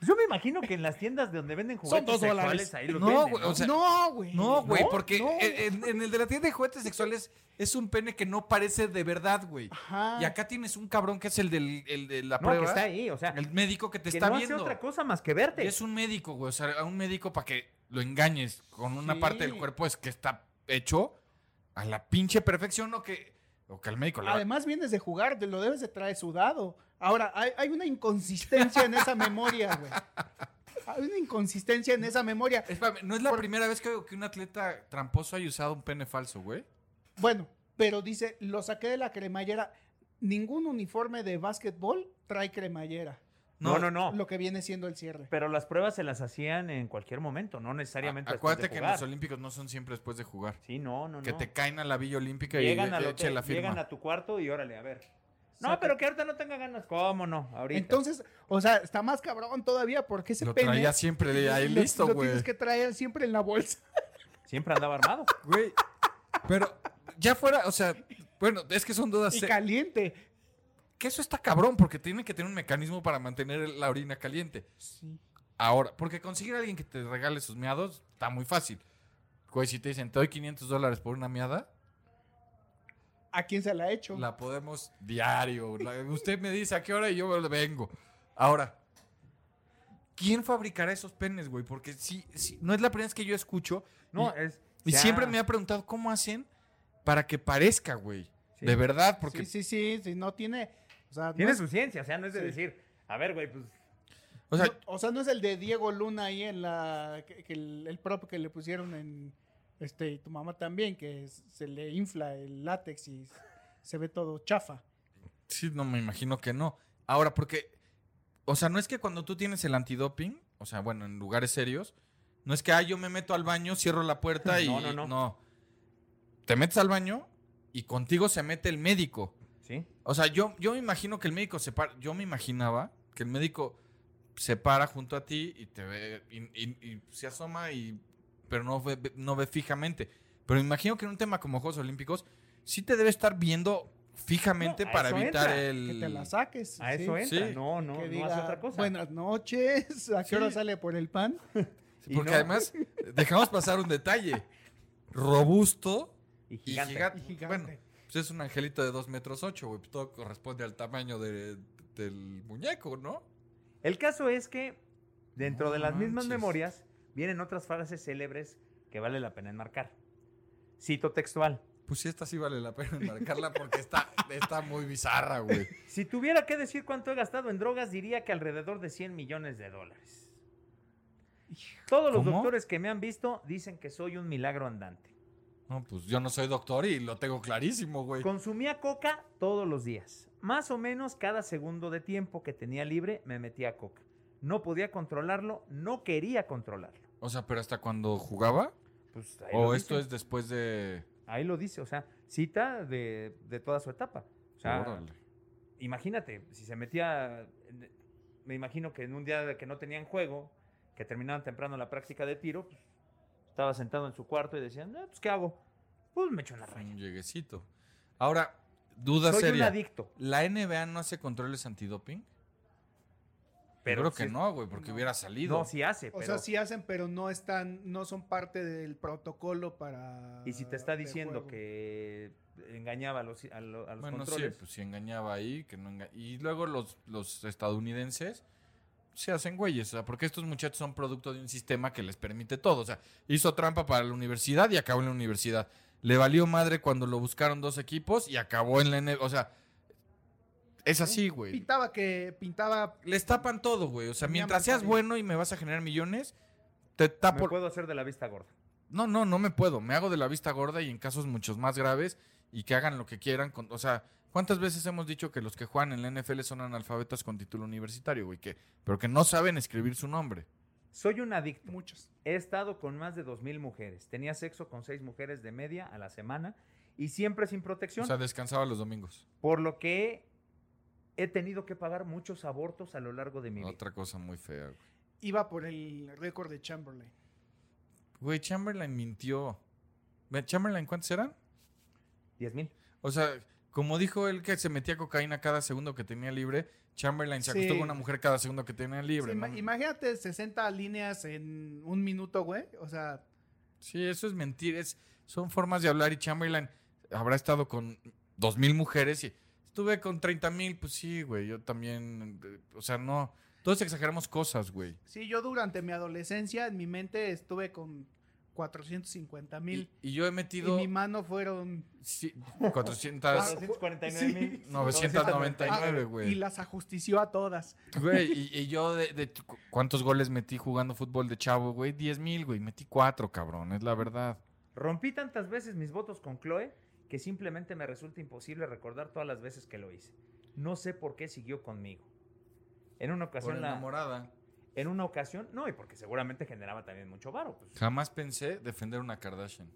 S3: Yo me imagino que en las tiendas de donde venden juguetes
S5: dos dólares.
S3: sexuales ahí los
S4: No,
S3: venden,
S4: güey, o sea,
S5: no, güey.
S4: No, güey, porque eh,
S5: no.
S4: En, en el de la tienda de juguetes sexuales es un pene que no parece de verdad, güey.
S5: Ajá.
S4: Y acá tienes un cabrón que es el, del, el de la
S3: Ah. No,
S4: prueba.
S3: que está ahí, o sea,
S4: El médico que te
S3: que
S4: está
S3: no
S4: viendo.
S3: hace otra cosa más que verte.
S4: Es un médico, güey. O sea, a un médico para que lo engañes con una
S5: Sí.
S4: parte del cuerpo es que está hecho a la pinche perfección o que, o que al médico le va-
S5: Además vienes de jugar, te lo debes de traer sudado. Ahora, hay, hay una inconsistencia en esa memoria, güey. Hay una inconsistencia en esa memoria.
S4: Espérame, no es la primera vez que, que un atleta tramposo haya usado un pene falso, güey.
S5: Bueno, pero dice, lo saqué de la cremallera. Ningún uniforme de básquetbol trae cremallera.
S3: no, no, no.
S5: Lo que viene siendo el cierre.
S3: Pero las pruebas se las hacían en cualquier momento, no
S4: A-
S3: necesariamente después
S4: Acuérdate
S3: de
S4: que
S3: jugar.
S4: los olímpicos no son siempre después de jugar.
S3: Sí, no, no,
S4: Que
S3: no.
S4: te caen a la Villa Olímpica
S3: llegan,
S4: y
S3: al
S4: le
S3: hotel,
S4: echen la firma.
S3: llegan a tu cuarto y órale, a ver. No,
S5: Saca-
S3: pero que ahorita no tenga ganas. ¿Cómo no? Ahorita.
S5: Entonces, o sea, está más cabrón todavía porque ese
S4: Lo
S5: pene...
S4: traía siempre de ahí
S5: *laughs* lo-
S4: listo,
S3: pues
S5: Lo
S4: güey.
S5: tienes que traer siempre en la bolsa.
S3: Siempre andaba armado.
S4: *laughs* Güey, pero ya fuera, o sea, bueno, es que son dudas.
S5: Y
S4: se-
S5: caliente.
S4: Que eso está cabrón, porque tiene que tener un mecanismo para mantener la orina caliente. Ahora, porque conseguir a alguien que te regale sus meados está muy fácil. Güey, si te dicen, te doy 500 dólares por una meada,
S5: ¿A quién se la ha hecho?
S4: la podemos diario. La- usted me dice a qué hora y yo vengo. Ahora, ¿quién fabricará esos penes, güey? Porque sí, sí, no es la primera vez que yo escucho.
S3: No,
S4: y,
S3: es.
S4: y
S3: ya.
S4: siempre me ha preguntado cómo hacen para que parezca, güey.
S3: Sí.
S4: De verdad, porque...
S5: Sí, sí, sí, sí, no tiene... O sea, no
S3: Tiene
S5: es-
S3: su ciencia, o sea, no es de
S5: Sí.
S3: decir, a ver, güey, pues.
S4: O sea,
S5: No, o sea, no es el de Diego Luna ahí en la. que- que el, el prop que le pusieron en. Este, y tu mamá también, que s- se le infla el látex y s- se ve todo chafa.
S4: Sí, no me imagino que no. Ahora, porque, o sea, no es que cuando tú tienes el antidoping, o sea, bueno, en lugares serios, no es que, ah, yo me meto al baño, cierro
S3: *laughs*
S4: la puerta y...
S3: No, no, no.
S4: Te metes al baño y contigo se mete el médico.
S3: ¿Sí?
S4: O sea, yo, yo me imagino que el médico se para. Yo me imaginaba que el médico se para junto a ti y te ve y, y- y se asoma y pero no ve, no ve fijamente. Pero me imagino que en un tema como Juegos Olímpicos sí te debe estar viendo fijamente
S3: No, a
S4: para
S3: eso
S4: evitar
S3: entra,
S4: el.
S5: Que te la saques.
S3: A
S5: sí.
S3: eso entra.
S4: Sí.
S3: No, no,
S5: que
S3: no
S5: diga,
S3: hace otra cosa.
S5: Buenas noches. *laughs* ¿A qué
S4: Sí.
S5: hora sale por el pan?
S4: Sí,
S3: Y
S4: Porque
S3: no- *laughs*
S4: además dejamos pasar un detalle. Robusto
S3: y
S4: y
S3: gigante.
S4: giga-
S5: Y gigante.
S4: Bueno, pues es un angelito de 2 metros 8, güey. pues Todo corresponde al tamaño de- del muñeco, ¿no?
S3: El caso es que dentro
S4: No
S3: de las mismas
S4: manches.
S3: memorias vienen otras frases célebres que vale la pena enmarcar. Cito textual.
S4: Pues sí, esta sí vale la pena marcarla porque está, está muy bizarra, güey.
S3: Si tuviera que decir cuánto he gastado en drogas, diría que alrededor de 100 millones de dólares. Todos los
S4: ¿Cómo?
S3: doctores que me han visto dicen que soy un milagro andante.
S4: No, pues yo no soy doctor y lo tengo clarísimo, güey.
S3: Consumía coca todos los días. Más o menos cada segundo de tiempo que tenía libre me metía coca. No podía controlarlo, no quería controlarlo.
S4: O sea, pero hasta cuando jugaba.
S3: Pues ahí lo
S4: O esto
S3: dice.
S4: es después de.
S3: Ahí lo dice, o sea, cita de, de toda su etapa. O sea,
S4: Órale.
S3: imagínate, si se metía, en- me imagino que en un día que no tenían juego, que terminaban temprano la práctica de tiro, pues, estaba sentado en su cuarto y decían, "Ah, pues ¿qué hago? Pues me echo una raya.
S4: Un lleguecito. Ahora, duda
S3: Soy un
S4: seria.
S3: adicto.
S4: ¿La NBA no hace controles antidoping? Pero
S3: Pero
S4: creo que
S3: sí-
S4: no, güey, porque hubiera salido.
S3: No, sí hace,
S5: O
S3: pero
S5: sea, sí hacen, pero no están, no son parte del protocolo para.
S3: y si te está
S5: Ah, de
S3: diciendo
S5: juego.
S3: que engañaba a los, a lo- a los
S4: bueno,
S3: controles,
S4: sí, pues si engañaba ahí, que no enga- Y luego los, los estadounidenses se hacen güeyes, o sea, porque estos muchachos son producto de un sistema que les permite todo. O sea, hizo trampa para la universidad y acabó en la universidad. Le valió madre cuando lo buscaron dos equipos y acabó en la NBA. O sea, es así, güey.
S5: Pintaba que pintaba
S4: Les tapan todo, güey. O sea,
S5: Tenía
S4: mientras seas
S5: mercadería.
S4: bueno y me vas a generar millones, te
S3: me
S4: tapo.
S3: puedo hacer de la vista gorda.
S4: No, no, no me puedo. Me hago de la vista gorda y en casos muchos más graves y que hagan lo que quieran. con- o sea, ¿cuántas veces hemos dicho que los que juegan en la NFL son analfabetas con título universitario, güey? Que, pero que no saben escribir su nombre.
S3: Soy un adicto.
S5: muchos.
S3: He estado con más de 2.000 mujeres. Tenía sexo con seis mujeres de media a la semana y siempre sin
S4: O
S3: protección,
S4: sea, descansaba los domingos.
S3: por lo que he tenido que pagar muchos abortos a lo largo de mi vida.
S4: Otra cosa muy fea, güey.
S5: Iba por el récord de Chamberlain.
S4: Güey, Chamberlain mintió. Ve, ¿Chamberlain cuántos eran?
S3: 10.000.
S4: O sea, como dijo él que se metía cocaína cada segundo que tenía libre, Chamberlain se acostó
S5: Sí.
S4: con una mujer cada segundo que tenía libre.
S5: Sí,
S4: ¿no?
S5: ima- Imagínate 60 líneas en un minuto, güey. O sea,
S4: Sí, eso es mentir. Es, son formas de hablar y Chamberlain habrá estado con dos mil mujeres y estuve con 30 mil. Pues sí, güey, yo también. eh, O sea, no. Todos exageramos cosas, güey.
S5: sí, yo durante mi adolescencia en mi mente estuve con 450
S4: Y,
S5: mil.
S4: y yo he
S5: Y
S4: metido
S5: mi mano fueron...
S4: sí,
S5: Ah, *laughs*
S4: 400,
S3: 449.000.
S4: 999, güey.
S5: y las ajustició a todas.
S4: Güey, y, y yo de, de- cu- cuántos goles metí jugando fútbol de chavo, güey, 10 mil, güey, metí cuatro, cabrón, es la verdad.
S3: Rompí tantas veces mis votos con Chloe que simplemente me resulta imposible recordar todas las veces que lo hice. No sé por qué siguió conmigo. En una ocasión, la-
S4: enamorada.
S3: en una ocasión, no, y porque seguramente generaba también mucho varo. pues.
S4: Jamás pensé defender una Kardashian.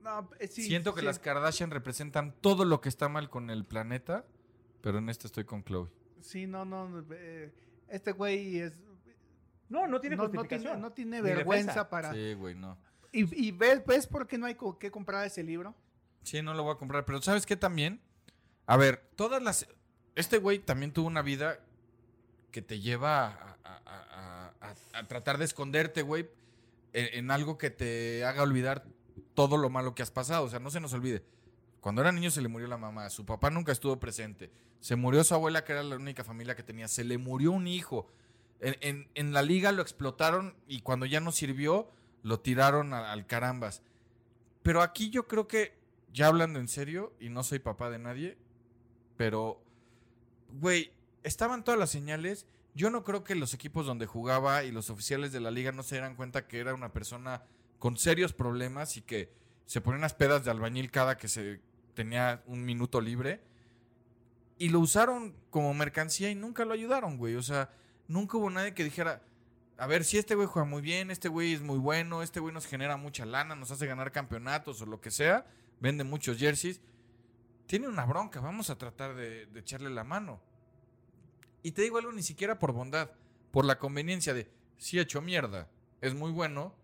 S5: No, eh, sí,
S4: Siento que
S5: sí.
S4: las Kardashian representan todo lo que está mal con el planeta, pero en esta estoy con Chloe.
S5: Sí, no, no. eh, este güey es...
S3: No, no tiene
S5: no, no tiene,
S3: justificación.
S5: no tiene
S3: Ni
S5: vergüenza
S3: defensa.
S5: para...
S4: Sí, güey, no.
S5: Y, y ves, ves por qué no hay co- que comprar ese libro.
S4: Sí, no lo voy a comprar, pero ¿sabes qué también? A ver, todas las... Este güey también tuvo una vida que te lleva a, a- a- a- a- a tratar de esconderte, güey, en, en algo que te haga olvidar todo lo malo que has pasado. O sea, no se nos olvide. Cuando era niño se le murió la mamá, su papá nunca estuvo presente, se murió su abuela que era la única familia que tenía, se le murió un hijo. En, en- en la liga lo explotaron y cuando ya no sirvió lo tiraron a- al carambas. Pero aquí yo creo que, ya hablando en serio, y no soy papá de nadie, pero, güey, estaban todas las señales. Yo no creo que los equipos donde jugaba y los oficiales de la liga no se dieran cuenta que era una persona con serios problemas y que se ponía unas pedas de albañil cada que se tenía un minuto libre. Y lo usaron como mercancía y nunca lo ayudaron, güey. O sea, nunca hubo nadie que dijera, a ver, si este güey juega muy bien, este güey es muy bueno, este güey nos genera mucha lana, nos hace ganar campeonatos o lo que sea, vende muchos jerseys. tiene una bronca, vamos a tratar de, de echarle la mano. Y te digo algo ni siquiera por bondad, por la conveniencia de, si he hecho mierda, es muy bueno,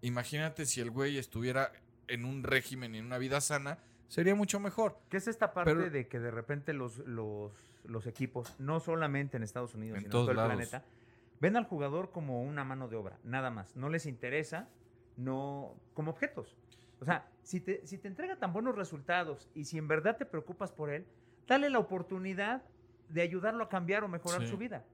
S4: imagínate si el güey estuviera en un régimen, en una vida sana, sería mucho mejor.
S3: ¿Qué es esta parte
S4: Pero-
S3: de que de repente los, los, los equipos, no solamente en Estados Unidos,
S4: En
S3: sino en
S4: todos
S3: todo el
S4: lados.
S3: planeta, ven al jugador como una mano de obra, nada más? No les interesa, no como objetos. O sea, si te, si te entrega tan buenos resultados y si en verdad te preocupas por él, dale la oportunidad de ayudarlo a cambiar o mejorar
S4: Sí.
S3: su vida.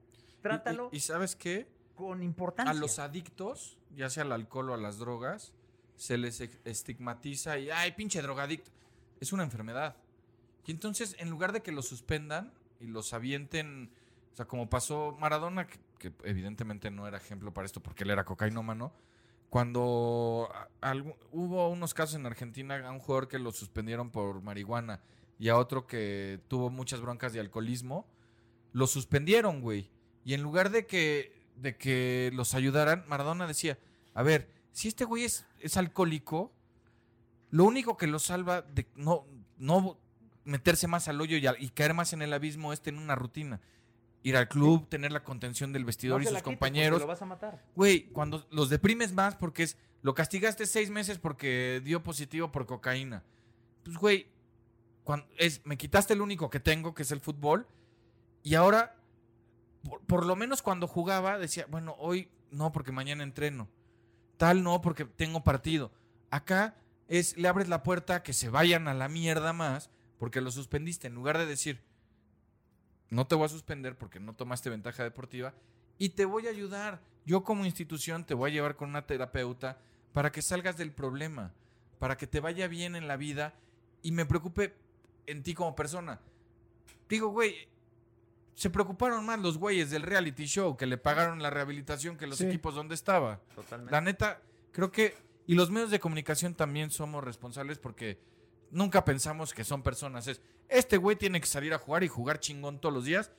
S3: Trátalo
S4: Y, y- y sabes qué?
S3: con importancia.
S4: A los adictos, ya sea al alcohol o a las drogas, se les ex- estigmatiza y, ay, pinche drogadicto. Es una enfermedad. Y entonces, en lugar de que los suspendan y los avienten, o sea, como pasó Maradona, que, que evidentemente no era ejemplo para esto porque él era cocainómano, cuando a- algu- hubo unos casos en Argentina a un jugador que lo suspendieron por marihuana y a otro que tuvo muchas broncas de alcoholismo, lo suspendieron, güey. Y en lugar de que, de que los ayudaran, Maradona decía, a ver, si este güey es, es alcohólico, lo único que lo salva de no, no meterse más al hoyo y, al- y caer más en el abismo es tener una rutina. Ir al club, tener la contención del
S3: No
S4: vestidor
S3: se la
S4: y sus
S3: quites porque
S4: compañeros.
S3: Lo vas a matar.
S4: Güey, cuando los deprimes más porque es, lo castigaste seis meses porque dio positivo por cocaína. Pues, güey, cuan- es, me quitaste el único que tengo, que es el fútbol, y ahora, por, por lo menos cuando jugaba, decía, bueno, hoy no porque mañana entreno, tal no porque tengo partido. Acá es, le abres la puerta a que se vayan a la mierda más porque lo suspendiste, en lugar de decir, no te voy a suspender porque no tomaste ventaja deportiva y te voy a ayudar. Yo como institución te voy a llevar con una terapeuta para que salgas del problema, para que te vaya bien en la vida y me preocupe en ti como persona. Digo, güey, se preocuparon más los güeyes del reality show que le pagaron la rehabilitación que los
S5: Sí.
S4: equipos donde estaba.
S3: Totalmente.
S4: La neta, creo que. Y los medios de comunicación también somos responsables porque nunca pensamos que son personas. Es, este güey tiene que salir a jugar y jugar chingón todos los días.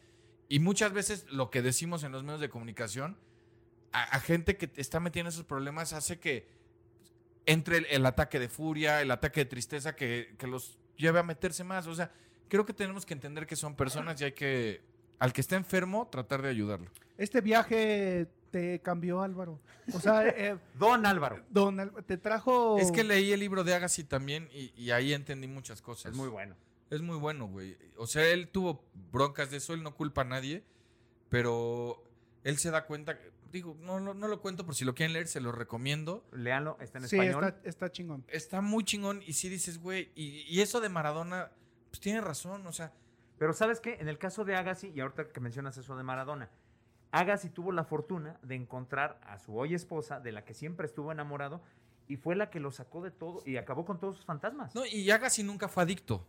S4: Y muchas veces lo que decimos en los medios de comunicación a, a gente que está metiendo esos problemas hace que entre el, el ataque de furia, el ataque de tristeza que, que los lleve a meterse más. O sea, creo que tenemos que entender que son personas y hay que, al que está enfermo, tratar de ayudarlo.
S5: Este viaje te cambió, Álvaro.
S3: *laughs*
S5: O sea, eh,
S3: Don Álvaro.
S5: don, Al- te trajo.
S4: Es que leí el libro de Agassi también y, y ahí entendí muchas cosas.
S3: Es muy bueno.
S4: Es muy bueno, güey. O sea, él tuvo broncas de eso, él no culpa a nadie, pero él se da cuenta, digo, no, no, no lo cuento por si lo quieren leer, se lo recomiendo.
S3: Leanlo, está en
S5: Sí,
S3: español.
S5: está, está chingón.
S4: Está muy chingón y sí dices, güey, y, y eso de Maradona, pues tiene razón, o sea,
S3: Pero ¿sabes qué? En el caso de Agassi, y ahorita que mencionas eso de Maradona, Agassi tuvo la fortuna de encontrar a su hoy esposa, de la que siempre estuvo enamorado, y fue la que lo sacó de todo y acabó con todos sus fantasmas. No,
S4: no, y Agassi nunca fue adicto,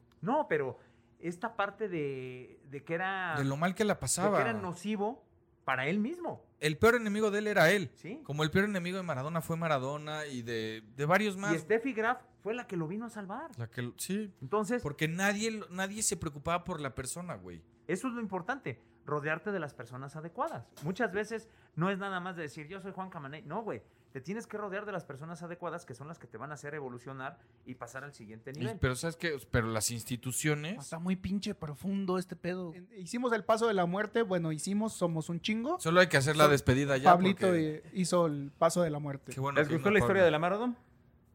S3: pero esta parte de, de que era,
S4: de lo mal que la
S3: de que era
S4: pasaba.
S3: nocivo para él mismo.
S4: El peor enemigo de él era él.
S3: Sí.
S4: Como el peor enemigo de Maradona fue Maradona y de, de varios más.
S3: Y este Steffi Graf fue la que lo vino a salvar.
S4: La que, sí,
S3: Entonces,
S4: porque nadie, lo- nadie se preocupaba por la persona, güey.
S3: Eso es lo importante, rodearte de las personas adecuadas. Muchas veces no es nada más de decir, yo soy Juan Camaney. No, güey, te tienes que rodear de las personas adecuadas que son las que te van a hacer evolucionar y pasar al siguiente
S4: Y-
S3: nivel.
S4: pero sabes que, pero las instituciones
S6: Está muy pinche profundo este pedo.
S5: En- Hicimos el paso de la muerte. Bueno, hicimos Somos un chingo.
S4: Solo hay que hacer la despedida ya.
S5: Pablito
S4: porque-
S5: eh, hizo el paso de la muerte.
S4: Qué bueno
S3: ¿Les
S4: que
S3: gustó
S4: vino
S3: la historia
S4: Pablo.
S3: de la Maradona?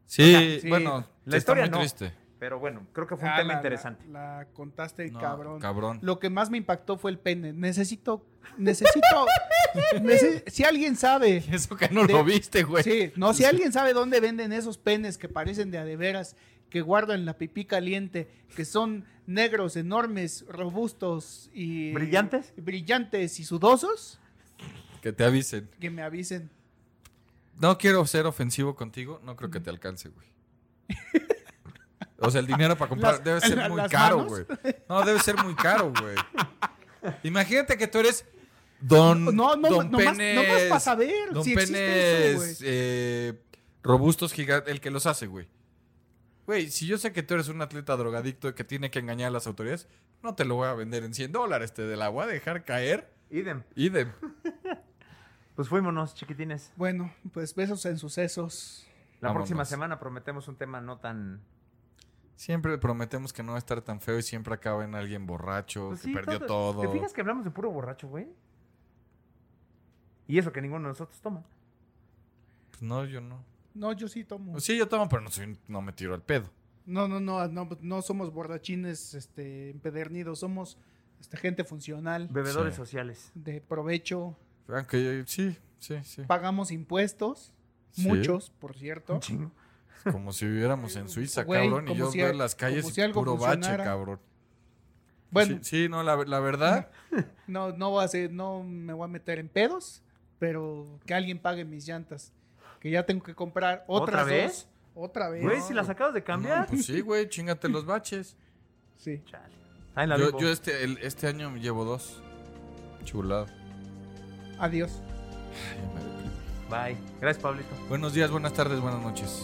S4: Sí,
S5: Ajá, sí.
S4: bueno,
S3: La
S4: está
S3: historia
S4: muy
S3: no.
S4: triste.
S3: Pero bueno, creo que fue un
S5: Ah,
S3: tema
S5: la-
S3: interesante.
S5: La, la contaste,
S4: No,
S5: cabrón.
S4: cabrón. *laughs*
S5: Lo que más me impactó fue el pene. Necesito, necesito, *laughs* nece- si alguien sabe,
S4: Eso que no
S5: De-
S4: lo viste, güey.
S5: sí, no, si alguien sabe dónde venden esos penes que parecen de a de veras, que guardan la pipí caliente, que son negros, enormes, robustos y
S3: ¿Brillantes?
S5: brillantes y sudosos,
S4: Que te avisen.
S5: que me avisen.
S4: No quiero ser ofensivo contigo, no creo que te alcance, güey. O sea, el dinero para comprar
S5: Las-
S4: debe ser
S5: la-
S4: muy
S5: las
S4: caro,
S5: manos.
S4: güey. No, debe ser muy caro, güey.
S5: *laughs*
S4: Imagínate que tú eres don
S5: No, no,
S4: don
S5: nomás- nomás pa' saber
S4: don
S5: si existe
S4: penes,
S5: eso,
S4: eh, robustos gigantes, el que los hace, güey. Güey, si yo sé que tú eres un atleta drogadicto que tiene que engañar a las autoridades, no te lo voy a vender en 100 dólares, te la voy a dejar caer.
S3: Idem.
S4: Idem.
S3: Pues fuímonos, chiquitines.
S5: Bueno, pues besos en sucesos.
S3: La próxima
S4: Vámonos.
S3: semana prometemos un tema no tan
S4: Siempre prometemos que no va a estar tan feo y siempre acaba en alguien borracho,
S3: Pues
S4: que
S3: sí,
S4: perdió
S3: todo-
S4: todo.
S3: ¿Te fijas que hablamos de puro borracho, güey? Y eso que ninguno de nosotros toma.
S4: Pues no, yo no.
S5: No, yo sí tomo.
S4: O Sí, yo tomo, pero no, soy- no me tiro al pedo.
S5: No, no, no, no, no somos borrachines este, empedernidos, somos este, gente funcional,
S3: Bebedores
S4: Sí.
S3: sociales.
S5: de provecho,
S4: Aunque yo- sí, sí, sí.
S5: pagamos impuestos,
S4: Sí.
S5: muchos, por cierto.
S4: Como si viviéramos en Suiza,
S5: Güey,
S4: cabrón. Y
S5: como
S4: yo
S5: si-
S4: veo las calles
S5: como
S4: y
S5: si algo
S4: puro bache,
S5: funcionara.
S4: cabrón.
S5: Bueno,
S4: Sí, sí, no, la, la verdad.
S5: no, no, voy a ser- no me voy a meter en pedos, pero que alguien pague mis llantas, que ya tengo que comprar
S3: ¿Otra
S5: otras
S3: vez?
S5: dos. Otra vez.
S3: Güey, si las acabas de cambiar.
S4: No, pues sí, güey, chingate los baches.
S5: Sí.
S3: Chale. Ahí *laughs* la
S4: Yo,
S3: vivo.
S4: yo este, el- este año llevo dos. Chulado.
S5: Adiós.
S4: Ay, me deprimí.
S3: Bye. Gracias, Pablito.
S4: Buenos días, buenas tardes, buenas noches.